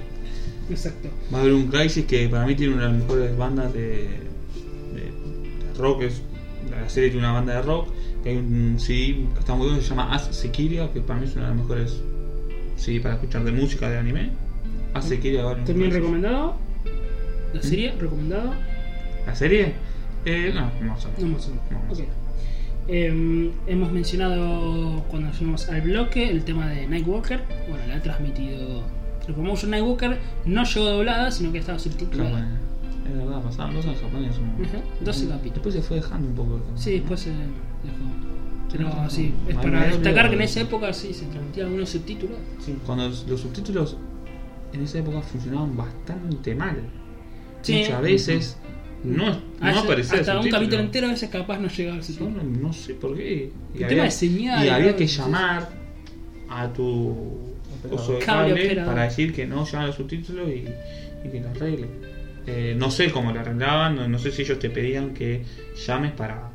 Speaker 2: Exacto.
Speaker 1: Babylon Crisis, que para mí tiene una de las mejores bandas de, de- de rock. Es, la serie tiene una banda de rock. Que hay un CD que está muy bueno, se llama As Sekiria, que para mí es una de las mejores CD para escuchar de música de anime. As Sekiria, Babylon
Speaker 2: También
Speaker 1: Crisis. ¿Mm?
Speaker 2: recomendado. La serie, recomendado.
Speaker 1: ¿La serie? Eh, no, no sé.
Speaker 2: No más o menos.
Speaker 1: No, no
Speaker 2: Ok.
Speaker 1: sé.
Speaker 2: Eh, hemos mencionado cuando fuimos al bloque el tema de Nightwalker. Bueno, la ha transmitido Locomotion Nightwalker. No llegó doblada, sino que estaba subtitulada.
Speaker 1: Japón. Es verdad, pasaban cosas en Japón y en su
Speaker 2: Ajá, 12 capítulos.
Speaker 1: Después se fue dejando un poco.
Speaker 2: Sí, después se dejó. Pero
Speaker 1: Entonces,
Speaker 2: sí, es
Speaker 1: no hay
Speaker 2: para
Speaker 1: nadie
Speaker 2: destacar
Speaker 1: obligado.
Speaker 2: que en esa época sí se transmitía algunos subtítulos.
Speaker 3: Sí.
Speaker 1: Cuando los los subtítulos en esa época funcionaban bastante mal.
Speaker 2: Sí.
Speaker 1: Muchas veces no, no
Speaker 2: Ah, eso-
Speaker 1: aparecía el
Speaker 2: hasta un
Speaker 1: subtítulo.
Speaker 2: capítulo entero a veces capaz no llegaba el
Speaker 1: Yo
Speaker 2: subtítulo.
Speaker 1: no, no sé por qué.
Speaker 2: El tema de señales,
Speaker 1: y había
Speaker 2: ¿no?
Speaker 1: que
Speaker 2: Sí, sí.
Speaker 1: llamar a tu
Speaker 3: Operador.
Speaker 1: oso de
Speaker 2: Cable
Speaker 1: cable
Speaker 2: operador.
Speaker 1: para decir que no llaman los subtítulos y, y que lo arregle. Eh, no sé cómo lo arreglaban, no, no sé si ellos te pedían que llames para.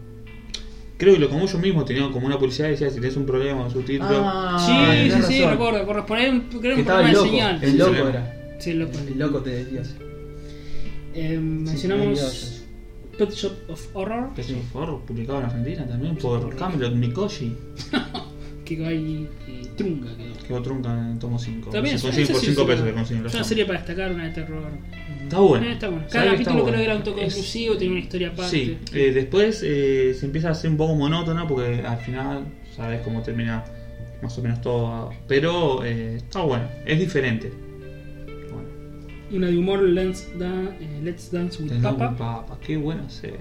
Speaker 1: Creo que lo como yo mismo tenía como una publicidad que decía si tenés un problema con subtítulos.
Speaker 2: Ah. sí, sí,
Speaker 3: tenés
Speaker 2: sí,
Speaker 3: razón.
Speaker 2: recuerdo. Por, por ahí un, creo que
Speaker 3: Que
Speaker 2: un
Speaker 3: estaba
Speaker 2: problema de
Speaker 3: el loco.
Speaker 2: señal.
Speaker 3: El
Speaker 1: Sí,
Speaker 3: loco
Speaker 1: sí.
Speaker 3: era.
Speaker 2: Sí, loco.
Speaker 3: El loco te decías.
Speaker 2: Eh, mencionamos Pet Shop of Horror.
Speaker 1: Que es
Speaker 3: Sí.
Speaker 1: un forro publicado en Argentina también por Camelot Mikoshi,
Speaker 2: Que hay eh, trunga. Que
Speaker 1: que lo truncan en tomo 5.
Speaker 2: También
Speaker 1: se
Speaker 2: es-
Speaker 1: consigue
Speaker 2: esa
Speaker 1: por
Speaker 2: sí
Speaker 1: 5
Speaker 2: es
Speaker 1: pesos,
Speaker 2: una-
Speaker 1: le consiguen los
Speaker 2: Es una
Speaker 1: tomos.
Speaker 2: serie para destacar, una de terror.
Speaker 1: Está bueno.
Speaker 2: Eh, está bueno.
Speaker 1: Sabe
Speaker 2: Cada
Speaker 1: que está
Speaker 2: capítulo
Speaker 1: bueno.
Speaker 2: creo que era autoconclusivo, tenía una historia aparte.
Speaker 1: Sí, eh, después eh, se empieza a hacer un poco monótona porque al final sabes cómo termina más o menos todo. Pero eh, está bueno, es diferente. Bueno,
Speaker 2: Una de humor, Let's, Dan- eh, Let's Dance with
Speaker 1: Tenés
Speaker 2: Papa.
Speaker 1: un papa, qué buena serie.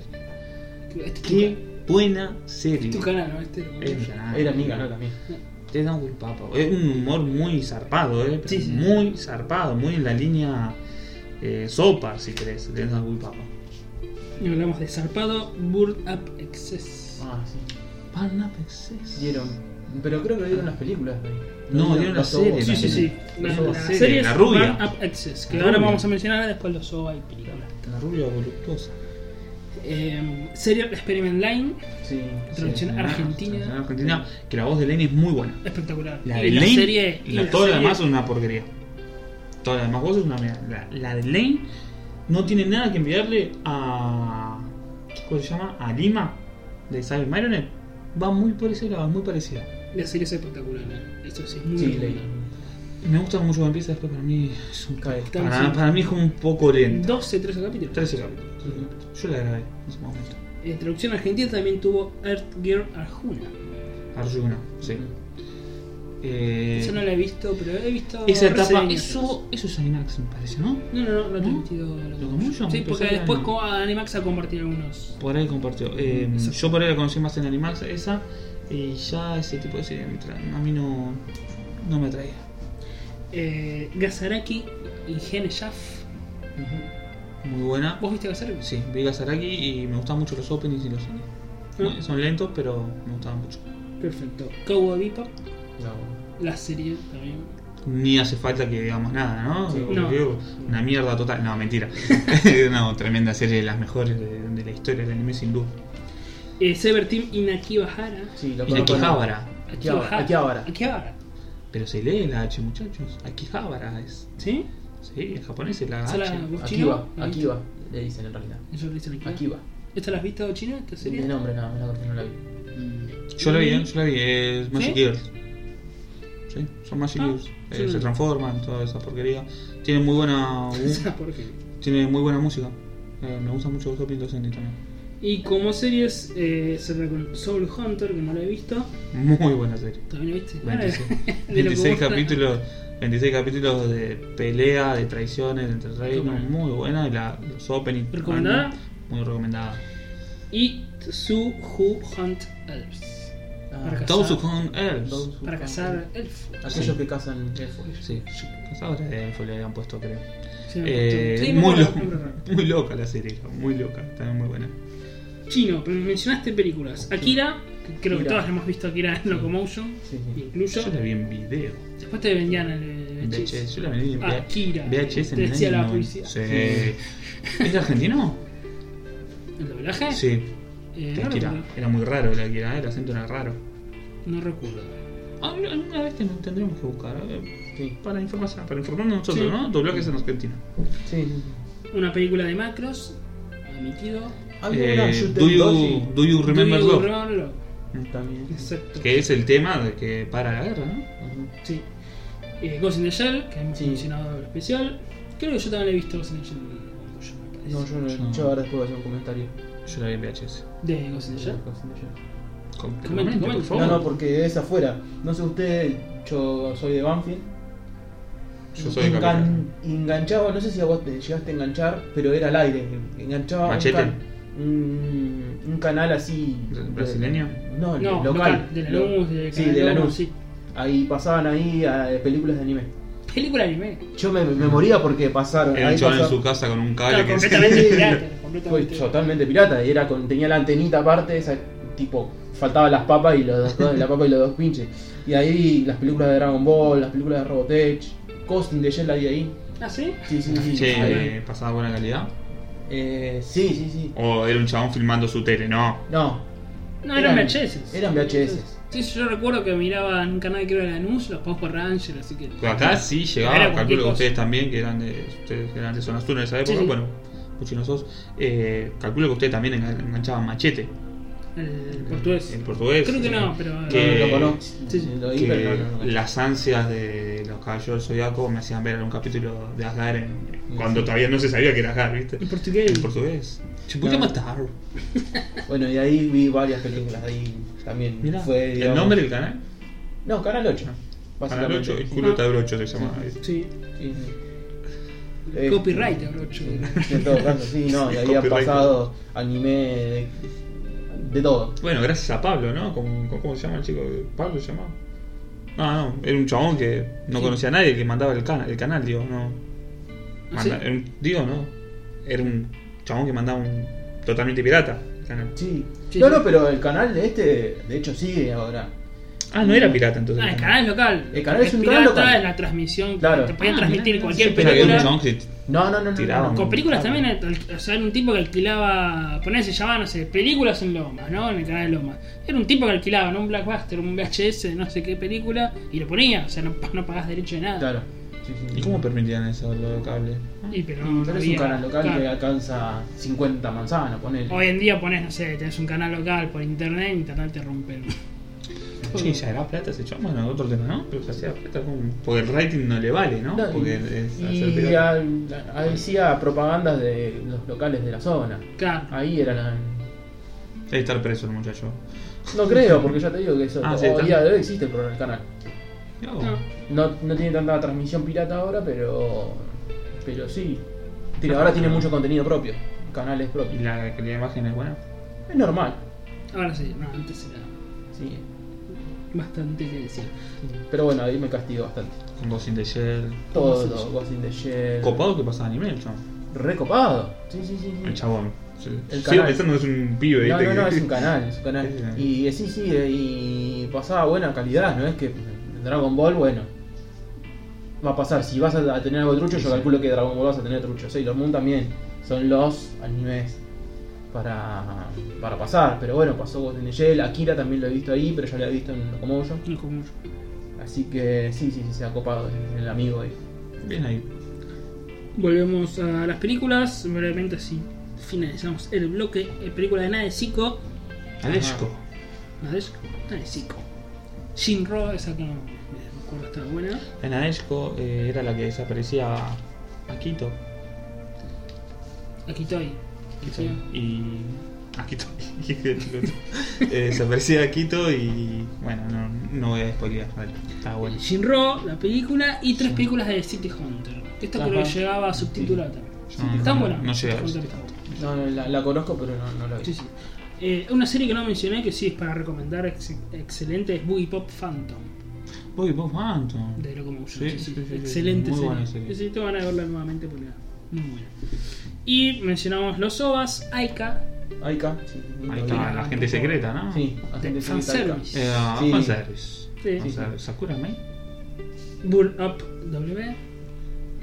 Speaker 2: Que- Este es tu
Speaker 1: Qué
Speaker 2: ca-
Speaker 1: buena serie.
Speaker 2: tu, canal, ¿no? Este era-
Speaker 1: Es verdad.
Speaker 3: Era mi canal también.
Speaker 1: Te dan un papa. Es un humor muy zarpado, ¿eh? pero
Speaker 2: Sí, sí.
Speaker 1: Muy zarpado, muy en la línea eh, sopa, si querés. Te dan un papa.
Speaker 2: Y hablamos de Zarpado, Bird Up Excess.
Speaker 3: Ah, sí.
Speaker 1: Pan up excess.
Speaker 3: Dieron. Pero creo que dieron las películas. ahí.
Speaker 1: No, dieron la
Speaker 3: los ovos.
Speaker 1: serie,
Speaker 2: Sí, sí, sí.
Speaker 1: La-
Speaker 2: La,
Speaker 1: la
Speaker 2: la
Speaker 1: serie,
Speaker 2: serie
Speaker 1: la
Speaker 2: es
Speaker 1: rubia.
Speaker 2: Burn Up Excess, que
Speaker 1: La
Speaker 2: ahora
Speaker 1: rubia.
Speaker 2: vamos a mencionar después los OVA y películas.
Speaker 1: La rubia voluptuosa.
Speaker 2: Eh, Serial Experiment Line,
Speaker 3: Sí.
Speaker 2: traducción
Speaker 1: Sí,
Speaker 2: argentina,
Speaker 1: traducción argentina, que la voz de Lane es muy buena.
Speaker 2: espectacular.
Speaker 1: La de
Speaker 2: y la
Speaker 1: Lane,
Speaker 2: serie. y
Speaker 1: la-
Speaker 2: la
Speaker 1: todo lo
Speaker 2: serie-
Speaker 1: demás es una porquería. Todas las demás voces es una mierda. La, la de Lane no tiene nada que enviarle a. ¿Cómo se llama? A Lima de Cyber Marionette. Va muy por ese lado, es muy parecida.
Speaker 2: La serie es espectacular, ¿eh? Esto sí es muy
Speaker 3: Sí,
Speaker 2: recomendable.
Speaker 1: Me gusta mucho One Piece, después para mí es un
Speaker 3: Cae.
Speaker 1: para, para mí es como un poco lento.
Speaker 2: 12, 13 capítulos.
Speaker 1: 13 capítulos. Yo la grabé en ese momento.
Speaker 2: En traducción argentina también tuvo Earth Girl Arjuna.
Speaker 1: Arjuna, sí. Eh,
Speaker 2: Eso no lo he visto, pero he visto.
Speaker 1: esa etapa,
Speaker 2: reseñas.
Speaker 1: eso, eso es Animax, me parece, ¿no?
Speaker 2: No, no, no, no te he
Speaker 1: ¿No?
Speaker 2: metido lo
Speaker 1: ¿Lo
Speaker 2: que-
Speaker 1: Commotion?
Speaker 2: Sí,
Speaker 1: Empezó
Speaker 2: porque
Speaker 1: a
Speaker 2: después
Speaker 1: hablar,
Speaker 2: co- Animax ha compartido algunos.
Speaker 1: Por ahí compartió. Eh,
Speaker 2: Exacto.
Speaker 1: yo por ahí la conocí más en Animax, esa. Y ya ese tipo de serie me tra- a mí no, no me atraía.
Speaker 2: Eh, Gazaraki y Gene Shaff.
Speaker 1: Muy buena.
Speaker 2: ¿Vos viste Gazaraki?
Speaker 1: Sí, vi Gazaraki y me gustan mucho los openings y los endings.
Speaker 2: Ah.
Speaker 1: Son lentos, pero me gustaban mucho.
Speaker 2: Perfecto. Cowboy Bebop,
Speaker 3: No.
Speaker 2: la serie también.
Speaker 1: Ni hace falta que digamos nada, ¿no?
Speaker 3: Sí.
Speaker 1: Porque
Speaker 2: No.
Speaker 1: digo, Una mierda total. No, mentira. no, tremenda serie de las mejores de, de la historia del anime, sin duda.
Speaker 2: Eh, Saber Team Inakibahara.
Speaker 3: Sí, lo
Speaker 1: Y
Speaker 3: conozco, no.
Speaker 1: Akihabara.
Speaker 3: Akihabara. Akihabara.
Speaker 2: Akihabara.
Speaker 1: Pero se lee la H, muchachos. Akihabara es.
Speaker 2: ¿sí
Speaker 1: Sí, en japonés es la
Speaker 2: ¿Esa la
Speaker 1: H.
Speaker 2: vos
Speaker 3: Aquí va,
Speaker 2: chino?
Speaker 3: aquí va, le dicen en realidad.
Speaker 2: Eso lo dicen
Speaker 3: Aquí va.
Speaker 2: ¿Esta la has visto chino? ¿Esta serie?
Speaker 3: De nombre nada más, la corté, no la vi.
Speaker 1: Yo la vi, ¿eh? yo la vi, es Magic
Speaker 2: ¿Sí?
Speaker 1: Gears. Sí, son Magic
Speaker 2: Ah,
Speaker 1: Gears. Eh,
Speaker 2: sí.
Speaker 1: se transforman, toda esa porquería. Tiene muy buena uh,
Speaker 2: Esa porquería.
Speaker 1: tiene muy buena música. Eh, me gustan mucho los openings en también.
Speaker 2: Y como series, eh, cerré con Soul Hunter, que no lo he visto.
Speaker 1: Muy buena serie.
Speaker 2: ¿También lo viste? De
Speaker 1: 26,
Speaker 2: lo que
Speaker 1: 26
Speaker 2: vos-
Speaker 1: capítulos, 26 capítulos de pelea, de traiciones entre reinos,
Speaker 2: bueno.
Speaker 1: muy buena. Y la, los openings.
Speaker 2: ¿Recomendada?
Speaker 1: anime, Muy recomendada.
Speaker 2: Y Su Who Hunt Elves. Para
Speaker 3: Ah,
Speaker 2: cazar-
Speaker 1: Those Who Hunt Elves.
Speaker 3: Those Who
Speaker 2: Para
Speaker 3: Hunt
Speaker 2: cazar elfos.
Speaker 1: Sí.
Speaker 3: Aquellos que cazan elfos.
Speaker 1: Sí, ahora de elfo le habían puesto, creo.
Speaker 2: Sí,
Speaker 1: Eh,
Speaker 2: sí,
Speaker 1: muy,
Speaker 2: bueno,
Speaker 1: lo-
Speaker 2: nombre raro.
Speaker 1: muy loca la serie, muy loca, también muy buena.
Speaker 2: Chino, pero mencionaste películas. Akira, que creo que
Speaker 3: Akira.
Speaker 2: todos hemos visto Akira en Locomotion,
Speaker 3: Sí, sí.
Speaker 2: incluyo.
Speaker 1: Yo la vi en video.
Speaker 2: Después te vendían el eh,
Speaker 1: En VHS.
Speaker 2: VHS.
Speaker 1: Yo la vi en
Speaker 2: Akira.
Speaker 1: VHS en
Speaker 2: Te
Speaker 1: el
Speaker 2: decía
Speaker 1: año
Speaker 2: la
Speaker 1: 90.
Speaker 2: policía.
Speaker 1: Sí. ¿Es argentino?
Speaker 2: ¿El doblaje?
Speaker 1: Sí.
Speaker 2: Eh, no,
Speaker 1: Akira.
Speaker 2: recuerdo.
Speaker 1: Era muy raro el Akira, el acento era raro.
Speaker 2: no recuerdo.
Speaker 1: Ah, Alguna vez ten- tendremos que buscar. eh,
Speaker 3: Sí,
Speaker 1: Para información, para informarnos nosotros,
Speaker 2: Sí.
Speaker 1: ¿no? Doblajes en Argentina.
Speaker 3: sí, sí.
Speaker 2: Una película de Macros, admitido.
Speaker 3: Había una
Speaker 1: Eh,
Speaker 3: Shoot
Speaker 1: do,
Speaker 3: Them
Speaker 1: you,
Speaker 3: Doji.
Speaker 1: do you remember
Speaker 2: Do you
Speaker 1: Dog?
Speaker 2: remember Love?
Speaker 3: También.
Speaker 2: Exacto.
Speaker 1: Que es el tema de que para la guerra, ¿no?
Speaker 3: Ajá.
Speaker 2: Sí. Eh, Ghost in the Shell, que hemos
Speaker 3: Sí.
Speaker 2: mencionado en especial. Creo que yo también la he visto Ghost in the Shell. como yo, me parece.
Speaker 3: No, yo no
Speaker 1: Yo-
Speaker 3: lo Yo ahora después voy a hacer un comentario.
Speaker 1: Yo la vi en VHS.
Speaker 2: De Ghost in the Shell.
Speaker 1: Com-
Speaker 2: Comente,
Speaker 1: comente, por
Speaker 2: comente.
Speaker 1: favor.
Speaker 3: No, no, porque es afuera. No sé usted, yo soy de Banfield.
Speaker 1: Yo soy de
Speaker 3: Engan-
Speaker 1: Capital.
Speaker 3: Enganchaba, no sé si a vos te llegaste a enganchar, pero era al aire. Enganchaba un
Speaker 1: Machete.
Speaker 3: can- Un, un canal así.
Speaker 1: ¿Bra- brasileño?
Speaker 3: No,
Speaker 2: No,
Speaker 3: local.
Speaker 2: local, de
Speaker 3: Lo-
Speaker 2: Lanús, de
Speaker 3: sí,
Speaker 2: Canal
Speaker 3: de
Speaker 2: Lanús,
Speaker 3: Lanús.
Speaker 2: sí.
Speaker 3: Ahí pasaban ahí eh, películas de anime.
Speaker 2: Película anime.
Speaker 3: Yo me, me moría porque pasaron.
Speaker 1: Era un
Speaker 3: ahí
Speaker 1: chaval en
Speaker 3: pasaban-
Speaker 1: su casa con un cable
Speaker 2: Claro,
Speaker 1: que
Speaker 2: completamente pirata.
Speaker 3: Fue
Speaker 2: Completamente.
Speaker 3: totalmente pirata, y era con, tenía la antenita aparte, esa, tipo, faltaban las papas y los dos, la papa y los dos pinches. Y ahí las películas de Dragon Ball, las películas de Robotech, Ghost in the Shell la vi ahí.
Speaker 2: ¿Ah, sí?
Speaker 3: Sí, sí, sí.
Speaker 1: Che,
Speaker 3: Ahí.
Speaker 1: eh, pasaba buena calidad.
Speaker 3: Eh, sí, sí, sí.
Speaker 1: O era un chabón filmando su tele, no.
Speaker 3: No,
Speaker 2: No, eran
Speaker 3: Eran-
Speaker 2: VHS.
Speaker 3: eran VHS.
Speaker 2: Sí, yo recuerdo que miraba en un canal que era Lanús, los Power Rangers, así que.
Speaker 1: Pero acá sí
Speaker 2: Era
Speaker 1: llegaba,
Speaker 2: cualquier
Speaker 1: calculo que
Speaker 2: cosa.
Speaker 1: ustedes también, que eran de, ustedes eran de zona sur en esa época,
Speaker 2: Sí, sí.
Speaker 1: bueno, Puchi no sos, eh, calculo que ustedes también engan- enganchaban machete.
Speaker 2: El portugués.
Speaker 1: El portugués.
Speaker 2: Creo que
Speaker 1: sí.
Speaker 2: no, pero.
Speaker 1: Que-
Speaker 3: no lo conozco.
Speaker 2: sí, sí.
Speaker 3: Lo vi,
Speaker 1: Que
Speaker 3: pero no, no, no.
Speaker 1: las ansias de los caballeros zodiacos me hacían ver un capítulo de Asgard en- cuando todavía no se sabía que era Asgard, ¿viste?
Speaker 2: El portugués.
Speaker 1: En portugués. Se podía
Speaker 3: No.
Speaker 1: matar.
Speaker 3: Bueno, y ahí vi varias películas, ahí también.
Speaker 1: Mirá,
Speaker 3: fue,
Speaker 1: el
Speaker 3: digamos-
Speaker 1: nombre del canal.
Speaker 3: No, Canal 8.
Speaker 1: Canal
Speaker 3: Básicamente.
Speaker 1: 8, el culo está brocho se llama.
Speaker 2: Sí.
Speaker 3: Sí, sí. Eh,
Speaker 2: Copyright, brocho.
Speaker 3: En todo caso, sí, no, y había
Speaker 1: Copyright.
Speaker 3: pasado anime de, de todo.
Speaker 1: Bueno, gracias a Pablo, ¿no? ¿Cómo, cómo- cómo se llama el chico? ¿Pablo se llamaba? Ah, no, era un chabón que no
Speaker 2: Sí.
Speaker 1: conocía a nadie, que mandaba el, cana- el canal, digo, no.
Speaker 2: ¿Ah,
Speaker 1: Manda-
Speaker 2: sí?
Speaker 1: era un- digo, no. Era un chabón que mandaba un. totalmente pirata. el canal.
Speaker 3: Sí.
Speaker 2: Sí,
Speaker 3: no,
Speaker 2: sí.
Speaker 3: no, pero el canal de este, de hecho, sigue ahora.
Speaker 1: Ah, no era pirata entonces.
Speaker 2: Ah, el canal es local.
Speaker 3: El canal es un canal local.
Speaker 2: es la transmisión.
Speaker 3: Claro.
Speaker 2: Te podían
Speaker 1: Ah,
Speaker 2: transmitir
Speaker 1: mirá,
Speaker 2: cualquier
Speaker 1: sí, pensaba que era un
Speaker 2: película.
Speaker 1: chabón que
Speaker 3: No, no, no, no,
Speaker 1: Tiraba
Speaker 3: no.
Speaker 1: un-
Speaker 2: Con películas también, al- o sea, era un tipo que alquilaba, poner se llamaba, no sé, películas en Lomas, ¿no? En el canal de Lomas. Era un tipo que alquilaba, ¿no? Un Blackbuster, un VHS, no sé qué película, y lo ponía, o sea, no, no pagás derecho de nada.
Speaker 3: Claro. Sí, sí, sí.
Speaker 1: ¿Y cómo permitían eso, lo de cable?
Speaker 2: Y, pero no,
Speaker 3: Mm, Pero es un
Speaker 2: había-
Speaker 3: canal local
Speaker 2: claro.
Speaker 3: que alcanza 50 manzanas, ponele.
Speaker 2: Hoy en día pones, no sé, tenés un canal local por internet, internet te rompe. el-
Speaker 1: Sí, ya era plata ese chabón, bueno, otro tema, ¿no? Pero se hacía plata como- Porque el rating no le vale, ¿no?
Speaker 3: No,
Speaker 1: Porque es hacer
Speaker 3: y
Speaker 1: pirata.
Speaker 3: al- hacía propagandas de los locales de la zona.
Speaker 2: Claro.
Speaker 3: Ahí era la.
Speaker 1: Debe estar preso el muchacho.
Speaker 3: No creo, porque ya te digo que eso
Speaker 1: Ah, sí,
Speaker 3: hoy
Speaker 1: está.
Speaker 3: día de hoy existe el programa- el canal.
Speaker 1: Mirá
Speaker 3: Ah,
Speaker 1: vos.
Speaker 2: No.
Speaker 3: No, no tiene tanta transmisión pirata ahora, pero. Pero sí. Tira, ahora tiene mucho contenido propio, canales
Speaker 1: ¿Y
Speaker 3: propios.
Speaker 1: la, que la imagen es buena?
Speaker 3: Es normal,
Speaker 2: Ahora sí, no, antes era
Speaker 3: sí.
Speaker 2: bastante que decir.
Speaker 3: Pero bueno, ahí me castigo bastante.
Speaker 1: Con dos in the Shell.
Speaker 3: Todo, todo, Ghost in the Shell.
Speaker 1: Copado que pasa anime el chabón.
Speaker 3: Recopado. Sí, sí, sí. sí.
Speaker 1: El chabón. Sí.
Speaker 3: Mm. El
Speaker 1: Sigo
Speaker 3: canal.
Speaker 1: pensando que es un pibe,
Speaker 3: No,
Speaker 1: ¿viste?
Speaker 3: no,
Speaker 1: que-
Speaker 3: no, es un canal, es un canal.
Speaker 1: Sí.
Speaker 3: Y eh, sí, sí, eh, y pasaba buena calidad, ¿no? Es que Dragon Ball, bueno, va a pasar. Si vas a a tener algo trucho,
Speaker 1: Sí,
Speaker 3: yo
Speaker 1: sí.
Speaker 3: calculo que Dragon Ball vas a tener trucho. Sailor Moon también. Son los animes para, para pasar. Pero bueno, pasó Ghost in the Shell. Akira también lo he visto ahí, pero ya lo he visto en Locomotion.
Speaker 2: No como yo.
Speaker 3: Así que sí, sí, sí, se ha copado el- el amigo ahí.
Speaker 1: Bien ahí.
Speaker 2: Volvemos a las películas. Brevemente, así finalizamos el bloque. Eh, película de Nadesico.
Speaker 1: Alesco.
Speaker 2: Nadesico. Nadesico. Shinro, esa que no me acuerdo estaba buena.
Speaker 1: En Alesco eh, era la que desaparecía a a Quito.
Speaker 2: Aquí estoy.
Speaker 1: Quito. Y. A Quito. Eh, desaparecía a Quito y. Bueno, no, no voy a spoilear. Dale. Está bueno.
Speaker 2: Shinro, la película y tres películas de City Hunter. Esta creo que
Speaker 3: Ajá.
Speaker 2: llegaba subtitulada.
Speaker 1: Yo no-
Speaker 2: Están
Speaker 1: no-
Speaker 2: buenas.
Speaker 1: No llega.
Speaker 2: City Hunter está buena.
Speaker 3: No, no, la, la conozco, pero no, no la vi.
Speaker 2: Sí, sí. Eh, una serie que no mencioné que sí es para recomendar, ex- excelente, es Boogie Pop Phantom
Speaker 1: Voy, vos, Phantom.
Speaker 2: de Locomotion.
Speaker 1: Sí,
Speaker 2: Sí,
Speaker 1: sí,
Speaker 2: sí,
Speaker 1: sí, sí.
Speaker 2: excelente
Speaker 1: Muy
Speaker 2: serie.
Speaker 1: buena serie.
Speaker 2: Sí, sí, te van a verla nuevamente porque era muy buena. Y mencionamos los OVAs, Aika,
Speaker 3: Aika, sí.
Speaker 1: Ahí
Speaker 3: lo
Speaker 1: está,
Speaker 2: Mira,
Speaker 1: la gente
Speaker 2: tipo-
Speaker 1: secreta, ¿no?
Speaker 3: Sí,
Speaker 2: de
Speaker 3: Agente Secreta Aika.
Speaker 2: Fanservice,
Speaker 1: Eh,
Speaker 3: Sí.
Speaker 1: fanservice.
Speaker 2: Sí.
Speaker 1: Fanservice. Sakura Mei.
Speaker 2: Burn Up W,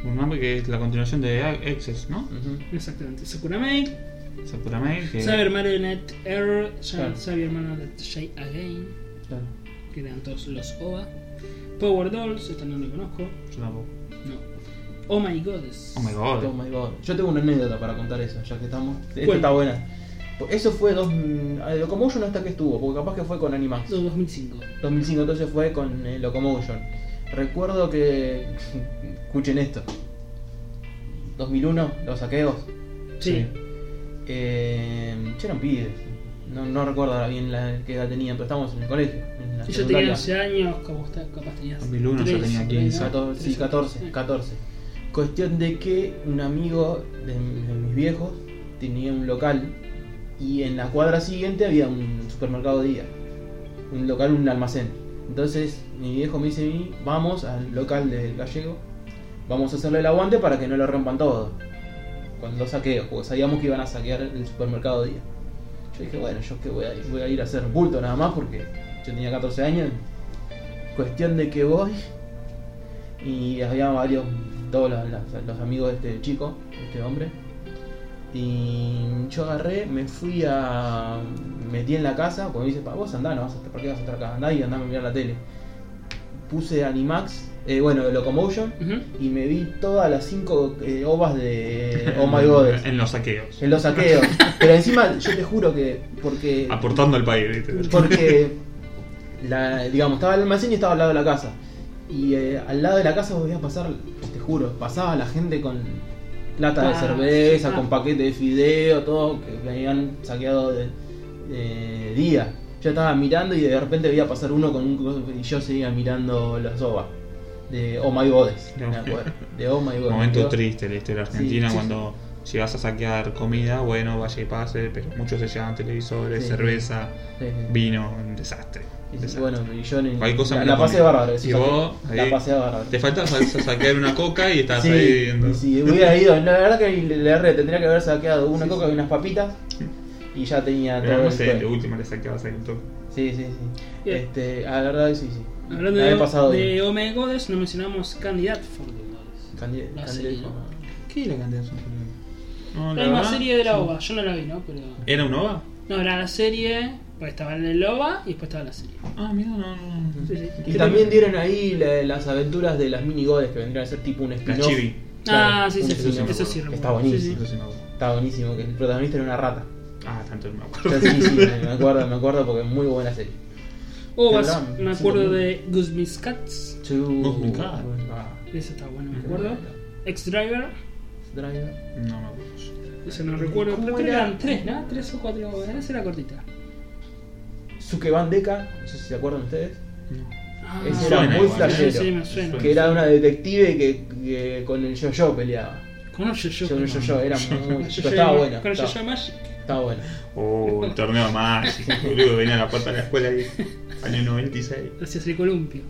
Speaker 1: Un nombre que es la continuación de Access, ¿no?
Speaker 3: Ujú.
Speaker 2: exactamente, Sakura Maid,
Speaker 1: Sakura Mei. Que...
Speaker 2: Cyber Marionette Error, Sa-
Speaker 3: Claro.
Speaker 2: Cyber Marionette Shy Again,
Speaker 3: Claro.
Speaker 2: que eran todos los OVA, Power Dolls, esta no la conozco,
Speaker 1: Yo tampoco.
Speaker 2: no. Oh My Goddess.
Speaker 1: Oh my
Speaker 3: Oh
Speaker 1: god.
Speaker 3: my god. Yo tengo una anécdota para contar eso, ya que estamos. Esta
Speaker 2: Bueno.
Speaker 3: está buena. Eso fue dos. mm, Locomotion hasta que estuvo, porque capaz que fue con Animax.
Speaker 2: No, 2005.
Speaker 3: 2005 entonces fue con eh, Locomotion. Recuerdo que. Escuchen esto. 2001, los saqueos.
Speaker 2: Sí.
Speaker 3: Eh, yo eran pibes. No, no recuerdo ahora bien la, qué edad tenían, pero estábamos en el colegio. En la
Speaker 2: Y Yo tenía
Speaker 3: secundaria.
Speaker 2: 11 años, como está- capaz tenías.
Speaker 1: 2001 yo tenía 15.
Speaker 3: 14, sí, 14, 14. Cuestión de que un amigo de, de mis viejos tenía un local y en la cuadra siguiente había un supermercado de día. Un local, un almacén. Entonces mi viejo me dice a mí, vamos al local del gallego, vamos a hacerle el aguante para que no lo rompan todo. Cuando los saqueos, porque sabíamos que iban a saquear el supermercado de día. Yo dije, bueno, yo que voy a, voy a ir a hacer bulto nada más porque yo tenía 14 años. Cuestión de que voy y había varios, todos los, los- los amigos de este chico, de este hombre. Y yo agarré, me fui a. metí en la casa, porque me dice, "Pa, vos andá, no vas a, ¿por qué vas a estar acá? Andá y andá a mirar la tele. Puse Animax, eh, bueno, Locomotion, y me vi todas las cinco eh, ovas de Oh My God.
Speaker 1: En los saqueos.
Speaker 3: En los saqueos. Pero encima, yo te juro que. Porque.
Speaker 1: Aportando al país, ¿viste?
Speaker 3: Porque, la, digamos, estaba el almacén y estaba al lado de la casa. Y eh, al lado de la casa volvía a pasar, te juro, pasaba la gente con plata de
Speaker 2: Ah,
Speaker 3: cerveza,
Speaker 2: ah.
Speaker 3: con paquete de fideo, todo, que me habían saqueado de, de día. Yo estaba mirando y de repente veía pasar uno con un coso y yo seguía mirando las ovas de Oh My Godes,
Speaker 1: No.
Speaker 3: me acuerdo, de Oh My Godes.
Speaker 1: Momento
Speaker 3: Yo-
Speaker 1: triste la historia argentina
Speaker 3: Sí, sí,
Speaker 1: cuando si vas a saquear comida, bueno, vaya y pase, pero muchos se llevan televisores,
Speaker 3: Sí.
Speaker 1: cerveza,
Speaker 3: Sí, sí.
Speaker 1: vino, un desastre.
Speaker 3: eh, Y
Speaker 1: un desastre.
Speaker 3: bueno, y yo en-
Speaker 1: Cualquier cosa
Speaker 3: la,
Speaker 1: me
Speaker 3: la
Speaker 1: la
Speaker 3: pasé
Speaker 1: comí.
Speaker 3: bárbaro. eso
Speaker 1: Y
Speaker 3: saqué.
Speaker 1: vos, ahí-
Speaker 3: la pasé bárbaro.
Speaker 1: Te falta sa- sa- saquear una coca y estás ahí
Speaker 3: Sí,
Speaker 1: viendo.
Speaker 3: sí, hubiera ido. La verdad que le, le erré, tendría que haber saqueado una
Speaker 1: Sí,
Speaker 3: coca
Speaker 1: sí.
Speaker 3: y unas papitas. Y ya tenía
Speaker 1: Pero
Speaker 3: todo
Speaker 1: no
Speaker 3: el
Speaker 1: sé, de
Speaker 3: juego.
Speaker 1: última le saqueabas ahí un toque.
Speaker 3: Sí, sí, sí.
Speaker 2: Bien.
Speaker 3: Este, a la verdad que sí, sí.
Speaker 2: Hablando
Speaker 3: La
Speaker 2: de,
Speaker 3: he pasado
Speaker 2: de
Speaker 3: bien.
Speaker 2: Omega Goddess, no mencionamos Candidate for the Goddess.
Speaker 3: Candid-
Speaker 2: la
Speaker 3: Candid-
Speaker 2: serie, ¿no?
Speaker 1: ¿Qué es la cantidad de no, la
Speaker 2: La misma
Speaker 1: verdad,
Speaker 2: serie de la OVA, yo no la vi, ¿no? Pero.
Speaker 1: ¿Era un OVA?
Speaker 2: No, era la serie, pues estaba en el OVA y después estaba la serie.
Speaker 1: Ah, mira, no, no. no.
Speaker 2: Sí, sí.
Speaker 3: Y también dieron ahí la- las aventuras de las minigodes que vendrían a ser tipo un spin-off.
Speaker 1: chibi.
Speaker 3: Claro,
Speaker 2: ah, sí,
Speaker 3: un
Speaker 2: sí, sí,
Speaker 1: sí,
Speaker 3: spin-off.
Speaker 1: sí,
Speaker 2: eso sí, recuerdo.
Speaker 3: Está buenísimo.
Speaker 2: Sí, sí.
Speaker 1: Eso sí me acuerdo.
Speaker 3: Está buenísimo, que el protagonista era una rata.
Speaker 1: Ah, tanto no me acuerdo.
Speaker 3: Yo sí, sí, me acuerdo, me acuerdo porque es muy buena serie.
Speaker 2: OVAs,
Speaker 3: Tendrán,
Speaker 2: Oh, me
Speaker 3: sí,
Speaker 2: acuerdo
Speaker 3: también.
Speaker 2: de Goose Miss Cats,
Speaker 3: Two-
Speaker 1: Oh my God.
Speaker 3: Ah,
Speaker 2: esa está buena, me acuerdo. Ex Driver,
Speaker 3: Driver.
Speaker 1: No me acuerdo.
Speaker 2: esa no recuerdo, pero creo que eran tres, ¿no? Tres o cuatro OVAs, esa era cortita.
Speaker 3: Sukebandeka, no sé si se acuerdan ustedes,
Speaker 2: Ah,
Speaker 3: ese
Speaker 1: Suena
Speaker 3: era muy
Speaker 1: igual, ¿eh?
Speaker 3: flashero,
Speaker 2: Sí, sí, me suena.
Speaker 3: que era una detective que, que con el yo-yo peleaba.
Speaker 2: Con un yo-yo.
Speaker 3: Con el yo-yo, era muy...
Speaker 2: Con el
Speaker 3: pero
Speaker 2: yo-yo
Speaker 3: estaba
Speaker 2: de-
Speaker 3: bueno.
Speaker 2: Con el yo-yo
Speaker 3: estaba-
Speaker 2: Magic.
Speaker 3: estaba bueno.
Speaker 1: Oh, el torneo mágico, boludo. Venía a la puerta de la escuela ahí. Año 96.
Speaker 2: Gracias el columpio.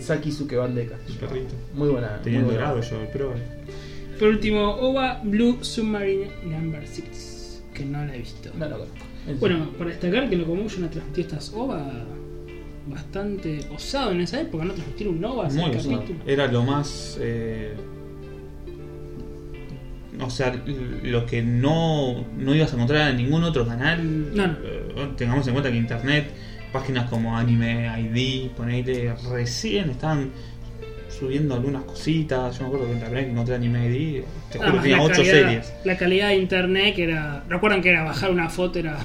Speaker 3: Saki Sukebandeka.
Speaker 1: El perrito.
Speaker 3: Muy buena. Muy
Speaker 1: Tenía el
Speaker 3: buena.
Speaker 1: dorado yo, el pro.
Speaker 2: Por último, OVA Blue Submarine Number 6. Que no la he visto.
Speaker 3: No lo conozco.
Speaker 2: Bueno, para destacar que Locomotion ha transmitido estas OVA bastante osado en esa época, no transmitir un OVA hace
Speaker 1: Muy
Speaker 2: el
Speaker 1: usado.
Speaker 2: capítulo.
Speaker 1: Era lo más. eh, o sea, lo que no, no ibas a encontrar en ningún otro canal.
Speaker 2: No, no.
Speaker 1: Eh, tengamos en cuenta que internet, páginas como Anime ID, ponele, recién estaban subiendo algunas cositas. Yo me acuerdo que en internet encontré Anime ID, te juro que
Speaker 2: Además,
Speaker 1: tenía 8
Speaker 2: calidad,
Speaker 1: series.
Speaker 2: Ah, la calidad de internet que era. Recuerdan que era bajar una foto, era.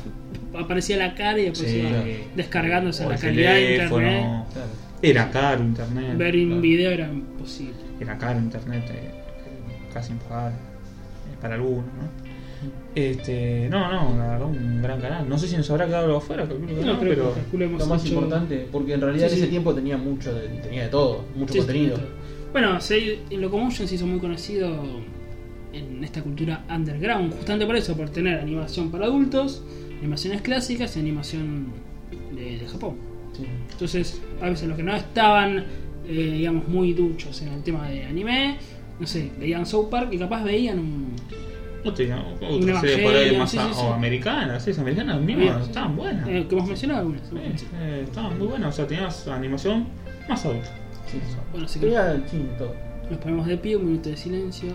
Speaker 2: aparecía la cara y después
Speaker 1: Sí.
Speaker 2: iba descargándose
Speaker 1: O
Speaker 2: la
Speaker 1: el
Speaker 2: calidad de
Speaker 1: teléfono.
Speaker 2: internet.
Speaker 3: Claro.
Speaker 1: Era caro internet.
Speaker 2: Ver un
Speaker 1: claro.
Speaker 2: video era imposible.
Speaker 1: era caro internet, eh, casi impagable eh, para algunos, ¿no? Este, no, no, la verdad, un gran canal. No sé si nos habrá quedado algo afuera, calculo que
Speaker 2: No,
Speaker 1: no,
Speaker 2: creo
Speaker 1: pero.
Speaker 2: que calculo hemos
Speaker 3: Lo más
Speaker 2: hecho-
Speaker 3: importante, porque en realidad
Speaker 2: Sí,
Speaker 3: en ese
Speaker 2: sí.
Speaker 3: tiempo tenía mucho, de, tenía de todo, mucho
Speaker 2: Sí,
Speaker 3: contenido.
Speaker 2: sí, sí. Bueno, se- en Locomotion se hizo muy conocido en esta cultura underground, justamente por eso, por tener animación para adultos, animaciones clásicas y animación de, de Japón.
Speaker 3: Sí.
Speaker 2: Entonces, a veces los que no estaban, eh, digamos, muy duchos en el tema de anime, no sé, veían South Park y capaz veían un...
Speaker 1: Otra, otra
Speaker 2: Una
Speaker 1: serie por ahí
Speaker 2: Evangelion,
Speaker 1: más
Speaker 2: sí,
Speaker 1: a-
Speaker 2: sí, sí.
Speaker 1: o americanas, sí, americanas
Speaker 2: Bien.
Speaker 1: mismas estaban buenas.
Speaker 2: eh, que hemos mencionado algunas. ¿no?
Speaker 1: Ah, Sí, eh, estaban muy buenas, o sea, tenías animación más adulta.
Speaker 3: Sí, sí.
Speaker 2: Bueno, así que
Speaker 3: Tenía, sí, todo.
Speaker 2: nos ponemos de pie, un minuto de silencio.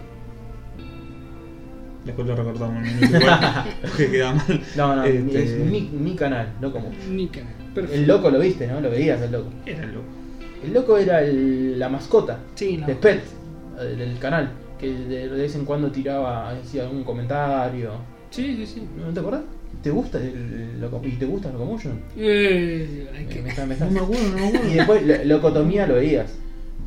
Speaker 1: Después lo recortamos un minuto igual, porque queda mal.
Speaker 3: No, no,
Speaker 1: Este,
Speaker 3: es mi, mi canal, no como.
Speaker 2: Nika,
Speaker 3: El loco lo viste, ¿no? Lo veías el loco.
Speaker 1: Era loco.
Speaker 3: El loco era el- la mascota
Speaker 2: Sí, la-
Speaker 3: de Pet, eh, del canal, que de, de vez en cuando tiraba, decía algún comentario.
Speaker 2: Sí, sí, sí.
Speaker 3: ¿No te acordás? ¿Te gusta el, el loco- ¿Y te gusta Locomotion?
Speaker 2: Eh, hay
Speaker 3: Eh,
Speaker 2: que...
Speaker 3: me está- me está-
Speaker 1: No me acuerdo, no me
Speaker 3: Y
Speaker 1: acuerdo.
Speaker 3: después lo- Locotomía lo veías.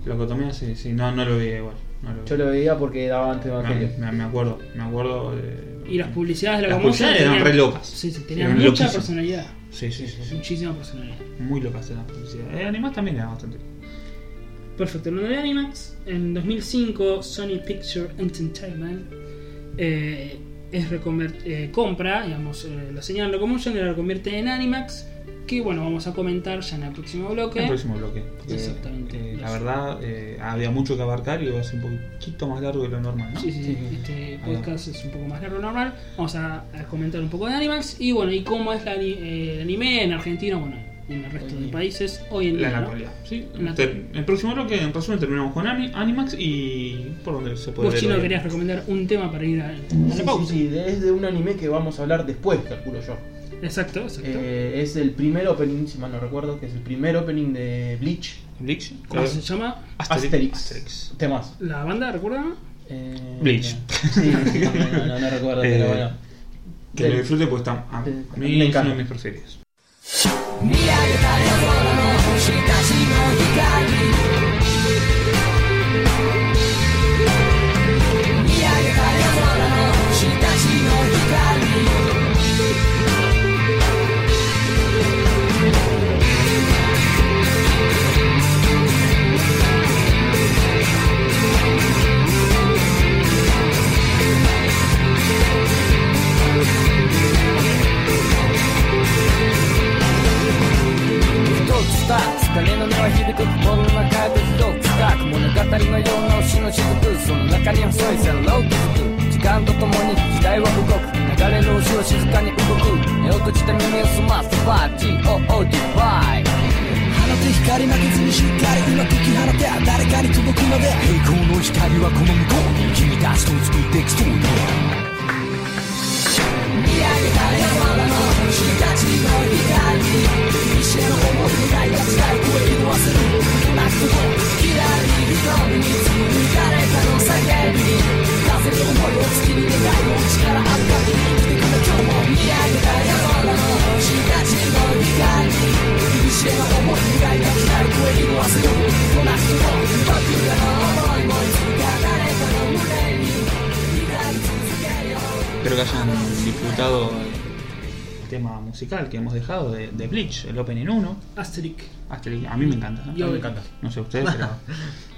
Speaker 1: Locotomía, sí, sí, no, no lo vi igual. No lo vi.
Speaker 3: Yo lo veía porque daba antes Evangelio.
Speaker 1: Ah, me, me- me acuerdo, me acuerdo de.
Speaker 2: Y las publicidades de la
Speaker 1: Las
Speaker 2: Locomotion
Speaker 1: publicidades eran
Speaker 2: tenían-
Speaker 1: re locas.
Speaker 2: Sí, sí, tenían
Speaker 1: Eran
Speaker 2: mucha
Speaker 1: loquísimas.
Speaker 2: personalidad.
Speaker 1: Sí, sí, sí, sí.
Speaker 2: Muchísima personalidad.
Speaker 1: Muy locas eran las publicidades. Eh, Animás también era bastante.
Speaker 2: Perfecto, hablando de Animax, en 2005 Sony Picture Entertainment eh, es reconver- eh, compra, digamos, eh, la señal Locomotion y la reconvierte en Animax, que bueno, vamos a comentar ya en el próximo bloque.
Speaker 1: El próximo bloque. porque,
Speaker 2: Exactamente.
Speaker 1: eh, la verdad, eh, había mucho que abarcar y va a ser un poquito más largo de lo normal, ¿no?
Speaker 2: Sí, sí, sí,
Speaker 3: Sí.
Speaker 2: este
Speaker 1: Ah.
Speaker 2: podcast es un poco más largo de lo normal. Vamos a, a comentar un poco de Animax y bueno, y cómo es la ani- eh, el anime en Argentina, bueno, y en el resto
Speaker 3: Hoy
Speaker 2: de
Speaker 3: día.
Speaker 2: países hoy en
Speaker 1: La
Speaker 2: día.
Speaker 1: en la
Speaker 2: ¿no?
Speaker 1: actualidad. Sí.
Speaker 2: En la-
Speaker 1: Ter- el próximo bloque, en resumen, terminamos con Ani- Animax y. por donde se puede
Speaker 2: Vos,
Speaker 1: ver.
Speaker 2: Chino,
Speaker 1: hoy.
Speaker 2: querías recomendar un tema para ir a, a
Speaker 3: Sí,
Speaker 2: la
Speaker 3: sí,
Speaker 2: pausa.
Speaker 3: sí, es de un anime que vamos a hablar después, calculo yo.
Speaker 2: Exacto, exacto.
Speaker 3: Eh, es el primer opening, si mal no recuerdo, que es el primer opening de Bleach.
Speaker 1: Bleach.
Speaker 2: ¿Cómo
Speaker 1: Claro.
Speaker 2: se llama?
Speaker 1: Asterix.
Speaker 3: Asterix.
Speaker 1: Asterix.
Speaker 3: Temas.
Speaker 2: ¿La banda, recuerdan?
Speaker 3: Eh,
Speaker 1: Bleach.
Speaker 3: Sí, no, no, no, no recuerdo, pero
Speaker 1: Eh,
Speaker 3: bueno.
Speaker 1: Que
Speaker 3: Del-
Speaker 1: lo disfrute, pues está. A, a
Speaker 3: del-
Speaker 1: mí
Speaker 3: me
Speaker 1: es uno
Speaker 3: encanta.
Speaker 1: de mis preferidos.
Speaker 5: 未来の種をしかしの光未来の空のしかしの光一つだ誰の名は響く心の中で一つだ物語のような星の雫その中に細い線路を築く時間とともに時代は動く流れる星は静かに動く目を閉じて耳を澄ますバー GOOD バイ放て光負けずにしっかり今解き放て誰かに届くまで栄光の光はこの向こうに君たちと作っていくそうだ
Speaker 1: Espero que hayan disfrutado tema musical que hemos dejado de, de Bleach, el Opening 1.
Speaker 2: Asterix.
Speaker 1: Asterix, a mí me encanta. ¿no?
Speaker 2: Yo-
Speaker 3: Ah, me encanta.
Speaker 1: No sé ustedes, pero.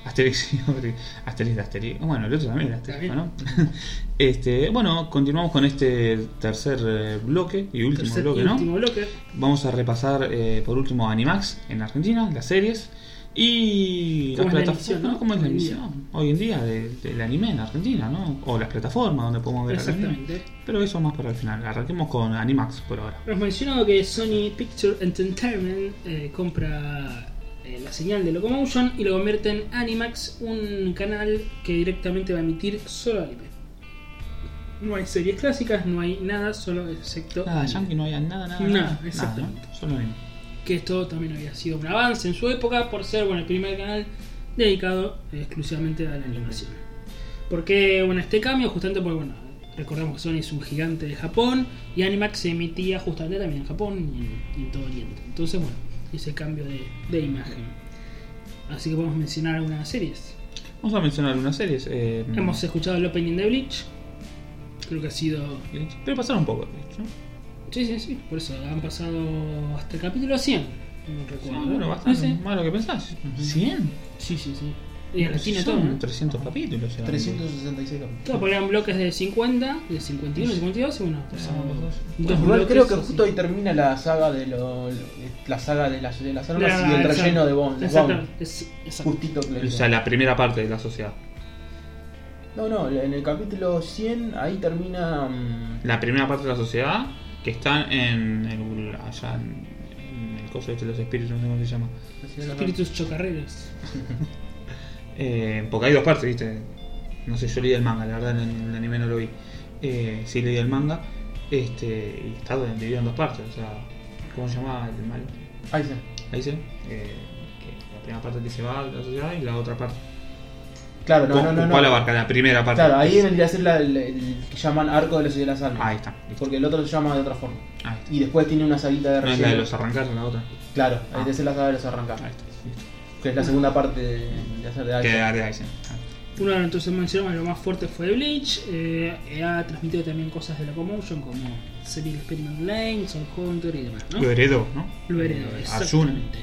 Speaker 1: Asterix y Obelix. Asterix de Asterix. Bueno, el otro también era Asterix, ¿no? este, bueno, continuamos con este tercer eh, bloque y último
Speaker 2: Tercer
Speaker 1: bloque,
Speaker 2: y
Speaker 1: ¿no?
Speaker 2: último bloque.
Speaker 1: Vamos a repasar eh, por último Animax en Argentina, las series y
Speaker 2: ¿Cómo
Speaker 1: las
Speaker 2: es la emisión, no?
Speaker 1: ¿Cómo es la
Speaker 2: Hoy en día.
Speaker 1: emisión hoy en día de- del anime en Argentina, ¿no? O las plataformas donde podemos ver el anime.
Speaker 2: Exactamente.
Speaker 1: Pero eso más para el final. Arranquemos con Animax por ahora.
Speaker 2: Hemos mencionado que Sony Picture Entertainment eh, compra eh, la señal de Locomotion y lo convierte en Animax, un canal que directamente va a emitir solo anime. No hay series clásicas, no hay nada, solo excepto.
Speaker 1: Nada,
Speaker 2: anime.
Speaker 1: Yankee no había nada, nada.
Speaker 2: No,
Speaker 1: nada, ¿no?
Speaker 2: exactamente.
Speaker 1: Solo anime.
Speaker 2: Que esto también había sido un avance en su época por ser bueno, el primer canal dedicado eh, exclusivamente a la animación. ¿Por qué bueno, este cambio? Justamente porque bueno, recordamos que Sony es un gigante de Japón y Animax se emitía justamente también en Japón y en, y en todo Oriente. Entonces, bueno, ese cambio de, de imagen. Así que podemos mencionar algunas series.
Speaker 1: Vamos a mencionar algunas series. eh,
Speaker 2: Hemos escuchado el opening de Bleach. Creo que ha sido.
Speaker 1: Pero pasaron un poco, de hecho.
Speaker 2: Sí, sí, sí. Por eso han pasado hasta el capítulo 100. No recuerdo.
Speaker 1: bueno, bastante más de lo que pensás. 100.
Speaker 2: Sí, sí, sí. Y en Argentina todo,
Speaker 1: Son
Speaker 2: ¿no?
Speaker 1: 300 capítulos. eran.
Speaker 3: 366 capítulos.
Speaker 2: Claro, porque eran bloques de 50, de 51, 52 y bueno,
Speaker 1: Pasaron los dos.
Speaker 2: dos
Speaker 3: Igual
Speaker 2: bloques,
Speaker 3: creo que
Speaker 2: así.
Speaker 3: justo ahí termina la saga de lo, la saga de las, de las armas
Speaker 2: La-
Speaker 3: y el
Speaker 2: exacto.
Speaker 3: relleno de Bond. de
Speaker 2: Exacto,
Speaker 3: Bond.
Speaker 2: es- exacto.
Speaker 3: Justito clarito.
Speaker 1: O sea, la primera parte de la sociedad.
Speaker 3: No, no, en el capítulo 100 ahí termina mm,
Speaker 1: La primera parte de la sociedad que están en el, allá en, en el coso este de los espíritus, no sé cómo se llama.
Speaker 2: Espíritus chocarreros.
Speaker 1: Eh, porque hay dos partes, ¿viste? No sé, yo leí el manga, la verdad en el, anime no lo vi. Eh, sí leí el manga. Este, y está dividido en dos partes. O sea, ¿cómo se llama el malo?
Speaker 3: Ahí está.
Speaker 1: Ahí se. eh, que la primera parte que se va de la sociedad y la otra parte.
Speaker 3: Claro, no,
Speaker 1: ¿Cu-
Speaker 3: no, no,
Speaker 1: ¿Cuál
Speaker 3: no.
Speaker 1: abarca? La primera parte.
Speaker 3: Claro, ahí debería ser la, el, el que llaman arco de los de las almas.
Speaker 1: Ahí está. listo.
Speaker 3: Porque el otro se llama de otra forma.
Speaker 1: Ahí está.
Speaker 3: Y después tiene una saguita de
Speaker 1: No es la de
Speaker 3: relleno.
Speaker 1: los arrancar, la otra.
Speaker 3: Claro,
Speaker 1: Ah.
Speaker 3: ahí debe ser la saga de los arrancar.
Speaker 1: Ahí está. listo.
Speaker 3: Que es la segunda parte de, de hacer de
Speaker 1: Que
Speaker 3: Aizen.
Speaker 1: era de Aizen. Ah.
Speaker 2: Uno entonces mencionamos lo más fuerte fue Bleach. eh, eh, ha transmitido también cosas de Locomotion como Serial Experiment Online, Soul Hunter y demás, ¿no?
Speaker 1: Lo heredó, ¿no?
Speaker 2: Lo heredó,
Speaker 1: Eh, Asuna.
Speaker 2: exactamente.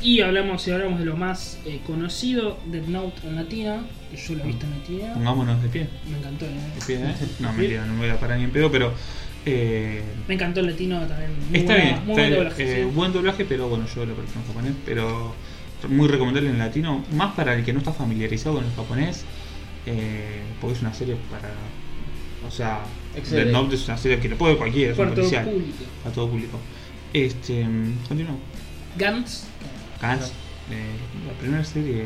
Speaker 2: Y hablamos, si hablamos de lo más eh, conocido, Death Note en latina, que yo lo he visto en latina,
Speaker 1: Pongámonos de pie.
Speaker 2: me encantó, ¿eh?
Speaker 1: De pie, ¿eh? No, mentira, no me voy a parar ni en pedo, pero. eh,
Speaker 2: Me encantó el latino también. Muy
Speaker 1: está
Speaker 2: buena-
Speaker 1: bien,
Speaker 2: muy
Speaker 1: está
Speaker 2: buen
Speaker 1: bien,
Speaker 2: doblaje,
Speaker 1: eh,
Speaker 2: sí.
Speaker 1: buen doblaje, pero bueno, yo lo prefiero en japonés, pero muy recomendable en latino, más para el que no está familiarizado con el japonés, eh, porque es una serie para. O sea,
Speaker 3: Excelente.
Speaker 1: Death Note es una serie que lo puede cualquiera, es un
Speaker 2: Para todo
Speaker 1: policial,
Speaker 2: público.
Speaker 1: para todo público. Este, mm, continuamos.
Speaker 2: Gantz.
Speaker 1: Cans, eh, la primera serie.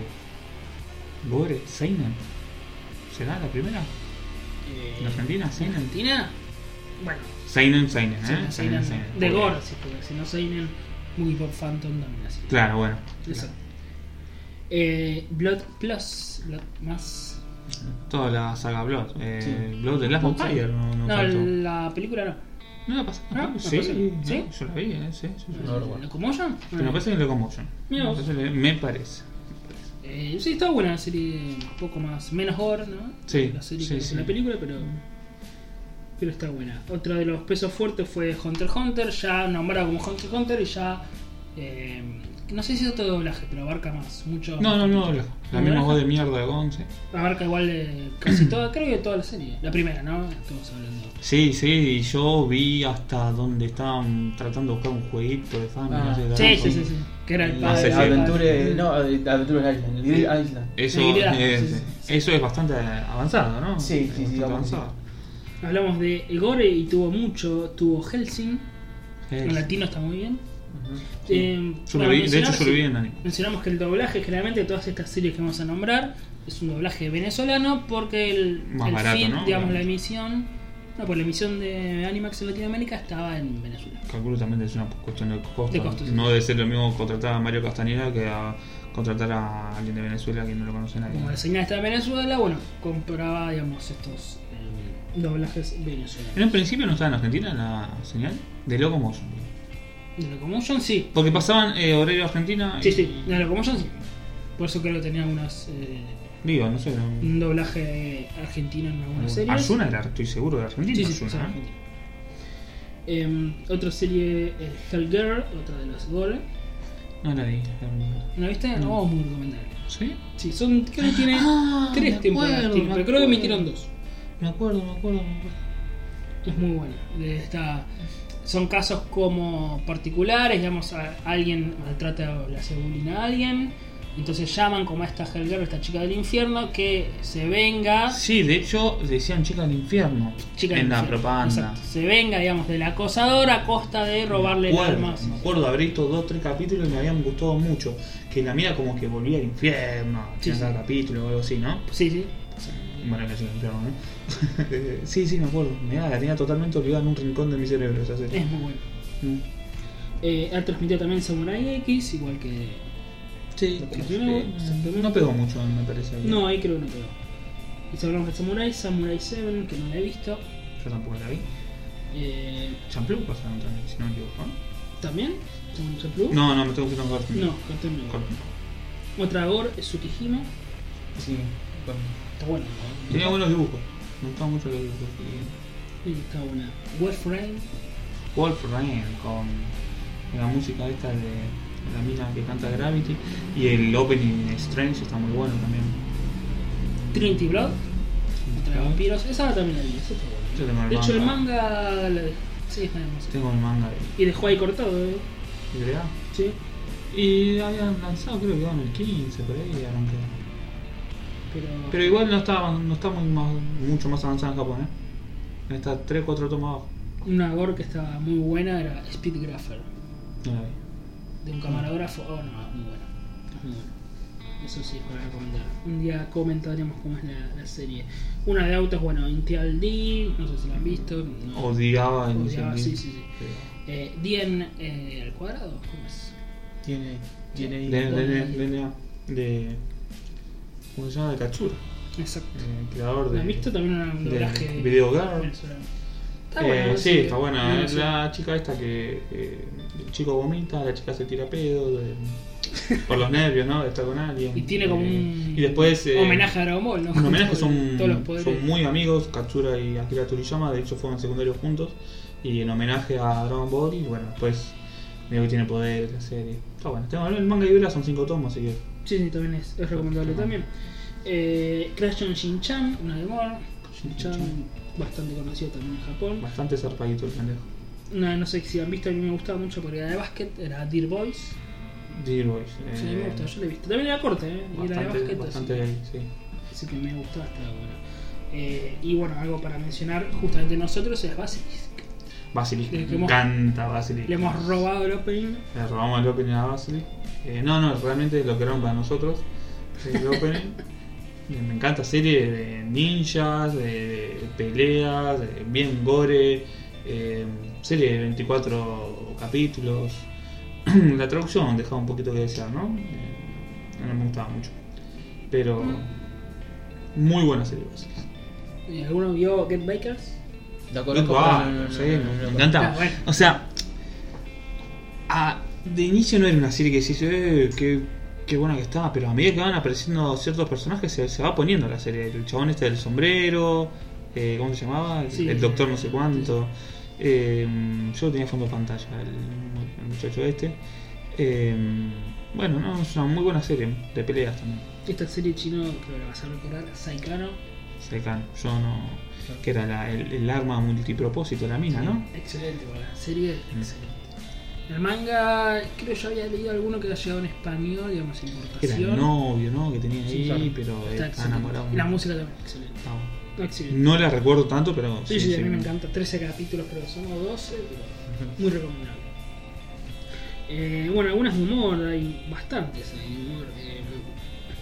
Speaker 1: Gore, Seinen. ¿Será la primera?
Speaker 2: eh,
Speaker 1: ¿En Argentina?
Speaker 2: ¿En
Speaker 1: Seinen.
Speaker 2: Argentina? Bueno,
Speaker 1: Seinen, Seinen, ¿eh?
Speaker 2: Seinen, Seinen,
Speaker 1: Seinen.
Speaker 2: de
Speaker 1: Ok.
Speaker 2: Gore, sí, porque si no Seinen, muy Pop Phantom también así.
Speaker 1: Claro, bueno.
Speaker 2: Eso. Eh, Blood Plus, Blood más.
Speaker 1: Toda la saga Blood. Eh,
Speaker 3: Sí.
Speaker 1: Blood de Last Vampire no, no,
Speaker 2: No,
Speaker 1: faltó.
Speaker 2: la película no.
Speaker 1: ¿No la pasaste?
Speaker 2: ¿No? ¿No
Speaker 1: sí,
Speaker 2: pasó?
Speaker 1: no,
Speaker 2: ¿Sí?
Speaker 1: yo la vi, ¿eh? Sí, sí, sí.
Speaker 3: No, no, bueno.
Speaker 2: ¿Locomotion?
Speaker 1: Pero me parece que es Locomotion.
Speaker 2: Mira vos.
Speaker 1: Me parece- Me parece.
Speaker 2: Eh, sí, está buena la serie, un poco más, menos gore, ¿no?
Speaker 1: Sí,
Speaker 2: La serie
Speaker 1: sí,
Speaker 2: que
Speaker 1: sí.
Speaker 2: la película, pero pero está buena. Otro de los pesos fuertes fue Hunter x Hunter, ya nombrado como Hunter x Hunter y ya... eh, no sé si es otro doblaje, pero abarca más, mucho...
Speaker 1: No, no, no, la, la misma
Speaker 2: ¿No?
Speaker 1: voz de mierda de Gonce.
Speaker 2: Abarca igual eh, casi toda, creo que toda la serie. La primera, ¿no? Estamos hablando.
Speaker 1: Sí, sí, y yo vi hasta donde estaban tratando de buscar un jueguito de fan.
Speaker 3: Ah.
Speaker 1: no sé, de
Speaker 2: Sí,
Speaker 1: algo.
Speaker 2: sí, sí, sí. Que era el
Speaker 3: El
Speaker 1: Ah, sí,
Speaker 2: padre.
Speaker 1: sí.
Speaker 3: Aventure, no, eh, Aventure Island, el Grill Island.
Speaker 1: Eso,
Speaker 2: Negrera,
Speaker 1: es,
Speaker 2: sí, sí, sí.
Speaker 1: eso es bastante avanzado, ¿no?
Speaker 3: Sí, sí,
Speaker 1: Es
Speaker 3: sí,
Speaker 1: bastante
Speaker 3: vamos, sí.
Speaker 1: avanzado.
Speaker 2: Hablamos de Gore y tuvo mucho, tuvo Helsing, en latino está muy bien. Eh,
Speaker 1: Yo
Speaker 2: bueno,
Speaker 1: lo vi, de hecho,
Speaker 2: mencionar
Speaker 1: yo lo
Speaker 2: si-
Speaker 1: vi en anime.
Speaker 2: Mencionamos que el doblaje, generalmente todas estas series que vamos a nombrar, es un doblaje venezolano porque el,
Speaker 1: Más
Speaker 2: el
Speaker 1: barato,
Speaker 2: fin,
Speaker 1: ¿no?
Speaker 2: digamos, la
Speaker 1: Obviamente.
Speaker 2: emisión, no, pues la emisión de Animax en Latinoamérica estaba en Venezuela.
Speaker 1: Calculo también que es una cuestión de costos.
Speaker 2: De costos, sí.
Speaker 1: no debe ser lo mismo contratar a Mario Castañeda que a contratar a alguien de Venezuela que no lo conoce nadie.
Speaker 2: Como la señal estaba en Venezuela, bueno, compraba, digamos, estos eh, doblajes venezolanos.
Speaker 1: En un principio no estaba en Argentina la señal de Locomotion.
Speaker 2: De Locomotion sí.
Speaker 1: Porque pasaban eh, horario Argentina. y-
Speaker 2: Sí, sí, de Locomotion sí. Por eso creo que tenía algunas, eh,
Speaker 1: Digo, no sé. No,
Speaker 2: un doblaje argentino en algunas series.
Speaker 1: Asuna era, estoy seguro, de Argentina.
Speaker 2: Sí, sí, sí,
Speaker 1: Asuna,
Speaker 2: sí,
Speaker 1: ¿eh?
Speaker 2: Argentina. Em, otra serie, eh, Hellgirl, otra de los gore.
Speaker 1: No la vi. la-
Speaker 2: ¿No viste? No,
Speaker 1: No.
Speaker 2: vamos muy recomendable.
Speaker 1: ¿Sí?
Speaker 2: Sí, son, creo que tiene
Speaker 1: Ah, me
Speaker 2: tres temporadas,
Speaker 1: acuerdo,
Speaker 2: tiene,
Speaker 1: me
Speaker 2: pero creo
Speaker 1: acuerdo.
Speaker 2: que emitieron dos.
Speaker 1: Me acuerdo, me acuerdo, me acuerdo.
Speaker 2: Es muy buena. De esta- son casos como particulares, digamos, a- alguien maltrata o le hace bullying a alguien. Entonces llaman como a esta Hellgirl, esta chica del infierno, que se venga.
Speaker 1: Sí, de hecho decían chica del infierno
Speaker 2: Chica del
Speaker 1: en la
Speaker 2: infierno,
Speaker 1: propaganda.
Speaker 2: exacto, se venga, digamos, del acosador a costa de robarle el
Speaker 1: acuerdo,
Speaker 2: alma.
Speaker 1: Me acuerdo de haber visto dos, tres capítulos y me habían gustado mucho. Que la mía como que volvía al infierno, al
Speaker 2: Sí,
Speaker 1: final
Speaker 2: sí.
Speaker 1: cada capítulo o algo así, ¿no?
Speaker 2: Sí, sí.
Speaker 1: Bueno, casi al infierno, ¿no? Eh, sí, sí, me acuerdo. Mirá, la tenía totalmente olvidada en un rincón de mi cerebro esa serie.
Speaker 2: Es muy bueno.
Speaker 1: Mm.
Speaker 2: Eh, ha transmitido también Samurai X, igual que.
Speaker 1: Sí,
Speaker 2: Lo
Speaker 1: sí,
Speaker 2: primero,
Speaker 1: no, pegó mucho, me parece.
Speaker 2: No, ahí creo que no pegó. Y si hablamos de Samurai, Samurai 7, que no la he visto.
Speaker 1: Yo tampoco la vi.
Speaker 2: Eh,
Speaker 1: Champloo pasaron también, si no me equivoco. ¿no?
Speaker 2: ¿También? ¿Son Blue?
Speaker 1: No, no, me tengo que con Cartoon.
Speaker 2: No, Cartoon Network.
Speaker 1: Cartoon.
Speaker 2: Otra gore es Tsukihime.
Speaker 3: Sí, con-
Speaker 2: Está buena, ¿no?
Speaker 1: Tenía buenos dibujos. Me gustaban mucho los dibujos. Y
Speaker 2: Sí, está buena. Wolf Rain.
Speaker 1: Wolf Rain con la música esta de la mina que canta Gravity. Y el opening de Strange está muy bueno también.
Speaker 2: Trinity Blood. Otra de vampiros. Esa también la vi. Esa está
Speaker 1: Yo tengo
Speaker 2: buena.
Speaker 1: el
Speaker 2: De hecho, el
Speaker 1: manga.
Speaker 2: manga. la- Sí, está hermoso.
Speaker 1: Tengo el manga de
Speaker 2: Y dejó ahí cortado, ¿eh?
Speaker 1: de A.
Speaker 2: Sí.
Speaker 1: Y habían lanzado, creo que en el 15 por ahí. Arranqué.
Speaker 2: Pero.
Speaker 1: Pero igual no está, no está muy más, mucho más avanzada en Japón. ¿eh? Está 3-4 tomas abajo.
Speaker 2: Una gore que estaba muy buena era Speedgrapher.
Speaker 1: No la vi.
Speaker 2: De un camarógrafo. Oh, no, es muy bueno. Es muy bueno. Eso sí, es para recomendar. Un día comentaremos cómo es la, la serie. Una de autos, bueno, Intial D. No sé si la han visto. no.
Speaker 1: Oh. Odiaba el
Speaker 2: Odiaba, sí,
Speaker 1: Incendio.
Speaker 2: sí, sí. Eh, Dien eh, al cuadrado, ¿cómo es?
Speaker 3: tiene, tiene
Speaker 1: De,
Speaker 3: ahí.
Speaker 1: de, de, de, de- ¿Cómo se llama? De Katsura.
Speaker 2: Exacto.
Speaker 1: El creador de.
Speaker 2: ¿Has visto también un
Speaker 1: de
Speaker 2: doblaje
Speaker 1: Video Girl.
Speaker 2: venezolano? Está
Speaker 1: Eh,
Speaker 2: bueno,
Speaker 1: sí, está buena.
Speaker 2: bueno,
Speaker 1: Es
Speaker 2: sí.
Speaker 1: la chica esta que. eh, el chico vomita, la chica se tira pedo. de- por los nervios, ¿no? De estar con alguien.
Speaker 2: Y tiene como
Speaker 1: Eh,
Speaker 2: un
Speaker 1: Y después. eh,
Speaker 2: homenaje a Dragon Ball, ¿no?
Speaker 1: Un homenaje, son,
Speaker 2: todos los poderes.
Speaker 1: son muy amigos, Katsura y Akira Toriyama, de hecho fueron secundarios juntos, y en homenaje a Dragon Ball, y bueno, después medio que tiene poder la serie. Está bueno, tengo el manga y vela son 5 tomos, así que
Speaker 2: Sí, sí, también es, es recomendable también. Eh, Crash on Shin-Chan, una de Gore. Shin-Chan,
Speaker 1: Shin-Chan.
Speaker 2: bastante conocido también en Japón.
Speaker 1: bastante zarpadito el pendejo.
Speaker 2: Una, no sé si han visto, a mí me gustaba mucho porque era de básquet, era Dear Boys.
Speaker 1: Dear Boys,
Speaker 2: Sí,
Speaker 1: eh,
Speaker 2: me gustaba, yo la he visto. También era corta, ¿eh? Y era de
Speaker 1: bastante,
Speaker 2: básquet, así
Speaker 1: bastante
Speaker 2: que-
Speaker 1: gay, sí.
Speaker 2: Así que me gustó, estaba bueno. Eh, y bueno, algo para mencionar justamente nosotros es Basilisk.
Speaker 1: Basilisk,
Speaker 2: Le
Speaker 1: me
Speaker 2: hemos-
Speaker 1: encanta Basilisk.
Speaker 2: Le hemos robado el opening.
Speaker 1: Le robamos el opening a Basilisk. Eh, no, no, realmente lo crearon para nosotros, el opening. Eh, Me encanta serie de ninjas, de, de peleas, de bien gore, eh, serie de 24 capítulos. La traducción dejaba un poquito que desear, ¿no? Eh, no me gustaba mucho. Pero muy buena serie. Basilisk.
Speaker 2: Eh, ¿Alguno vio Get Bakers?
Speaker 3: La
Speaker 1: Loco,
Speaker 3: conozco,
Speaker 1: ah,
Speaker 3: pero no- no-
Speaker 1: sí,
Speaker 3: no-
Speaker 1: me-
Speaker 3: no- no-
Speaker 1: me
Speaker 3: no-
Speaker 1: encantaba.
Speaker 2: Ah, bueno.
Speaker 1: O sea, a- de inicio no era una serie que decís, eh, qué, qué buena que está, pero a medida que van apareciendo ciertos personajes se, se va poniendo la serie. El chabón este del sombrero, eh, ¿cómo se llamaba? El,
Speaker 2: Sí.
Speaker 1: el doctor no sé cuánto. Eh, yo tenía fondo de pantalla, el, el muchacho este. Eh, bueno, no, es una muy buena serie de peleas también.
Speaker 2: Esta serie chino creo que la vas a recordar, Saikano.
Speaker 1: Saikan, yo no. que era la- el, el arma multipropósito, la mina, ¿no?
Speaker 2: Excelente, bueno, la serie
Speaker 1: Mm.
Speaker 2: excelente. El manga, creo yo había leído alguno que había llegado en español, digamos,
Speaker 1: Era
Speaker 2: importación.
Speaker 1: el novio, ¿no? Que tenía ahí,
Speaker 2: Sí, claro.
Speaker 1: pero
Speaker 2: Está
Speaker 1: está,
Speaker 2: excelente.
Speaker 1: enamorado.
Speaker 2: Y La música también, excelente.
Speaker 1: Está bueno.
Speaker 2: Excelente.
Speaker 1: No la recuerdo tanto, pero.
Speaker 2: Sí, sí, a mí me encanta. 13 capítulos, creo que son o 12, pero muy recomendable. Eh, bueno, algunas de humor, hay bastantes hay de humor. Eh,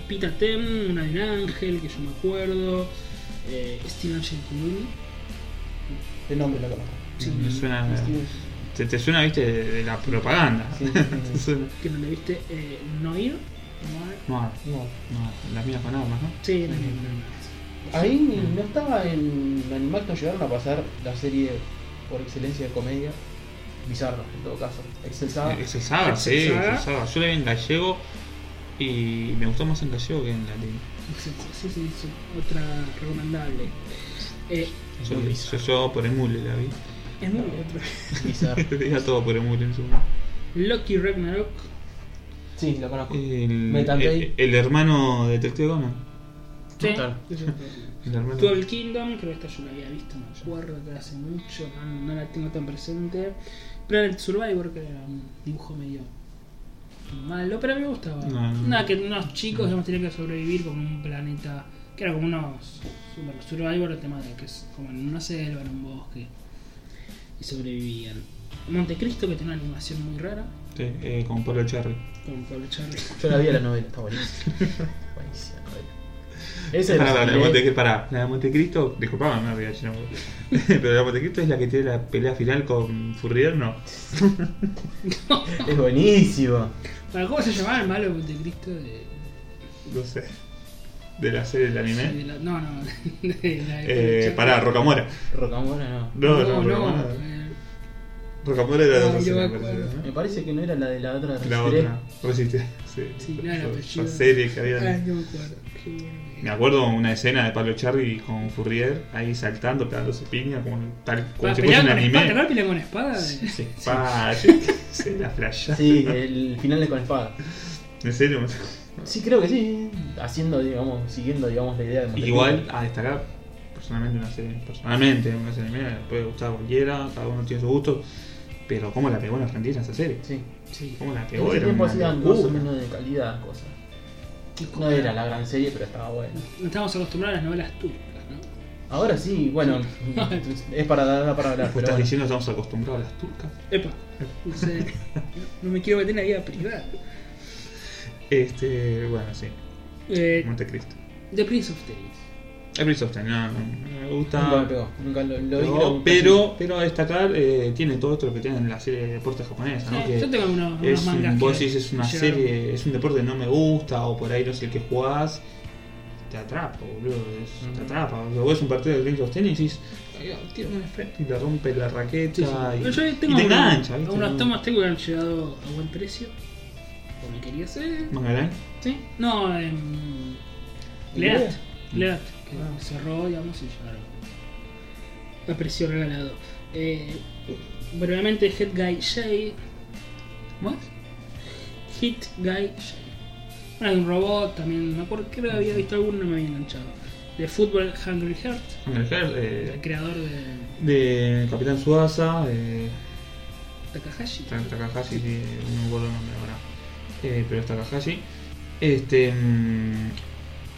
Speaker 2: Pita Tem, una de Ángel, que yo me acuerdo. Eh, Steel Angel Community.
Speaker 3: El nombre lo conozco.
Speaker 1: Sí, me suena. Te, te suena, viste, de, de la propaganda.
Speaker 3: Sí, sí, sí.
Speaker 1: Te suena.
Speaker 2: que no le viste eh, Noir. Noir.
Speaker 1: No, no,
Speaker 3: No.
Speaker 1: las minas con armas, ¿no?
Speaker 2: Sí, no,
Speaker 3: Ahí no estaba en Animal, no llegaron a pasar la serie por excelencia de comedia. Bizarro, en todo caso. Excelsada.
Speaker 1: Es el Saga, sí,
Speaker 2: Excel
Speaker 1: es
Speaker 2: Ah. Saga.
Speaker 1: el Saga. Yo la vi en gallego y me gustó más en gallego que en latín.
Speaker 2: Sí, sí, sí, sí, otra recomendable. Eh,
Speaker 1: Yo, yo, yo por el mule la vi.
Speaker 2: Es muy otro.
Speaker 3: Bizarro.
Speaker 1: Era todo por Emule en su momento.
Speaker 2: Loki Ragnarok.
Speaker 5: Sí, lo conozco.
Speaker 1: El,
Speaker 5: Metal Blade.
Speaker 1: el, el hermano de Detective Conan.
Speaker 2: Sí.
Speaker 3: Total.
Speaker 1: El hermano.
Speaker 2: Dual Kingdom, creo que esta yo la había visto, me acuerdo que hace mucho, no, no la tengo tan presente. Planet Survivor, que era un dibujo medio malo, pero a mí me gustaba.
Speaker 1: No, no.
Speaker 2: Nada, que unos chicos digamos, tenían que sobrevivir con un planeta que era como unos super Survivor, el tema de que es como en una selva, en un bosque, y sobrevivían. Montecristo, que tiene una animación muy rara,
Speaker 1: Sí, eh, con Pablo Cherry.
Speaker 2: con Pablo Charlie.
Speaker 3: Yo la vi a la novela, está buenísima. buenísima la novela. Esa
Speaker 1: Pará, pará, la, de
Speaker 3: es
Speaker 1: Monte, pará, la de Montecristo, disculpame, me voy a chinar. Pero la de Montecristo es la que tiene la pelea final con Furrier, no.
Speaker 3: es buenísima.
Speaker 2: Bueno, ¿Cómo se llamaba el malo de Montecristo? De...
Speaker 1: No sé. De la serie del anime.
Speaker 2: de la- no, no, de la de
Speaker 1: eh,
Speaker 2: Pablo
Speaker 1: pará,
Speaker 2: Charri.
Speaker 1: Rocamora.
Speaker 3: Rocamora no.
Speaker 1: No, no,
Speaker 2: no,
Speaker 1: Rocamora.
Speaker 2: eh,
Speaker 1: Rocamora era de
Speaker 2: No,
Speaker 1: otra
Speaker 2: yo
Speaker 1: serie,
Speaker 2: me
Speaker 1: me parece,
Speaker 2: acuerdo.
Speaker 1: ¿no?
Speaker 3: Me parece que no era la de la otra
Speaker 1: La
Speaker 3: Resistiré.
Speaker 1: otra, Resiste. Sí,
Speaker 2: Sí, pues no era
Speaker 1: Esa-
Speaker 2: apellido.
Speaker 1: esa serie que había.
Speaker 2: ah, no me acuerdo. Qué bueno.
Speaker 1: Me acuerdo una escena de Pablo Charri con Furrier ahí saltando, pegándose piña, como, tal, como
Speaker 2: Pa-
Speaker 1: si fuese
Speaker 2: peleaban
Speaker 1: un
Speaker 2: con espada, ¿te
Speaker 1: anime.
Speaker 2: acuerdas pelean con espada? Sí.
Speaker 1: Sí, pa, sí, sí, la flashada.
Speaker 3: Sí, eh. el final es con espada.
Speaker 1: En serio.
Speaker 3: Sí, creo que sí. Haciendo, digamos, siguiendo, digamos, la idea de Montecristo.
Speaker 1: Igual a destacar personalmente una serie. Personalmente, una serie mía, le puede gustar a cualquiera, cada uno tiene su gusto. Pero cómo la pegó en Argentina esa serie.
Speaker 3: Sí.
Speaker 1: Cómo la
Speaker 3: En
Speaker 1: pegó.
Speaker 3: ese
Speaker 1: Era
Speaker 3: tiempo
Speaker 1: una
Speaker 3: hacían más o
Speaker 1: locura.
Speaker 3: menos de calidad cosas. No era la gran serie, pero estaba buena.
Speaker 2: No estamos acostumbrados a las novelas turcas, ¿no?
Speaker 3: Ahora sí, bueno, es para dar para hablar,
Speaker 1: Vos
Speaker 3: pero
Speaker 1: estás
Speaker 3: bueno.
Speaker 1: diciendo que estamos acostumbrados a las turcas.
Speaker 2: Epa, no sé. no me quiero meter en la vida privada.
Speaker 1: Este, bueno, sí.
Speaker 2: Eh,
Speaker 1: Montecristo.
Speaker 2: The Prince of Tennis.
Speaker 1: Every Software, no, no, no me gusta.
Speaker 3: Nunca me pegó, nunca lo, lo vi.
Speaker 1: No,
Speaker 3: creo que
Speaker 1: ah, pero, pero a destacar, eh, tiene todo esto lo que tiene en la serie de deportes japonesa, ¿no?
Speaker 2: Sí,
Speaker 1: Que
Speaker 2: yo tengo algunos,
Speaker 1: es
Speaker 2: unos
Speaker 1: un-
Speaker 2: mangas.
Speaker 1: vos
Speaker 2: que
Speaker 1: decís, es una
Speaker 2: llegaron.
Speaker 1: serie, es un deporte que no me gusta, o por ahí no sé el que jugás, te atrapa, boludo, es- te
Speaker 3: Ujú.
Speaker 1: atrapa. boludo. Vos ves un partido de tenis tenis y decís, "Ay, oh, tira una frente y te rompe la raqueta
Speaker 2: Sí, sí.
Speaker 1: Y,
Speaker 2: No, yo
Speaker 1: y
Speaker 2: tengo
Speaker 1: te
Speaker 2: algunos-
Speaker 1: engancha, ¿viste?
Speaker 2: Algunos
Speaker 1: No.
Speaker 2: tomas tengo que han llegado a buen precio. O me quería hacer.
Speaker 1: Mangalán.
Speaker 2: ¿Sí? No, em. Leat. Leat, que cerró, digamos, y llegaron. A precio regalado. Eh, brevemente, Hit Guy Shay. ¿What? Hit Guy Shay. Bueno, hay un robot también, no acuerdo, creo que había visto alguno, no me había enganchado. De Football Hungry Heart,
Speaker 1: Mangalán, eh,
Speaker 2: el creador de
Speaker 1: de Capitán eh, Suasa,
Speaker 2: Takahashi.
Speaker 1: Ta- Takahashi, sí, no me acuerdo el nombre ahora. Eh, pero es Takahashi. Este, mm,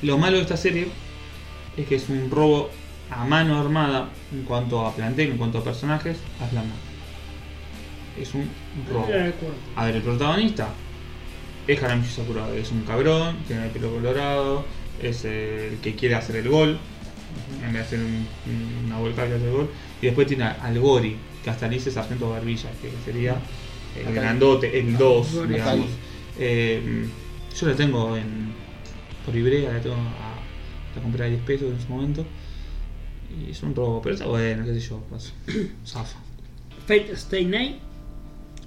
Speaker 1: lo malo de esta serie es que es un robo a mano armada en cuanto a planteo, en cuanto a personajes, a mano. Es un robo.
Speaker 2: Era el cuerpo.
Speaker 1: A ver, el protagonista es Haramichi Sakuraba, es un cabrón, tiene el pelo colorado, es eh, el que quiere hacer el gol, en vez de hacer un- un- una volcada que hace el gol, y después tiene a- al Gori, que hasta le dice Sargento Barbilla, que sería el
Speaker 3: Akagi.
Speaker 1: grandote, el 2,
Speaker 2: Akagi.
Speaker 1: digamos. Eh, yo la tengo en, por Ibrea, la tengo a, la compré a 10 pesos en su momento, y es un robo, pero está bueno, qué sé yo, pues, zafa.
Speaker 2: Fate Stay Night,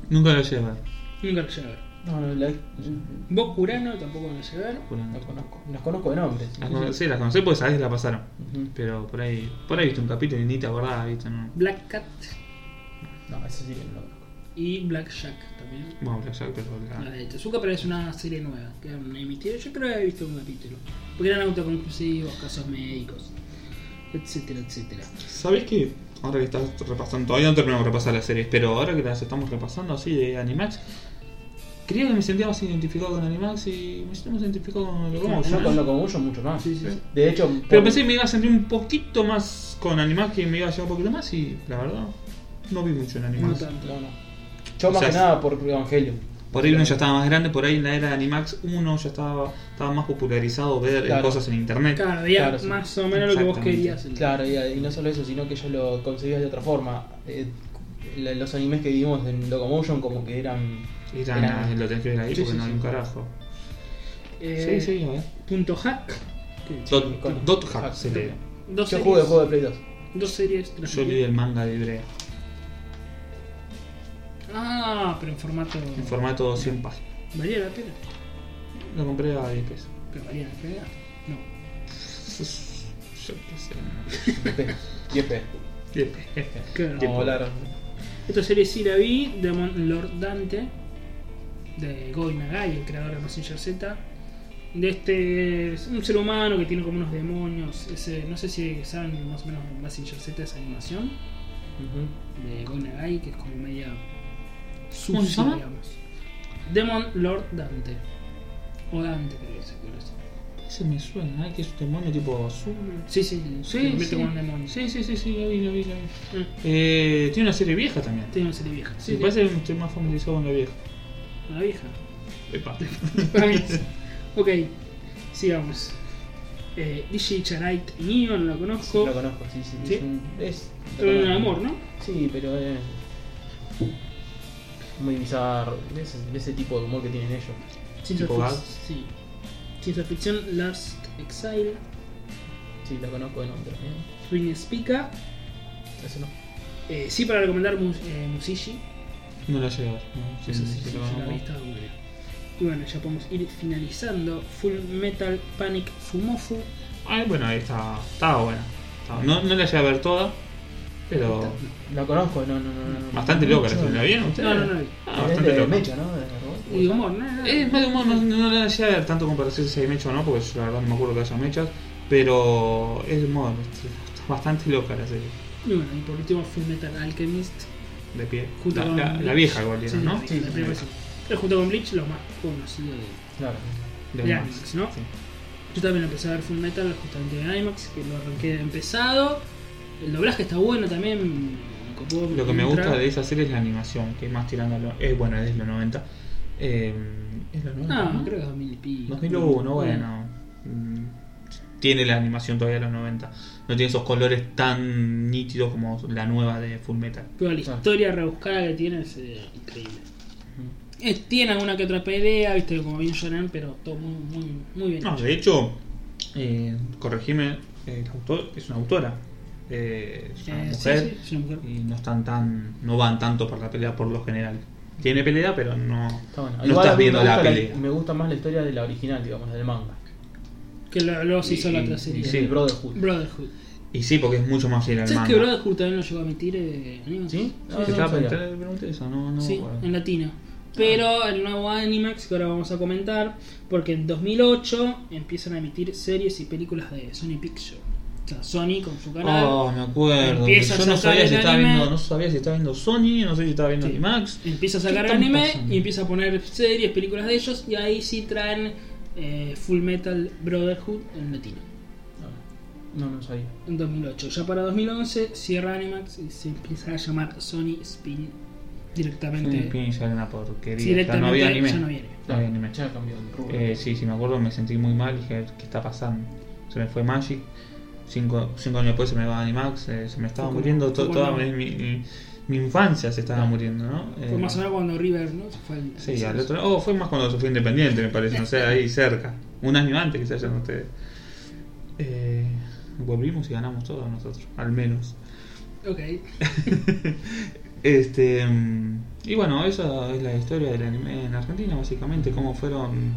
Speaker 1: Nunca lo llevé a ver,
Speaker 2: nunca lo llegaron.
Speaker 3: No, no, la,
Speaker 2: Bokurano tampoco lo llegaron.
Speaker 1: jurando.
Speaker 3: la conozco, las conozco de nombres.
Speaker 1: Las cono- sí, las conocí porque sabés que la pasaron.
Speaker 3: Ujú.
Speaker 1: Pero por ahí, por ahí viste un capítulo y ni te acordás, viste, no.
Speaker 2: Black Cat.
Speaker 3: No, ese sí que no lo conozco.
Speaker 2: y Black Jack también.
Speaker 1: Bueno, pero ya, pero
Speaker 2: La
Speaker 1: la-
Speaker 2: de Tezuka, pero es una serie nueva que han emitido. Yo creo que había visto un capítulo. Porque eran autoconclusivos, casos médicos, etcétera, etcétera.
Speaker 1: ¿Sabés qué? Ahora que estás repasando, todavía no terminamos de repasar las series, pero ahora que las estamos repasando así de Animax, creía que me sentía más identificado con Animax y me sentí más identificado con lo
Speaker 2: Con
Speaker 1: como
Speaker 3: Yo con lo mucho, mucho más.
Speaker 2: Sí, sí, sí.
Speaker 3: De hecho,
Speaker 1: Pero
Speaker 3: por-
Speaker 1: pensé que me iba a sentir un poquito más con Animax, que me iba a llevar un poquito más y la verdad, no vi mucho en
Speaker 2: No
Speaker 1: Animax.
Speaker 2: tanto.
Speaker 3: No, no. Yo
Speaker 1: O
Speaker 3: más
Speaker 1: sea,
Speaker 3: que nada por Evangelion.
Speaker 1: Por ahí uno ya estaba más grande, por ahí en la era de Animax uno ya estaba, estaba más popularizado ver eh,
Speaker 3: Claro.
Speaker 1: cosas en internet.
Speaker 2: Claro, había
Speaker 3: Claro, sí.
Speaker 2: más o menos lo que vos
Speaker 1: Exactamente.
Speaker 2: querías. El-
Speaker 3: Claro, y, y no solo eso, sino que ya lo concebías de otra forma. Eh, la- los animes que vimos en Locomotion como que eran...
Speaker 1: Eran
Speaker 3: eran-
Speaker 1: las- lo tenés que ver ahí
Speaker 2: Sí,
Speaker 1: porque
Speaker 2: sí,
Speaker 1: no hay
Speaker 2: sí.
Speaker 1: un carajo.
Speaker 2: Eh,
Speaker 1: sí, sí, a ver.
Speaker 2: Punto hack. que-
Speaker 1: Dot,
Speaker 3: con-
Speaker 1: dot hack
Speaker 3: hack.
Speaker 1: se lee.
Speaker 2: Dos
Speaker 3: Yo
Speaker 2: series,
Speaker 3: jugué el juego de Play 2.
Speaker 2: dos series
Speaker 1: Yo leí el manga de Ibrea
Speaker 2: Ah, pero en formato.
Speaker 1: en formato 100 páginas.
Speaker 2: ¿Valía la pena?
Speaker 1: Lo compré a 10 pesos.
Speaker 2: ¿Pero valía la pena? No.
Speaker 1: Yo qué sé.
Speaker 3: 10p. 10p.
Speaker 2: Claro.
Speaker 1: Tipo-
Speaker 3: Como volar.
Speaker 2: Esta serie sí la vi, Demon Lord Dante, de Goi Nagai, el creador de Messenger Z. De este. es un ser humano que tiene como unos demonios. Ese, no sé si saben más o menos Messenger Z esa animación
Speaker 3: Ujú.
Speaker 2: de Goi Nagai, que es como media.
Speaker 1: ¿Cómo se
Speaker 2: sucia,
Speaker 1: llama?
Speaker 2: digamos. Demon Lord Dante. O Dante, creo que se conoce.
Speaker 1: Ese me suena, ay, que es un demonio tipo azul.
Speaker 2: Sí, sí, sí.
Speaker 1: Sí,
Speaker 2: se convierte
Speaker 1: sí.
Speaker 2: como un demonio.
Speaker 1: Sí, sí, sí, sí, la vi, la vi, la vi.
Speaker 2: Eh,
Speaker 1: Eh, tiene una serie vieja también.
Speaker 2: Tiene una serie vieja. Sí,
Speaker 1: me parece que estoy más familiarizado con la vieja.
Speaker 2: Una vieja.
Speaker 1: Epa.
Speaker 2: Para mí es- ok, sigamos. Eh, DJ Charite Neon, lo conozco.
Speaker 3: Lo conozco, sí, sí.
Speaker 2: Sí.
Speaker 3: Es un, es-
Speaker 2: Pero en el amor, ¿no?
Speaker 3: Sí, pero es. Muy bizarro. De ese, de ese tipo de humor que tienen ellos.
Speaker 2: Ciencia,
Speaker 1: Tipo
Speaker 2: fic-
Speaker 1: Gas.
Speaker 2: sí. Ciencia ficción, Last Exile,
Speaker 3: Sí, la conozco de nombre. ¿eh?
Speaker 2: Rin Spica.
Speaker 3: Ese no.
Speaker 2: Eh, sí, para recomendar Mus- eh, Musishi.
Speaker 1: No la llegué a ver. No, sí,
Speaker 2: Eso
Speaker 1: sí,
Speaker 2: sí,
Speaker 1: sí,
Speaker 2: sí,
Speaker 1: lo
Speaker 2: yo la
Speaker 1: conozco.
Speaker 2: vi, estaba buena. Y bueno, ya podemos ir finalizando. Full Metal Panic Fumofu.
Speaker 1: Ay, bueno, ahí está, estaba buena. Estaba- no, no la llegué a ver toda, pero
Speaker 3: La conozco, no, no, no. no
Speaker 1: bastante
Speaker 3: no,
Speaker 1: loca la
Speaker 3: no,
Speaker 1: serie. ¿La
Speaker 3: no.
Speaker 1: vieron ustedes?
Speaker 2: No, no, no la vi.
Speaker 1: Ah,
Speaker 3: Es
Speaker 1: bastante
Speaker 3: de
Speaker 1: loca. Eh,
Speaker 3: Mecha, ¿no? De robot. pues,
Speaker 2: Y humor, ¿no?
Speaker 1: Es más de humor, no, no la llegué a ver tanto con parecer si hay mecha o no, porque yo la verdad no me acuerdo que haya mechas, pero es de humor, está bastante loca la serie.
Speaker 2: Y bueno, y por último Full Metal Alchemist.
Speaker 1: De pie.
Speaker 2: Junto
Speaker 1: la,
Speaker 2: con
Speaker 1: la-
Speaker 2: Bleach.
Speaker 1: la vieja igual era,
Speaker 2: Sí,
Speaker 1: ¿no?
Speaker 2: la vieja,
Speaker 3: Sí,
Speaker 2: la
Speaker 3: sí,
Speaker 2: primera
Speaker 1: la
Speaker 2: sí. Pero junto con Bleach, los más conocidos de.
Speaker 3: Claro.
Speaker 1: De
Speaker 2: de
Speaker 1: Animax.
Speaker 2: Animax, ¿no?
Speaker 1: Sí.
Speaker 2: Yo también empecé a ver Full Metal justamente en IMAX, que lo arranqué de empezado. El doblaje está bueno también. me copó
Speaker 1: Lo que me
Speaker 2: entrar.
Speaker 1: gusta de esa serie es la animación, que es más tirándolo. Es bueno, es de los 90. Eh, ¿Es los 90?
Speaker 2: No, Ah, creo que es 2000 y pico.
Speaker 1: 2001, bueno. Mm, Tiene la animación todavía de los 90. No tiene esos colores tan nítidos como la nueva de Full Metal.
Speaker 2: Pero la historia rebuscada que tiene es eh, increíble. Eh, tiene alguna que otra pelea, viste, como bien lloran, pero todo muy, muy, muy bien.
Speaker 1: No,
Speaker 2: hecho.
Speaker 1: de hecho, eh, corregime, eh, el autor es una autora. eh, es una
Speaker 2: Eh, sí,
Speaker 1: mujer.
Speaker 2: sí, es una mujer.
Speaker 1: y no están tan no van tanto por la pelea por lo general tiene pelea pero no
Speaker 3: Está bueno.
Speaker 1: no
Speaker 3: Igual a
Speaker 1: estás
Speaker 3: mí me
Speaker 1: viendo la
Speaker 3: gusta
Speaker 1: pelea
Speaker 3: Me gusta más la historia de la original, digamos, la del manga.
Speaker 2: Que lo- luego se hizo
Speaker 1: Y-
Speaker 2: la otra
Speaker 1: y-
Speaker 2: serie.
Speaker 1: Sí.
Speaker 3: El Brotherhood.
Speaker 2: Brotherhood.
Speaker 1: y sí porque es mucho más fiel al
Speaker 2: ¿Sabes
Speaker 1: manga
Speaker 2: que Brotherhood también lo llegó a emitir eh, en IMAX?
Speaker 3: ¿Sí?
Speaker 1: Te
Speaker 3: no
Speaker 1: estaba
Speaker 3: sabía.
Speaker 1: preguntando- te pregunté eso no Ah. no
Speaker 2: Sí,
Speaker 1: recuerdo.
Speaker 2: en latino. Pero el nuevo Animax que ahora vamos a comentar, porque en 2008 empiezan a emitir series y películas de Sony Pictures. O sea, Sony con su canal.
Speaker 1: Oh, me acuerdo.
Speaker 2: Empieza a
Speaker 1: Yo no
Speaker 2: sacar
Speaker 1: sabía
Speaker 2: el
Speaker 1: si estaba
Speaker 2: anime.
Speaker 1: viendo, no sabía si estaba viendo Sony, no sé si estaba viendo
Speaker 2: Sí.
Speaker 1: Animax.
Speaker 2: Empieza a
Speaker 1: ¿Qué
Speaker 2: sacar
Speaker 1: están
Speaker 2: anime
Speaker 1: pasando?
Speaker 2: y empieza a poner series, películas de ellos, y ahí sí traen eh, Full Metal Brotherhood en latino.
Speaker 3: No, no sabía.
Speaker 2: En 2008. Ya para 2011 cierra Animax y se empieza a llamar Sony Spin directamente.
Speaker 1: Sí, pin, ya era una porquería.
Speaker 2: Sí, directamente
Speaker 1: Ya no había anime.
Speaker 2: ya no viene.
Speaker 1: No había anime.
Speaker 3: Ya cambió el rubro.
Speaker 1: Eh, sí, sí, me acuerdo, me sentí muy mal. Dije, ¿qué está pasando? Se me fue Magic. Cinco, cinco años después se me va Animax. eh, se me estaba
Speaker 2: Fue
Speaker 1: muriendo.
Speaker 2: como-
Speaker 1: to-
Speaker 2: fue
Speaker 1: toda
Speaker 2: como-
Speaker 1: mi, mi- mi infancia se estaba muriendo, ¿no?
Speaker 2: Fue
Speaker 1: Eh,
Speaker 2: más o menos cuando River, ¿no? Se fue al-
Speaker 1: Sí, al otro lado. Oh, fue más cuando se fue independiente, me parece. No sé, ahí cerca. Un año antes que se hayan ustedes. Eh, volvimos y ganamos todos nosotros, al menos.
Speaker 2: Ok.
Speaker 1: Este. mm, Y bueno, esa es la historia del anime en Argentina, básicamente. Cómo fueron.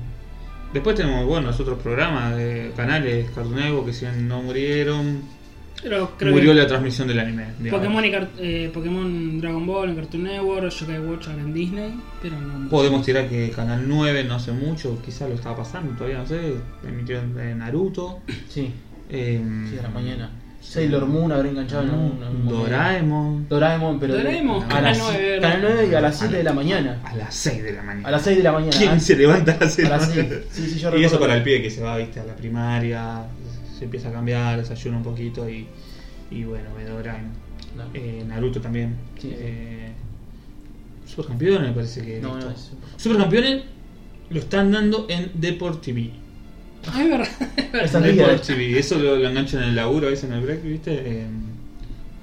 Speaker 1: Después tenemos, bueno, los otros programas de canales, Cartoon Network, que si bien no murieron,
Speaker 2: Pero creo
Speaker 1: murió
Speaker 2: que...
Speaker 1: la transmisión del anime. digamos.
Speaker 2: Pokémon, y Cart- eh, Pokémon Dragon Ball en Cartoon Network, Yokai Watch ahora en Disney, pero no.
Speaker 1: Podemos tirar que Canal 9 no hace mucho, quizás lo estaba pasando, todavía no sé, emitió eh, Naruto.
Speaker 3: Sí,
Speaker 1: em,
Speaker 3: sí, de la mañana. Sailor Moon habrá enganchado en algún- en algún momento.
Speaker 1: Ah, Doraemon.
Speaker 3: Doraemon, pero. de-
Speaker 2: Doraemon,
Speaker 3: a
Speaker 2: Canal
Speaker 3: las-
Speaker 2: 9,
Speaker 3: Canal 9 y a las
Speaker 1: A
Speaker 3: 7
Speaker 1: la-
Speaker 3: de la mañana.
Speaker 1: A las 6 de la mañana.
Speaker 3: A las 6 de la mañana.
Speaker 1: ¿Quién
Speaker 3: Ah,
Speaker 1: se levanta a las 6 de la
Speaker 3: a las
Speaker 1: mañana?
Speaker 3: seis. Sí, sí, yo
Speaker 1: y eso
Speaker 3: recuerdo.
Speaker 1: para el pibe que se va, viste, a la primaria, se empieza a cambiar, desayuna un poquito y, y bueno, ve Doraemon.
Speaker 3: No.
Speaker 1: Eh, Naruto también.
Speaker 3: Sí, sí.
Speaker 1: Eh, Supercampeones me parece que...
Speaker 3: No,
Speaker 1: esto.
Speaker 3: no, es Supercampeones.
Speaker 1: Supercampeones lo están dando en Deport TV.
Speaker 2: Ah, es verdad.
Speaker 3: Es al día.
Speaker 1: Deport TV, eso lo, lo enganchan en el laburo a veces en el break, viste. Eh,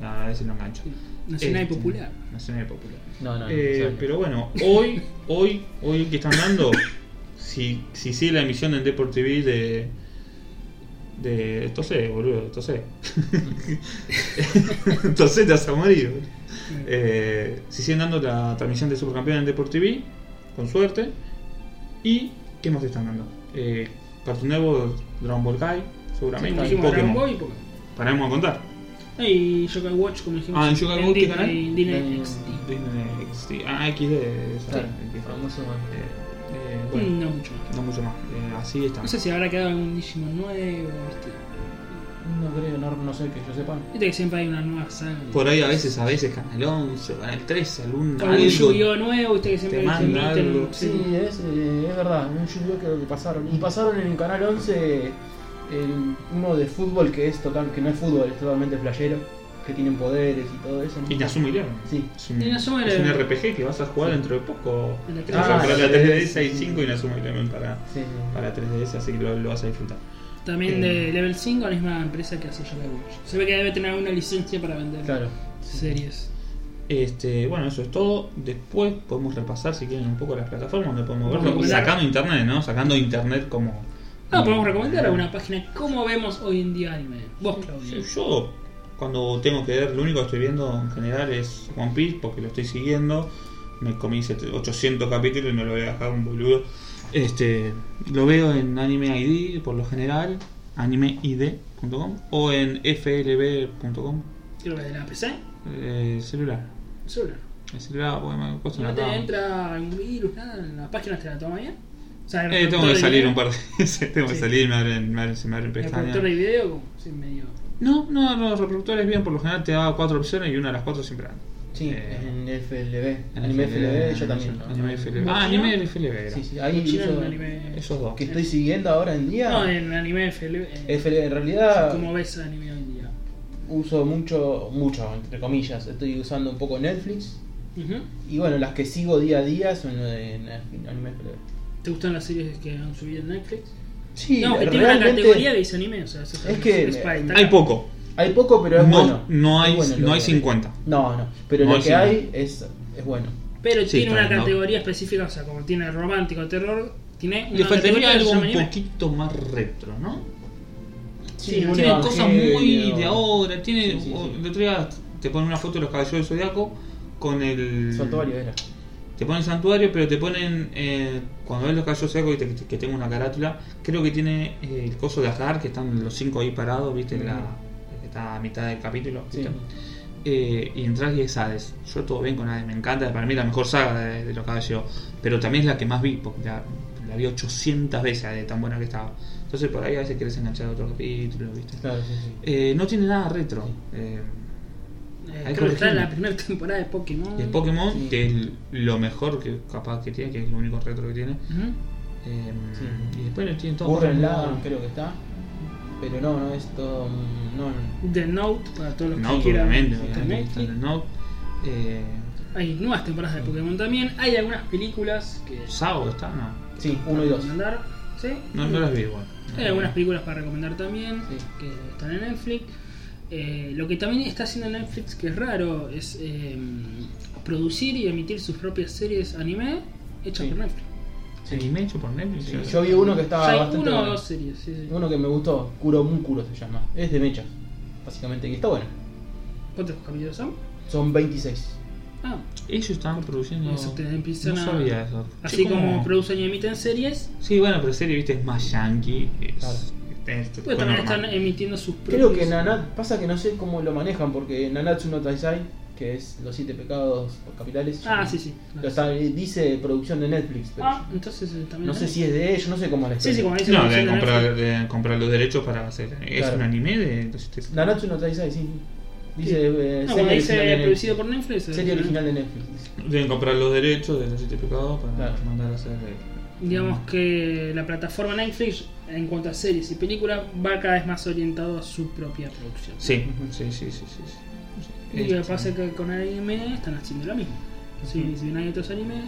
Speaker 1: a veces lo engancho.
Speaker 2: Nacional y
Speaker 1: Este,
Speaker 2: Popular.
Speaker 1: Nacional y Popular.
Speaker 3: No, no, no,
Speaker 1: Eh,
Speaker 3: sabía.
Speaker 1: pero bueno, hoy, hoy, hoy que están dando, si, si sigue la emisión en Deport TV de. de. Tosé, boludo, tosé. tosé te vas a morir. boludo. Eh, si siguen dando la transmisión de Supercampeón en Deport TV, con suerte. ¿Y qué más te están dando? Eh, Cartoon Network, Dragon Ball Kai,
Speaker 2: Sí,
Speaker 1: seguramente. y
Speaker 2: dijimos Dragon
Speaker 1: Pokémon.
Speaker 2: Ball y Pokémon.
Speaker 1: Paremos a contar.
Speaker 2: Y Yokai Watch, como dijimos.
Speaker 1: Ah, ¿en Yokai
Speaker 2: en
Speaker 1: Watch qué
Speaker 2: Disney-
Speaker 1: canal?
Speaker 2: Disney
Speaker 3: En-
Speaker 2: XD.
Speaker 1: Disney XD. Ah, XD. esa,
Speaker 3: Claro,
Speaker 1: el que-
Speaker 3: famoso.
Speaker 1: Eh, eh, bueno,
Speaker 2: No mucho más.
Speaker 1: no mucho más. Eh, así está.
Speaker 2: No sé si habrá quedado algún Digimon nuevo, viste.
Speaker 3: No creo, no, no sé que yo sepa.
Speaker 2: Viste que siempre hay una nueva saga.
Speaker 1: Por ahí a veces, a veces Canal 11, Canal 13, algún
Speaker 2: Algún
Speaker 1: algo.
Speaker 2: Yu-Gi-Oh nuevo, viste que siempre
Speaker 1: te manda
Speaker 2: inventen-
Speaker 1: algo.
Speaker 2: sí.
Speaker 3: Sí, es, eh, es verdad, en un yu creo que pasaron. Y pasaron en el canal 11 el- uno de fútbol que es total, que no es fútbol, es totalmente playero, que tienen poderes y todo eso. ¿no?
Speaker 1: Y Inazuma Eleven.
Speaker 3: Sí.
Speaker 1: Es un,
Speaker 2: Inazuma
Speaker 1: es un
Speaker 2: Eleven.
Speaker 1: RPG que vas a jugar dentro de poco.
Speaker 2: En la
Speaker 1: Vas a comprar la
Speaker 3: sí,
Speaker 1: 3DS
Speaker 3: sí,
Speaker 1: y
Speaker 3: sí.
Speaker 1: 5 y Inazuma Eleven para,
Speaker 3: Sí, sí.
Speaker 1: para 3DS, así que lo, lo vas a disfrutar.
Speaker 2: También
Speaker 1: Eh.
Speaker 2: de Level 5, la misma empresa que hace Yokai Watch. Se ve que debe tener alguna licencia para vender
Speaker 3: Claro.
Speaker 2: series.
Speaker 1: Este, bueno, eso es todo. Después podemos repasar si quieren un poco las plataformas donde podemos verlo.
Speaker 2: Podemos recomendar.
Speaker 1: Sacando internet, ¿no? Sacando internet como.
Speaker 2: Ah, podemos recomendar alguna página. ¿Cómo vemos hoy en día anime? Vos, Claudio.
Speaker 1: Sí, Yo, cuando tengo que ver, lo único que estoy viendo en general es One Piece porque lo estoy siguiendo. Me comí 700 800 capítulos y no lo voy a dejar un boludo. Este, lo veo en Anime ID por lo general, animeid.com o en flb.com,
Speaker 2: Creo que de la PC.
Speaker 1: eh, celular.
Speaker 2: Celular.
Speaker 1: El celular, porque me cuesta
Speaker 2: ¿No
Speaker 1: una
Speaker 2: te
Speaker 1: cama.
Speaker 2: entra algún virus, nada? ¿En la página te la toma bien? O sea, el
Speaker 1: Eh, tengo
Speaker 2: reproductor
Speaker 1: que
Speaker 2: de
Speaker 1: salir
Speaker 2: video-
Speaker 1: un par de veces, tengo que
Speaker 2: Sí.
Speaker 1: salir, me abren, me abren, se me abren
Speaker 2: El
Speaker 1: pestañas.
Speaker 2: reproductor de video, como, sí, medio.
Speaker 1: No, no, los reproductores bien, por lo general te da cuatro opciones y una de las cuatro siempre anda.
Speaker 3: Sí,
Speaker 1: Eh,
Speaker 3: en FLB.
Speaker 1: En
Speaker 3: Anime FLB, yo también. ¿no?
Speaker 1: Anime FLB.
Speaker 2: ¿Mochila?
Speaker 1: Ah, anime FLB era.
Speaker 3: Sí, sí, ahí
Speaker 2: Chino en
Speaker 3: yo-
Speaker 2: anime.
Speaker 1: Esos dos.
Speaker 3: que estoy siguiendo ahora en día.
Speaker 2: No, en anime FL. eh,
Speaker 3: FLB, en realidad
Speaker 2: ¿Cómo ves anime hoy en día?
Speaker 3: uso mucho, mucho, entre comillas. Estoy usando un poco Netflix.
Speaker 2: Ujú.
Speaker 3: Y bueno, las que sigo día a día son lo de Anime FLB.
Speaker 2: ¿Te gustan las series que han subido en Netflix?
Speaker 3: Sí,
Speaker 2: no, que tiene una
Speaker 3: realmente
Speaker 2: categoría que dice anime, o sea, eso
Speaker 3: Es que-
Speaker 2: para destacar.
Speaker 1: Hay poco.
Speaker 3: Hay poco, pero es
Speaker 1: No,
Speaker 3: bueno.
Speaker 1: no hay,
Speaker 3: Es bueno lo
Speaker 1: no hay
Speaker 3: que-
Speaker 1: 50.
Speaker 3: No, no. Pero
Speaker 1: No
Speaker 3: lo
Speaker 1: hay
Speaker 3: que
Speaker 1: 50.
Speaker 3: hay es, es bueno.
Speaker 2: Pero
Speaker 1: Sí,
Speaker 2: tiene una
Speaker 1: está bien, ¿no?
Speaker 2: categoría específica, o sea, como tiene romántico, terror, tiene una
Speaker 1: Le faltaría
Speaker 2: categoría que se
Speaker 1: algo
Speaker 2: llama
Speaker 1: un
Speaker 2: anime.
Speaker 1: poquito más retro, ¿no?
Speaker 2: Sí,
Speaker 3: un
Speaker 1: Tiene
Speaker 3: evangelio.
Speaker 1: cosas muy de ahora. Tiene.
Speaker 3: Sí, sí,
Speaker 1: o-
Speaker 3: sí.
Speaker 1: el otro día te ponen una foto de los caballeros del zodiaco con el.
Speaker 3: Santuario era.
Speaker 1: Te ponen santuario, pero te ponen. eh, cuando ves los caballeros del zodiaco y te- que tengo una carátula, creo que tiene eh, el coso de Asgard, que están los cinco ahí parados, ¿viste? En la, que está a mitad del capítulo.
Speaker 3: Sí.
Speaker 1: ¿viste? Eh, y entras y es Hades. Yo todo bien con Hades, me encanta, para mí es la mejor saga de, de los caballeros, pero también es la que más vi, porque la, la vi 800 veces de tan buena que estaba. Entonces por ahí a veces querés enganchar a otro capítulo, ¿viste?
Speaker 3: Claro, sí, sí.
Speaker 1: Eh, no tiene nada retro. Eh,
Speaker 2: Eh,
Speaker 1: Hay
Speaker 2: creo que está en
Speaker 1: corregirme.
Speaker 2: la primera temporada de Pokémon.
Speaker 1: y el Pokémon,
Speaker 3: Sí.
Speaker 1: que es lo mejor que capaz que tiene, que es lo único retro que tiene.
Speaker 2: Ujú.
Speaker 1: Eh,
Speaker 3: Sí.
Speaker 1: Y después no tiene todo.
Speaker 3: Burren
Speaker 1: cosas
Speaker 3: Lagann
Speaker 1: muy-
Speaker 3: creo que está. Pero no, no es todo. mm, No,
Speaker 2: The Note, para todos los
Speaker 1: No,
Speaker 2: que quieran.
Speaker 1: obviamente,
Speaker 2: de
Speaker 1: obviamente, está
Speaker 2: Netflix.
Speaker 1: en el Note. Eh,
Speaker 2: Hay nuevas temporadas de Pokémon también. Hay algunas películas que.
Speaker 1: Sao está, no.
Speaker 3: sí,
Speaker 2: para
Speaker 3: uno y dos.
Speaker 2: recomendar, ¿sí?
Speaker 1: No, no las vi igual.
Speaker 2: Hay algunas películas para recomendar también
Speaker 3: Sí.
Speaker 2: que están en Netflix. Eh, lo que también está haciendo Netflix, que es raro, es eh, producir y emitir sus propias series anime hechas
Speaker 3: Sí.
Speaker 2: por Netflix.
Speaker 3: Sí.
Speaker 1: ¿Anime hecho por Netflix?
Speaker 3: Sí, Yo vi uno que estaba
Speaker 2: Ya hay
Speaker 3: bastante
Speaker 2: una o
Speaker 3: bueno.
Speaker 2: dos series. sí, sí.
Speaker 3: Uno que me gustó, Kuromukuro se llama. Es de mechas, básicamente, que está bueno.
Speaker 2: ¿Cuántos capítulos son?
Speaker 3: Son 26.
Speaker 2: Ah,
Speaker 1: Ellos estaban produciendo.
Speaker 2: eso te empiezan
Speaker 1: no
Speaker 2: a-
Speaker 1: sabía eso.
Speaker 2: Así
Speaker 1: Sí,
Speaker 2: como... producen y emiten series,
Speaker 1: Sí, bueno, pero serie, viste, es más yankee. Es,
Speaker 3: Claro.
Speaker 1: es- es-
Speaker 2: pues
Speaker 1: fue
Speaker 2: también
Speaker 1: normal.
Speaker 2: están emitiendo sus propios.
Speaker 3: Creo que Nanat, pasa que no sé cómo lo manejan, porque Nanatsu no Taisai, que es los siete pecados capitales,
Speaker 2: Ah, sí, sí.
Speaker 3: lo está- dice producción de Netflix, pero
Speaker 2: Ah, entonces eh, también.
Speaker 3: no sé si es de ellos, no sé cómo es la
Speaker 2: Sí, sí, como
Speaker 3: historia.
Speaker 2: dice
Speaker 1: No,
Speaker 2: producción
Speaker 1: deben
Speaker 2: de
Speaker 1: comprar,
Speaker 2: Netflix.
Speaker 1: deben comprar los derechos para hacer. Es
Speaker 3: Claro.
Speaker 1: un anime de. entonces, te-
Speaker 3: Nanatsu no Taisai, sí. Dice,
Speaker 2: Sí.
Speaker 3: eh,
Speaker 2: No,
Speaker 3: serie,
Speaker 2: como
Speaker 3: original de
Speaker 2: dice
Speaker 3: Netflix.
Speaker 2: producido por Netflix.
Speaker 3: Serie
Speaker 2: eh,
Speaker 3: original de Netflix.
Speaker 1: Deben comprar los derechos de los siete pecados para
Speaker 3: Claro.
Speaker 1: mandar a hacer. eh,
Speaker 2: Digamos que la plataforma Netflix, en cuanto a series y películas, va cada vez más orientado a su propia producción.
Speaker 1: Sí,
Speaker 3: Ujú.
Speaker 1: sí, sí, sí. sí, sí.
Speaker 2: Y lo que
Speaker 1: Este,
Speaker 2: pasa es que con anime están haciendo lo mismo. Si,
Speaker 3: Ujú.
Speaker 2: si bien hay otros anime, eh,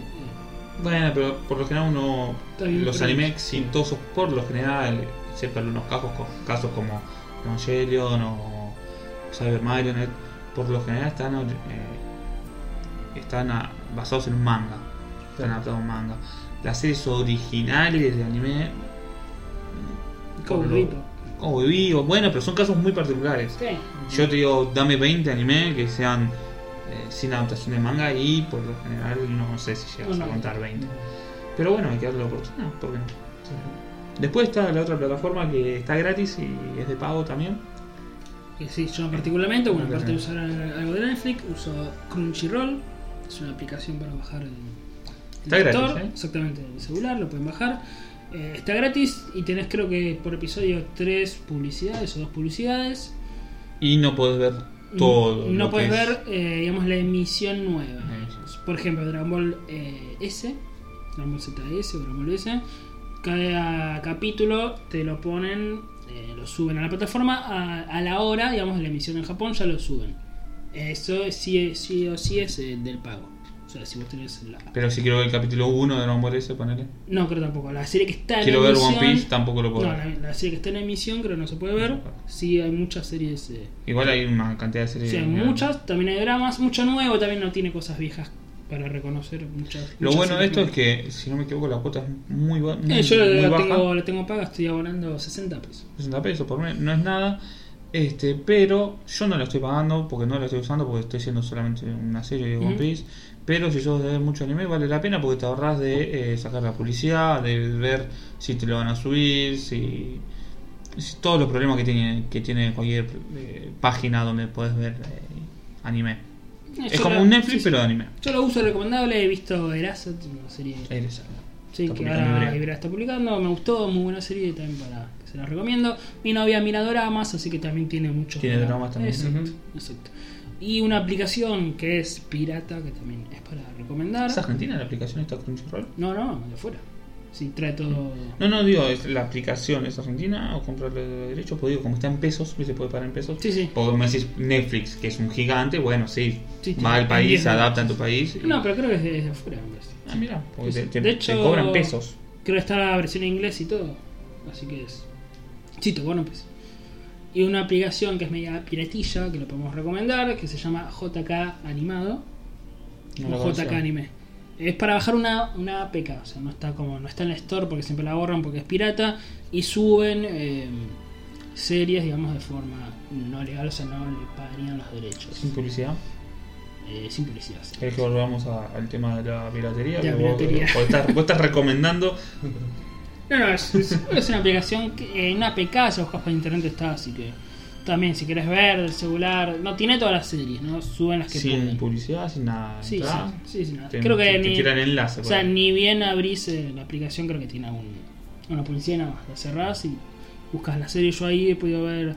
Speaker 1: Bueno, pero por lo general uno.
Speaker 2: Está bien,
Speaker 1: Los
Speaker 2: pero-
Speaker 1: animes exitosos, por lo general, excepto algunos casos, co- casos como Evangelion o Cyber Marionette, por lo general están, eh, están ah, basados en un manga. Están
Speaker 3: Claro.
Speaker 1: adaptados a un manga. Las series originales de anime.
Speaker 2: Cowboy
Speaker 1: por lo-
Speaker 2: Bebop.
Speaker 1: Cowboy Bebop, bueno, pero son casos muy particulares.
Speaker 2: ¿qué?
Speaker 1: Yo te digo, dame 20 anime que sean eh, sin adaptación de manga y por lo general no sé si llegas
Speaker 2: No,
Speaker 1: a
Speaker 2: no.
Speaker 1: contar 20. Pero bueno, hay que darle la oportunidad, ¿por qué no? Después está la otra plataforma que está gratis y es de pago también.
Speaker 2: que sí, yo particularmente, bueno,
Speaker 1: Ok.
Speaker 2: aparte de usar algo de Netflix, uso Crunchyroll, es una aplicación para bajar el, el
Speaker 1: Está gratis, ¿eh?
Speaker 2: exactamente, el celular, lo pueden bajar. Eh, está gratis y tenés creo que por episodio tres publicidades o dos publicidades.
Speaker 1: Y no podés ver Mm, todo.
Speaker 2: no
Speaker 1: lo
Speaker 2: puedes
Speaker 1: que es- Ah,
Speaker 2: ver, eh, digamos, la emisión nueva.
Speaker 1: Eso.
Speaker 2: Por ejemplo, Dragon Ball eh, S, Dragon Ball ZS o Dragon Ball S. Cada capítulo te lo ponen, eh, lo suben a la plataforma a, a la hora, digamos, de la emisión en Japón, ya lo suben. Eso es- sí, es- sí o sí es eh, del pago. O sea, si vos tenés la.
Speaker 1: Pero si quiero ver el capítulo 1 de Dragon Ball S, ponele.
Speaker 2: No, creo tampoco. La serie que está
Speaker 1: Quiero
Speaker 2: en
Speaker 1: ver
Speaker 2: emisión.
Speaker 1: One Piece, tampoco lo puedo
Speaker 2: No, la,
Speaker 1: ver.
Speaker 2: la serie que está en emisión creo no se puede ver. Sí, hay muchas series. eh,
Speaker 1: Igual hay una cantidad de series.
Speaker 2: Sí, hay
Speaker 1: grandes.
Speaker 2: muchas, también hay dramas, mucho nuevo, también no tiene cosas viejas para reconocer. Muchas,
Speaker 1: Lo
Speaker 2: muchas
Speaker 1: bueno de esto
Speaker 2: series
Speaker 1: es que, si no me equivoco, la cuota es muy, ba- muy,
Speaker 2: nuevas. Eh, yo
Speaker 1: muy
Speaker 2: la
Speaker 1: baja.
Speaker 2: tengo, la tengo paga, estoy abonando 60 pesos.
Speaker 1: 60 pesos por mes, no es nada. Este, pero yo no lo estoy pagando porque no lo estoy usando porque estoy haciendo solamente una serie de One
Speaker 2: Ujú.
Speaker 1: Piece. Pero si sos de ver mucho anime, vale la pena porque te ahorras de eh, sacar la publicidad, de ver si te lo van a subir, si, si todos los problemas que tiene, que tiene cualquier eh, página donde puedes ver eh, anime.
Speaker 2: Eh,
Speaker 1: es
Speaker 2: yo
Speaker 1: como
Speaker 2: la-
Speaker 1: un Netflix,
Speaker 2: sí, sí.
Speaker 1: pero de anime.
Speaker 2: Yo lo uso recomendable, he visto Erasat, una serie
Speaker 1: Eres algo.
Speaker 2: sí,
Speaker 1: Está
Speaker 2: que
Speaker 1: publicando
Speaker 2: ahora
Speaker 1: Ibrea.
Speaker 2: Ibrea está publicando, me gustó, muy buena serie también para que se la recomiendo. Mi novia mira dramas, así que también tiene muchos
Speaker 1: Tiene dramas también.
Speaker 2: Exacto,
Speaker 3: Ujú.
Speaker 2: exacto. Y una aplicación que es pirata, que también es para recomendar.
Speaker 1: ¿Es argentina la aplicación esta Crunchyroll?
Speaker 2: No, no, de fuera. Sí, trae todo.
Speaker 1: No, no, digo, es la aplicación es argentina o comprarle de derecho, pues digo, como está en pesos, se puede pagar en pesos.
Speaker 2: Sí, sí.
Speaker 1: Porque me decís Netflix, que es un gigante, bueno, sí,
Speaker 2: Sí, sí.
Speaker 1: va al país,
Speaker 2: Diez
Speaker 1: se adapta a tu país. y-
Speaker 2: No, pero creo que es de- desde afuera, me parece.
Speaker 1: Ah, mira, porque
Speaker 2: Sí,
Speaker 1: te,
Speaker 2: sí.
Speaker 1: te-
Speaker 2: De hecho-
Speaker 1: te cobran pesos.
Speaker 2: Creo que está la versión en inglés y todo. Así que es. Chito, bueno, pues. Y una aplicación que es media piratilla, que lo podemos recomendar, que se llama JK Animado.
Speaker 1: No
Speaker 2: o
Speaker 1: lo
Speaker 2: JK
Speaker 1: conocía.
Speaker 2: Anime. Es para bajar una, una APK, o sea, no está como no está en la store porque siempre la borran porque es pirata y suben eh, series, digamos, de forma no legal, o sea, no le pagarían los derechos.
Speaker 1: Sin publicidad.
Speaker 2: Eh, sin publicidad. sí.
Speaker 1: Es que volvamos a- al tema de la piratería.
Speaker 2: La
Speaker 1: que vos-
Speaker 2: piratería.
Speaker 1: Vos, estás, vos estás recomendando.
Speaker 2: No, no, es, es- es una aplicación, que, eh, una APK, si buscas por internet está, así que también si querés ver del celular, no tiene todas las series, ¿no? Suben las que
Speaker 1: Sin
Speaker 2: pueden.
Speaker 1: publicidad, sin nada.
Speaker 2: Sí,
Speaker 1: ¿verdad?
Speaker 2: sí, sí, sí, no.
Speaker 1: Te-
Speaker 2: creo que
Speaker 1: te- te
Speaker 2: ni,
Speaker 1: tiran enlace,
Speaker 2: o sea,
Speaker 1: por ahí.
Speaker 2: ni bien abrís eh, la aplicación, creo que tiene un, una publicidad nada más, la cerrás y buscas la serie. Yo ahí he podido ver,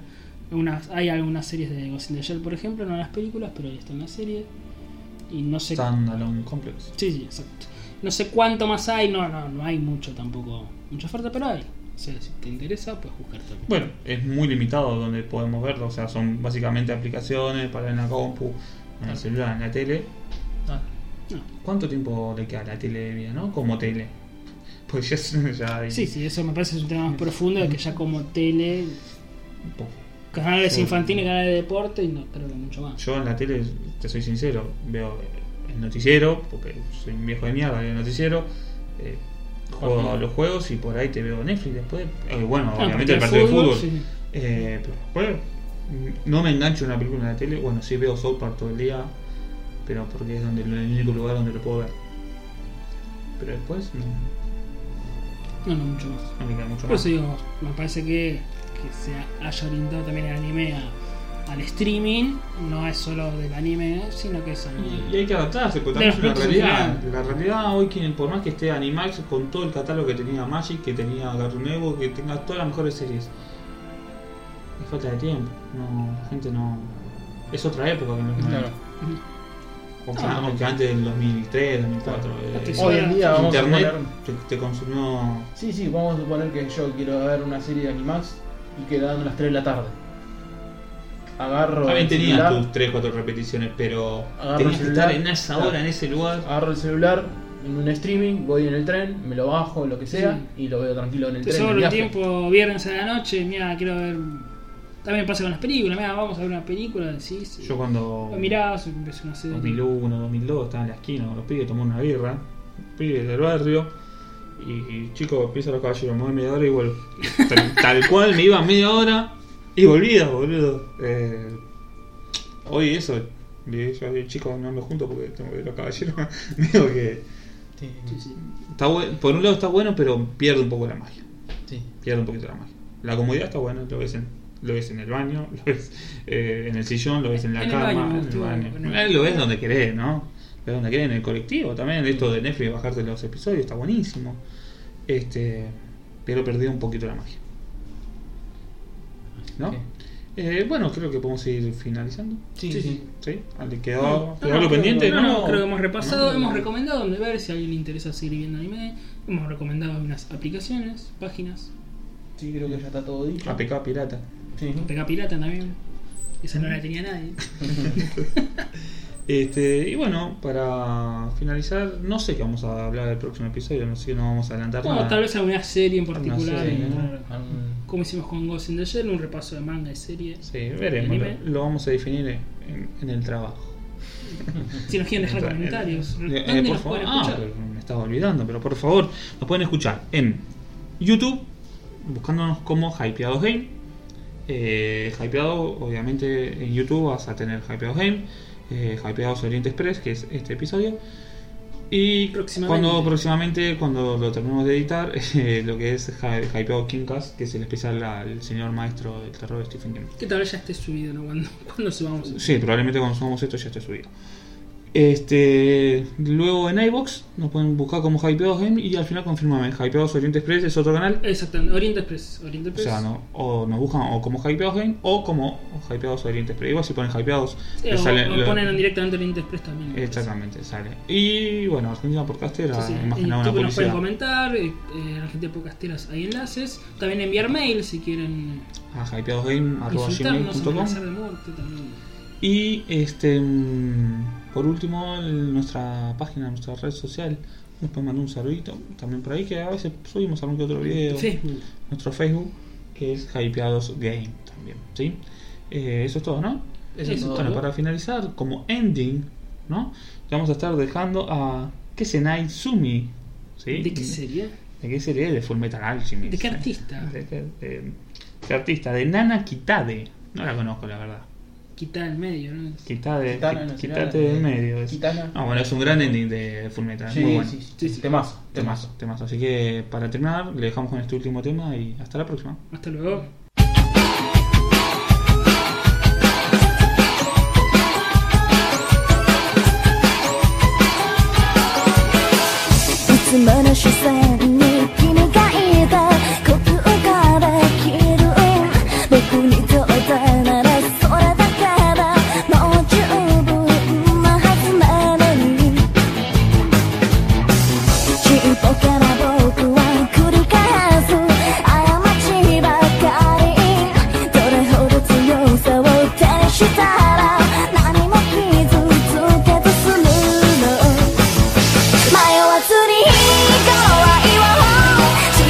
Speaker 2: unas, hay algunas series de Ghost in the Shell, por ejemplo, no las películas, pero ahí están las series. Y no sé
Speaker 1: Standalone complex.
Speaker 2: Sí, sí, exacto. No sé cuánto más hay, no, no, no hay mucho tampoco. Mucha oferta, pero hay. O sea, si te interesa, puedes buscar también.
Speaker 1: Bueno, es muy limitado donde podemos verlo, o sea, son básicamente aplicaciones para en la compu, en
Speaker 2: Ah.
Speaker 1: el celular, en la tele.
Speaker 2: No.
Speaker 1: ¿Cuánto tiempo le queda a la tele de vida, no? Como tele. Pues ya, es- ya hay
Speaker 2: Sí, sí, eso me parece es un tema más profundo de que ya como tele,
Speaker 1: un poco.
Speaker 2: canales
Speaker 1: Sí.
Speaker 2: infantiles, canales de deporte y no creo que mucho más.
Speaker 1: Yo en la tele, te soy sincero, veo el noticiero, porque soy un viejo de mierda, veo el noticiero, eh, juego
Speaker 3: Partido.
Speaker 1: a los juegos y por ahí te veo Netflix después. Eh, bueno,
Speaker 2: Ah,
Speaker 1: obviamente el
Speaker 2: partido
Speaker 1: partido
Speaker 2: de
Speaker 1: de fútbol.
Speaker 2: fútbol, sí.
Speaker 1: Eh, pero bueno, no me engancho en una película en la tele, bueno, sí veo South Park todo el día, pero porque es donde el único lugar donde lo puedo ver. Pero después no,
Speaker 2: No, no mucho más.
Speaker 1: no me queda mucho
Speaker 2: Por
Speaker 1: más.
Speaker 2: eso digo, me parece que, que se haya orientado también el anime a- al streaming, no es solo del anime, sino que es algo de-
Speaker 1: Y, y hay que adaptarse, porque también
Speaker 2: De
Speaker 1: es una
Speaker 2: los productos
Speaker 1: realidad.
Speaker 2: en
Speaker 1: La realidad hoy, quien, por más que esté Animax con todo el catálogo que tenía Magic, que tenía Cartoon Network, que tenga todas las mejores series, es falta de tiempo. No, la gente no. Es otra época que no es
Speaker 3: Claro.
Speaker 2: Ujú.
Speaker 1: Aunque,
Speaker 2: Ah.
Speaker 1: aunque antes del 2003, 2004. eh,
Speaker 2: Antes
Speaker 3: Hoy en día vamos a
Speaker 1: Internet
Speaker 3: poner...
Speaker 1: te, te consumió.
Speaker 3: Sí, sí, vamos a suponer que yo quiero ver una serie de Animax y queda dando las 3 de la tarde. Agarro
Speaker 1: También
Speaker 3: el
Speaker 1: tenías
Speaker 3: celular,
Speaker 1: tus 3, 4 repeticiones, pero tenías
Speaker 3: Agarro
Speaker 1: que
Speaker 3: el celular.
Speaker 1: estar en esa hora, en ese lugar.
Speaker 3: agarro el celular en un streaming, voy en el tren, me lo bajo, lo que sea,
Speaker 2: Sí.
Speaker 3: y lo veo tranquilo en el
Speaker 2: Te
Speaker 3: tren. en el
Speaker 2: sobra el
Speaker 3: viaje.
Speaker 2: tiempo, viernes a la noche, mira, quiero ver. También pasa con las películas, mira, vamos a ver una película, decís. eh,
Speaker 1: Yo cuando.
Speaker 2: Lo mirás, empezó una serie.
Speaker 1: 2001, 2002, estaba en la esquina con los pibes, tomó una birra, pibes del barrio, y, y chicos, empiezan los caballeros, me voy media hora y vuelvo. Tal, tal cual, me iba media hora y volvía, boludo. Eh, hoy eso, le yo digo, chicos, no me junto porque tengo que ir a los caballeros. Digo que
Speaker 3: Sí,
Speaker 2: Sí, sí.
Speaker 1: está bue- por un lado está bueno, pero pierde un poco la magia,
Speaker 3: sí.
Speaker 1: pierde un poquito la magia. La comodidad está buena, te lo ves en Lo ves en el baño, lo ves eh, en el sillón, lo ves en la
Speaker 2: En el
Speaker 1: cama,
Speaker 2: baño,
Speaker 1: en el
Speaker 2: estuvo
Speaker 1: baño.
Speaker 2: en
Speaker 1: Eh,
Speaker 2: el-
Speaker 1: Lo ves donde querés, ¿no? Lo ves donde querés, en el colectivo también. Esto de Netflix, bajarte los episodios, está buenísimo. Este, pero perdió un poquito la magia. ¿No?
Speaker 3: Sí.
Speaker 1: Eh, bueno, creo que podemos ir finalizando.
Speaker 3: Sí, sí.
Speaker 1: ¿Sí? Ah, ¿le ¿Quedó,
Speaker 3: No,
Speaker 1: quedó
Speaker 3: no,
Speaker 1: algo
Speaker 3: no,
Speaker 1: pendiente?
Speaker 2: No, no, creo que hemos repasado,
Speaker 3: No, no.
Speaker 2: hemos recomendado donde ver si a alguien le interesa seguir viendo anime. Hemos recomendado unas aplicaciones, páginas.
Speaker 3: Sí, creo que ya está todo dicho.
Speaker 1: APK pirata.
Speaker 3: Sí.
Speaker 2: Pega pirata también. Esa no la tenía nadie.
Speaker 1: Este, y bueno, para finalizar, no sé qué vamos a hablar del próximo episodio, no sé si no vamos a adelantar
Speaker 2: Bueno,
Speaker 1: nada.
Speaker 2: tal vez alguna serie en particular.
Speaker 1: serie,
Speaker 2: ¿no?
Speaker 3: ¿no? Algún-
Speaker 2: Como hicimos con Ghost in the Shell, un repaso de manga y series.
Speaker 1: Sí, veremos,
Speaker 2: Anime.
Speaker 1: lo, lo vamos a definir en, en el trabajo.
Speaker 2: Si nos quieren dejar
Speaker 1: Entra-
Speaker 2: comentarios,
Speaker 1: eh, eh,
Speaker 2: ¿dónde
Speaker 1: por
Speaker 2: nos
Speaker 1: favor.
Speaker 2: pueden
Speaker 1: Ah,
Speaker 2: escuchar?
Speaker 1: pero me estaba olvidando, pero por favor, nos pueden escuchar en YouTube, buscándonos como Hypeados Game. Eh, Hypeado, obviamente en YouTube vas a tener Hypeados Game, eh, Hypeados Oriente Express, que es este episodio. Y
Speaker 2: Próximamente.
Speaker 1: cuando próximamente, cuando lo terminemos de editar, eh, lo que es Hy- Hypeado Kingcast, que es el especial al señor maestro del terror Stephen King.
Speaker 2: Que tal vez ya esté subido, ¿no? Cuando, cuando subamos.
Speaker 1: Sí, probablemente cuando subamos esto ya esté subido. Este, luego en iBox nos pueden buscar como Hypeados Game y al final confirmame, Hypeados Oriente Express es otro canal.
Speaker 2: Exactamente, Oriente Express. Oriente
Speaker 1: O
Speaker 2: Express.
Speaker 1: sea, no, o nos buscan o como Hypeados Game o como Hypeados Oriente Express. Igual si ponen Hypeados,
Speaker 2: Sí,
Speaker 1: les
Speaker 2: Eh, o-
Speaker 1: sale
Speaker 2: o
Speaker 1: lo-
Speaker 2: ponen directamente Oriente Express también. me parece.
Speaker 1: Exactamente, sale. Y bueno, Argentina Podcaster,
Speaker 2: Sí, sí.
Speaker 1: más que
Speaker 2: En
Speaker 1: nada una
Speaker 2: YouTube nos pueden
Speaker 1: publicidad.
Speaker 2: comentar, eh, eh, la gente de Podcasteras hay enlaces. También enviar mail si quieren
Speaker 1: A hypeadosgame.com
Speaker 2: insultarnos, amenazar de muerte también.
Speaker 1: Y este mm, por último, el- nuestra página, nuestra red social, nos pueden mandar un saludito también por ahí, que a veces subimos algún que otro video,
Speaker 2: Facebook.
Speaker 1: nuestro Facebook, que es Hypeados Game también, ¿sí? Eh, eso es todo, ¿no?
Speaker 3: Eso es todo.
Speaker 1: Bueno, para finalizar, como ending, ¿no? Le vamos a estar dejando a Kesenai Sumi, ¿sí?
Speaker 2: ¿De qué serie?
Speaker 1: ¿De qué serie? De Full Metal Alchemist.
Speaker 2: ¿De qué
Speaker 1: ¿eh?
Speaker 2: artista?
Speaker 1: ¿De qué, de- qué artista? De Nana Kitade. No la conozco, la verdad.
Speaker 2: Quitar el medio, ¿no?
Speaker 1: Quitade,
Speaker 3: Kitana, no sé,
Speaker 1: quitate
Speaker 3: nada,
Speaker 1: del
Speaker 3: eh,
Speaker 1: medio. es-
Speaker 3: Kitana.
Speaker 1: Ah, bueno, es un gran ending de Fullmetal.
Speaker 3: Sí,
Speaker 1: muy bueno.
Speaker 3: sí, sí, sí. Temazo.
Speaker 1: Temazo, temazo. Así que para terminar, le dejamos con este último tema y hasta la próxima.
Speaker 2: Hasta luego.
Speaker 6: 「いつもの視線に君がいたことから切る」「僕にとってならそれだからもう十分なはずなのに」「ちっぽから僕は繰り返す過ちばかり」「どれほど強さを手にしたら何も傷つけず済むの」迷わずにいい頃は言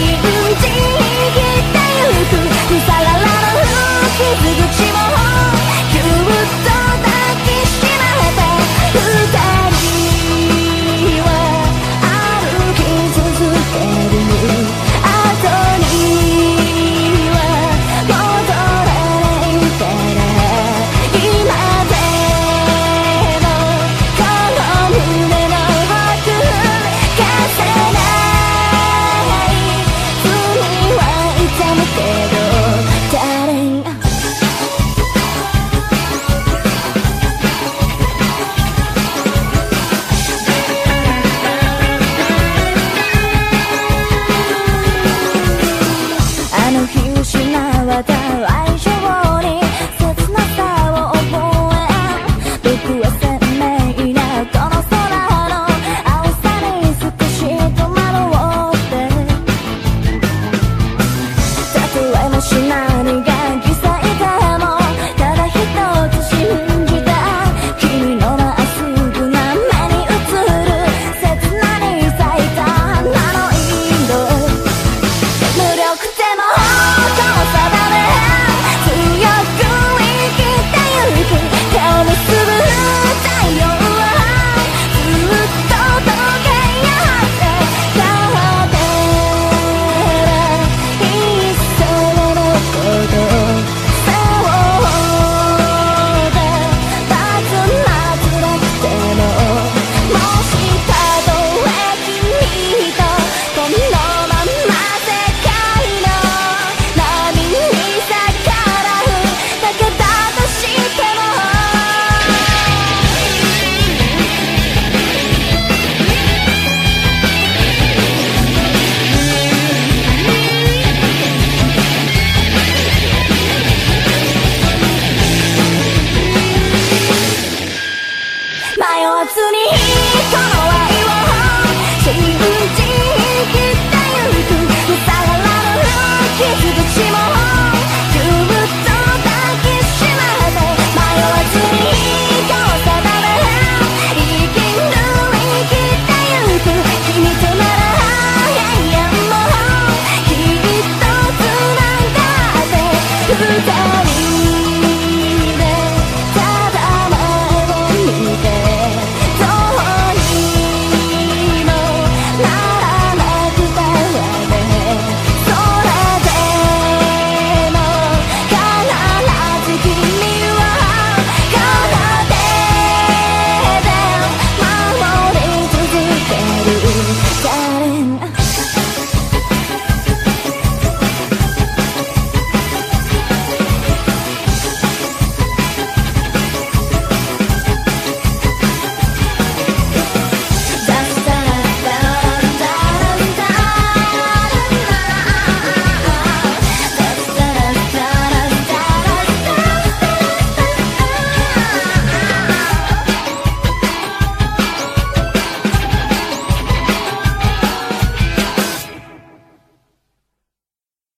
Speaker 6: た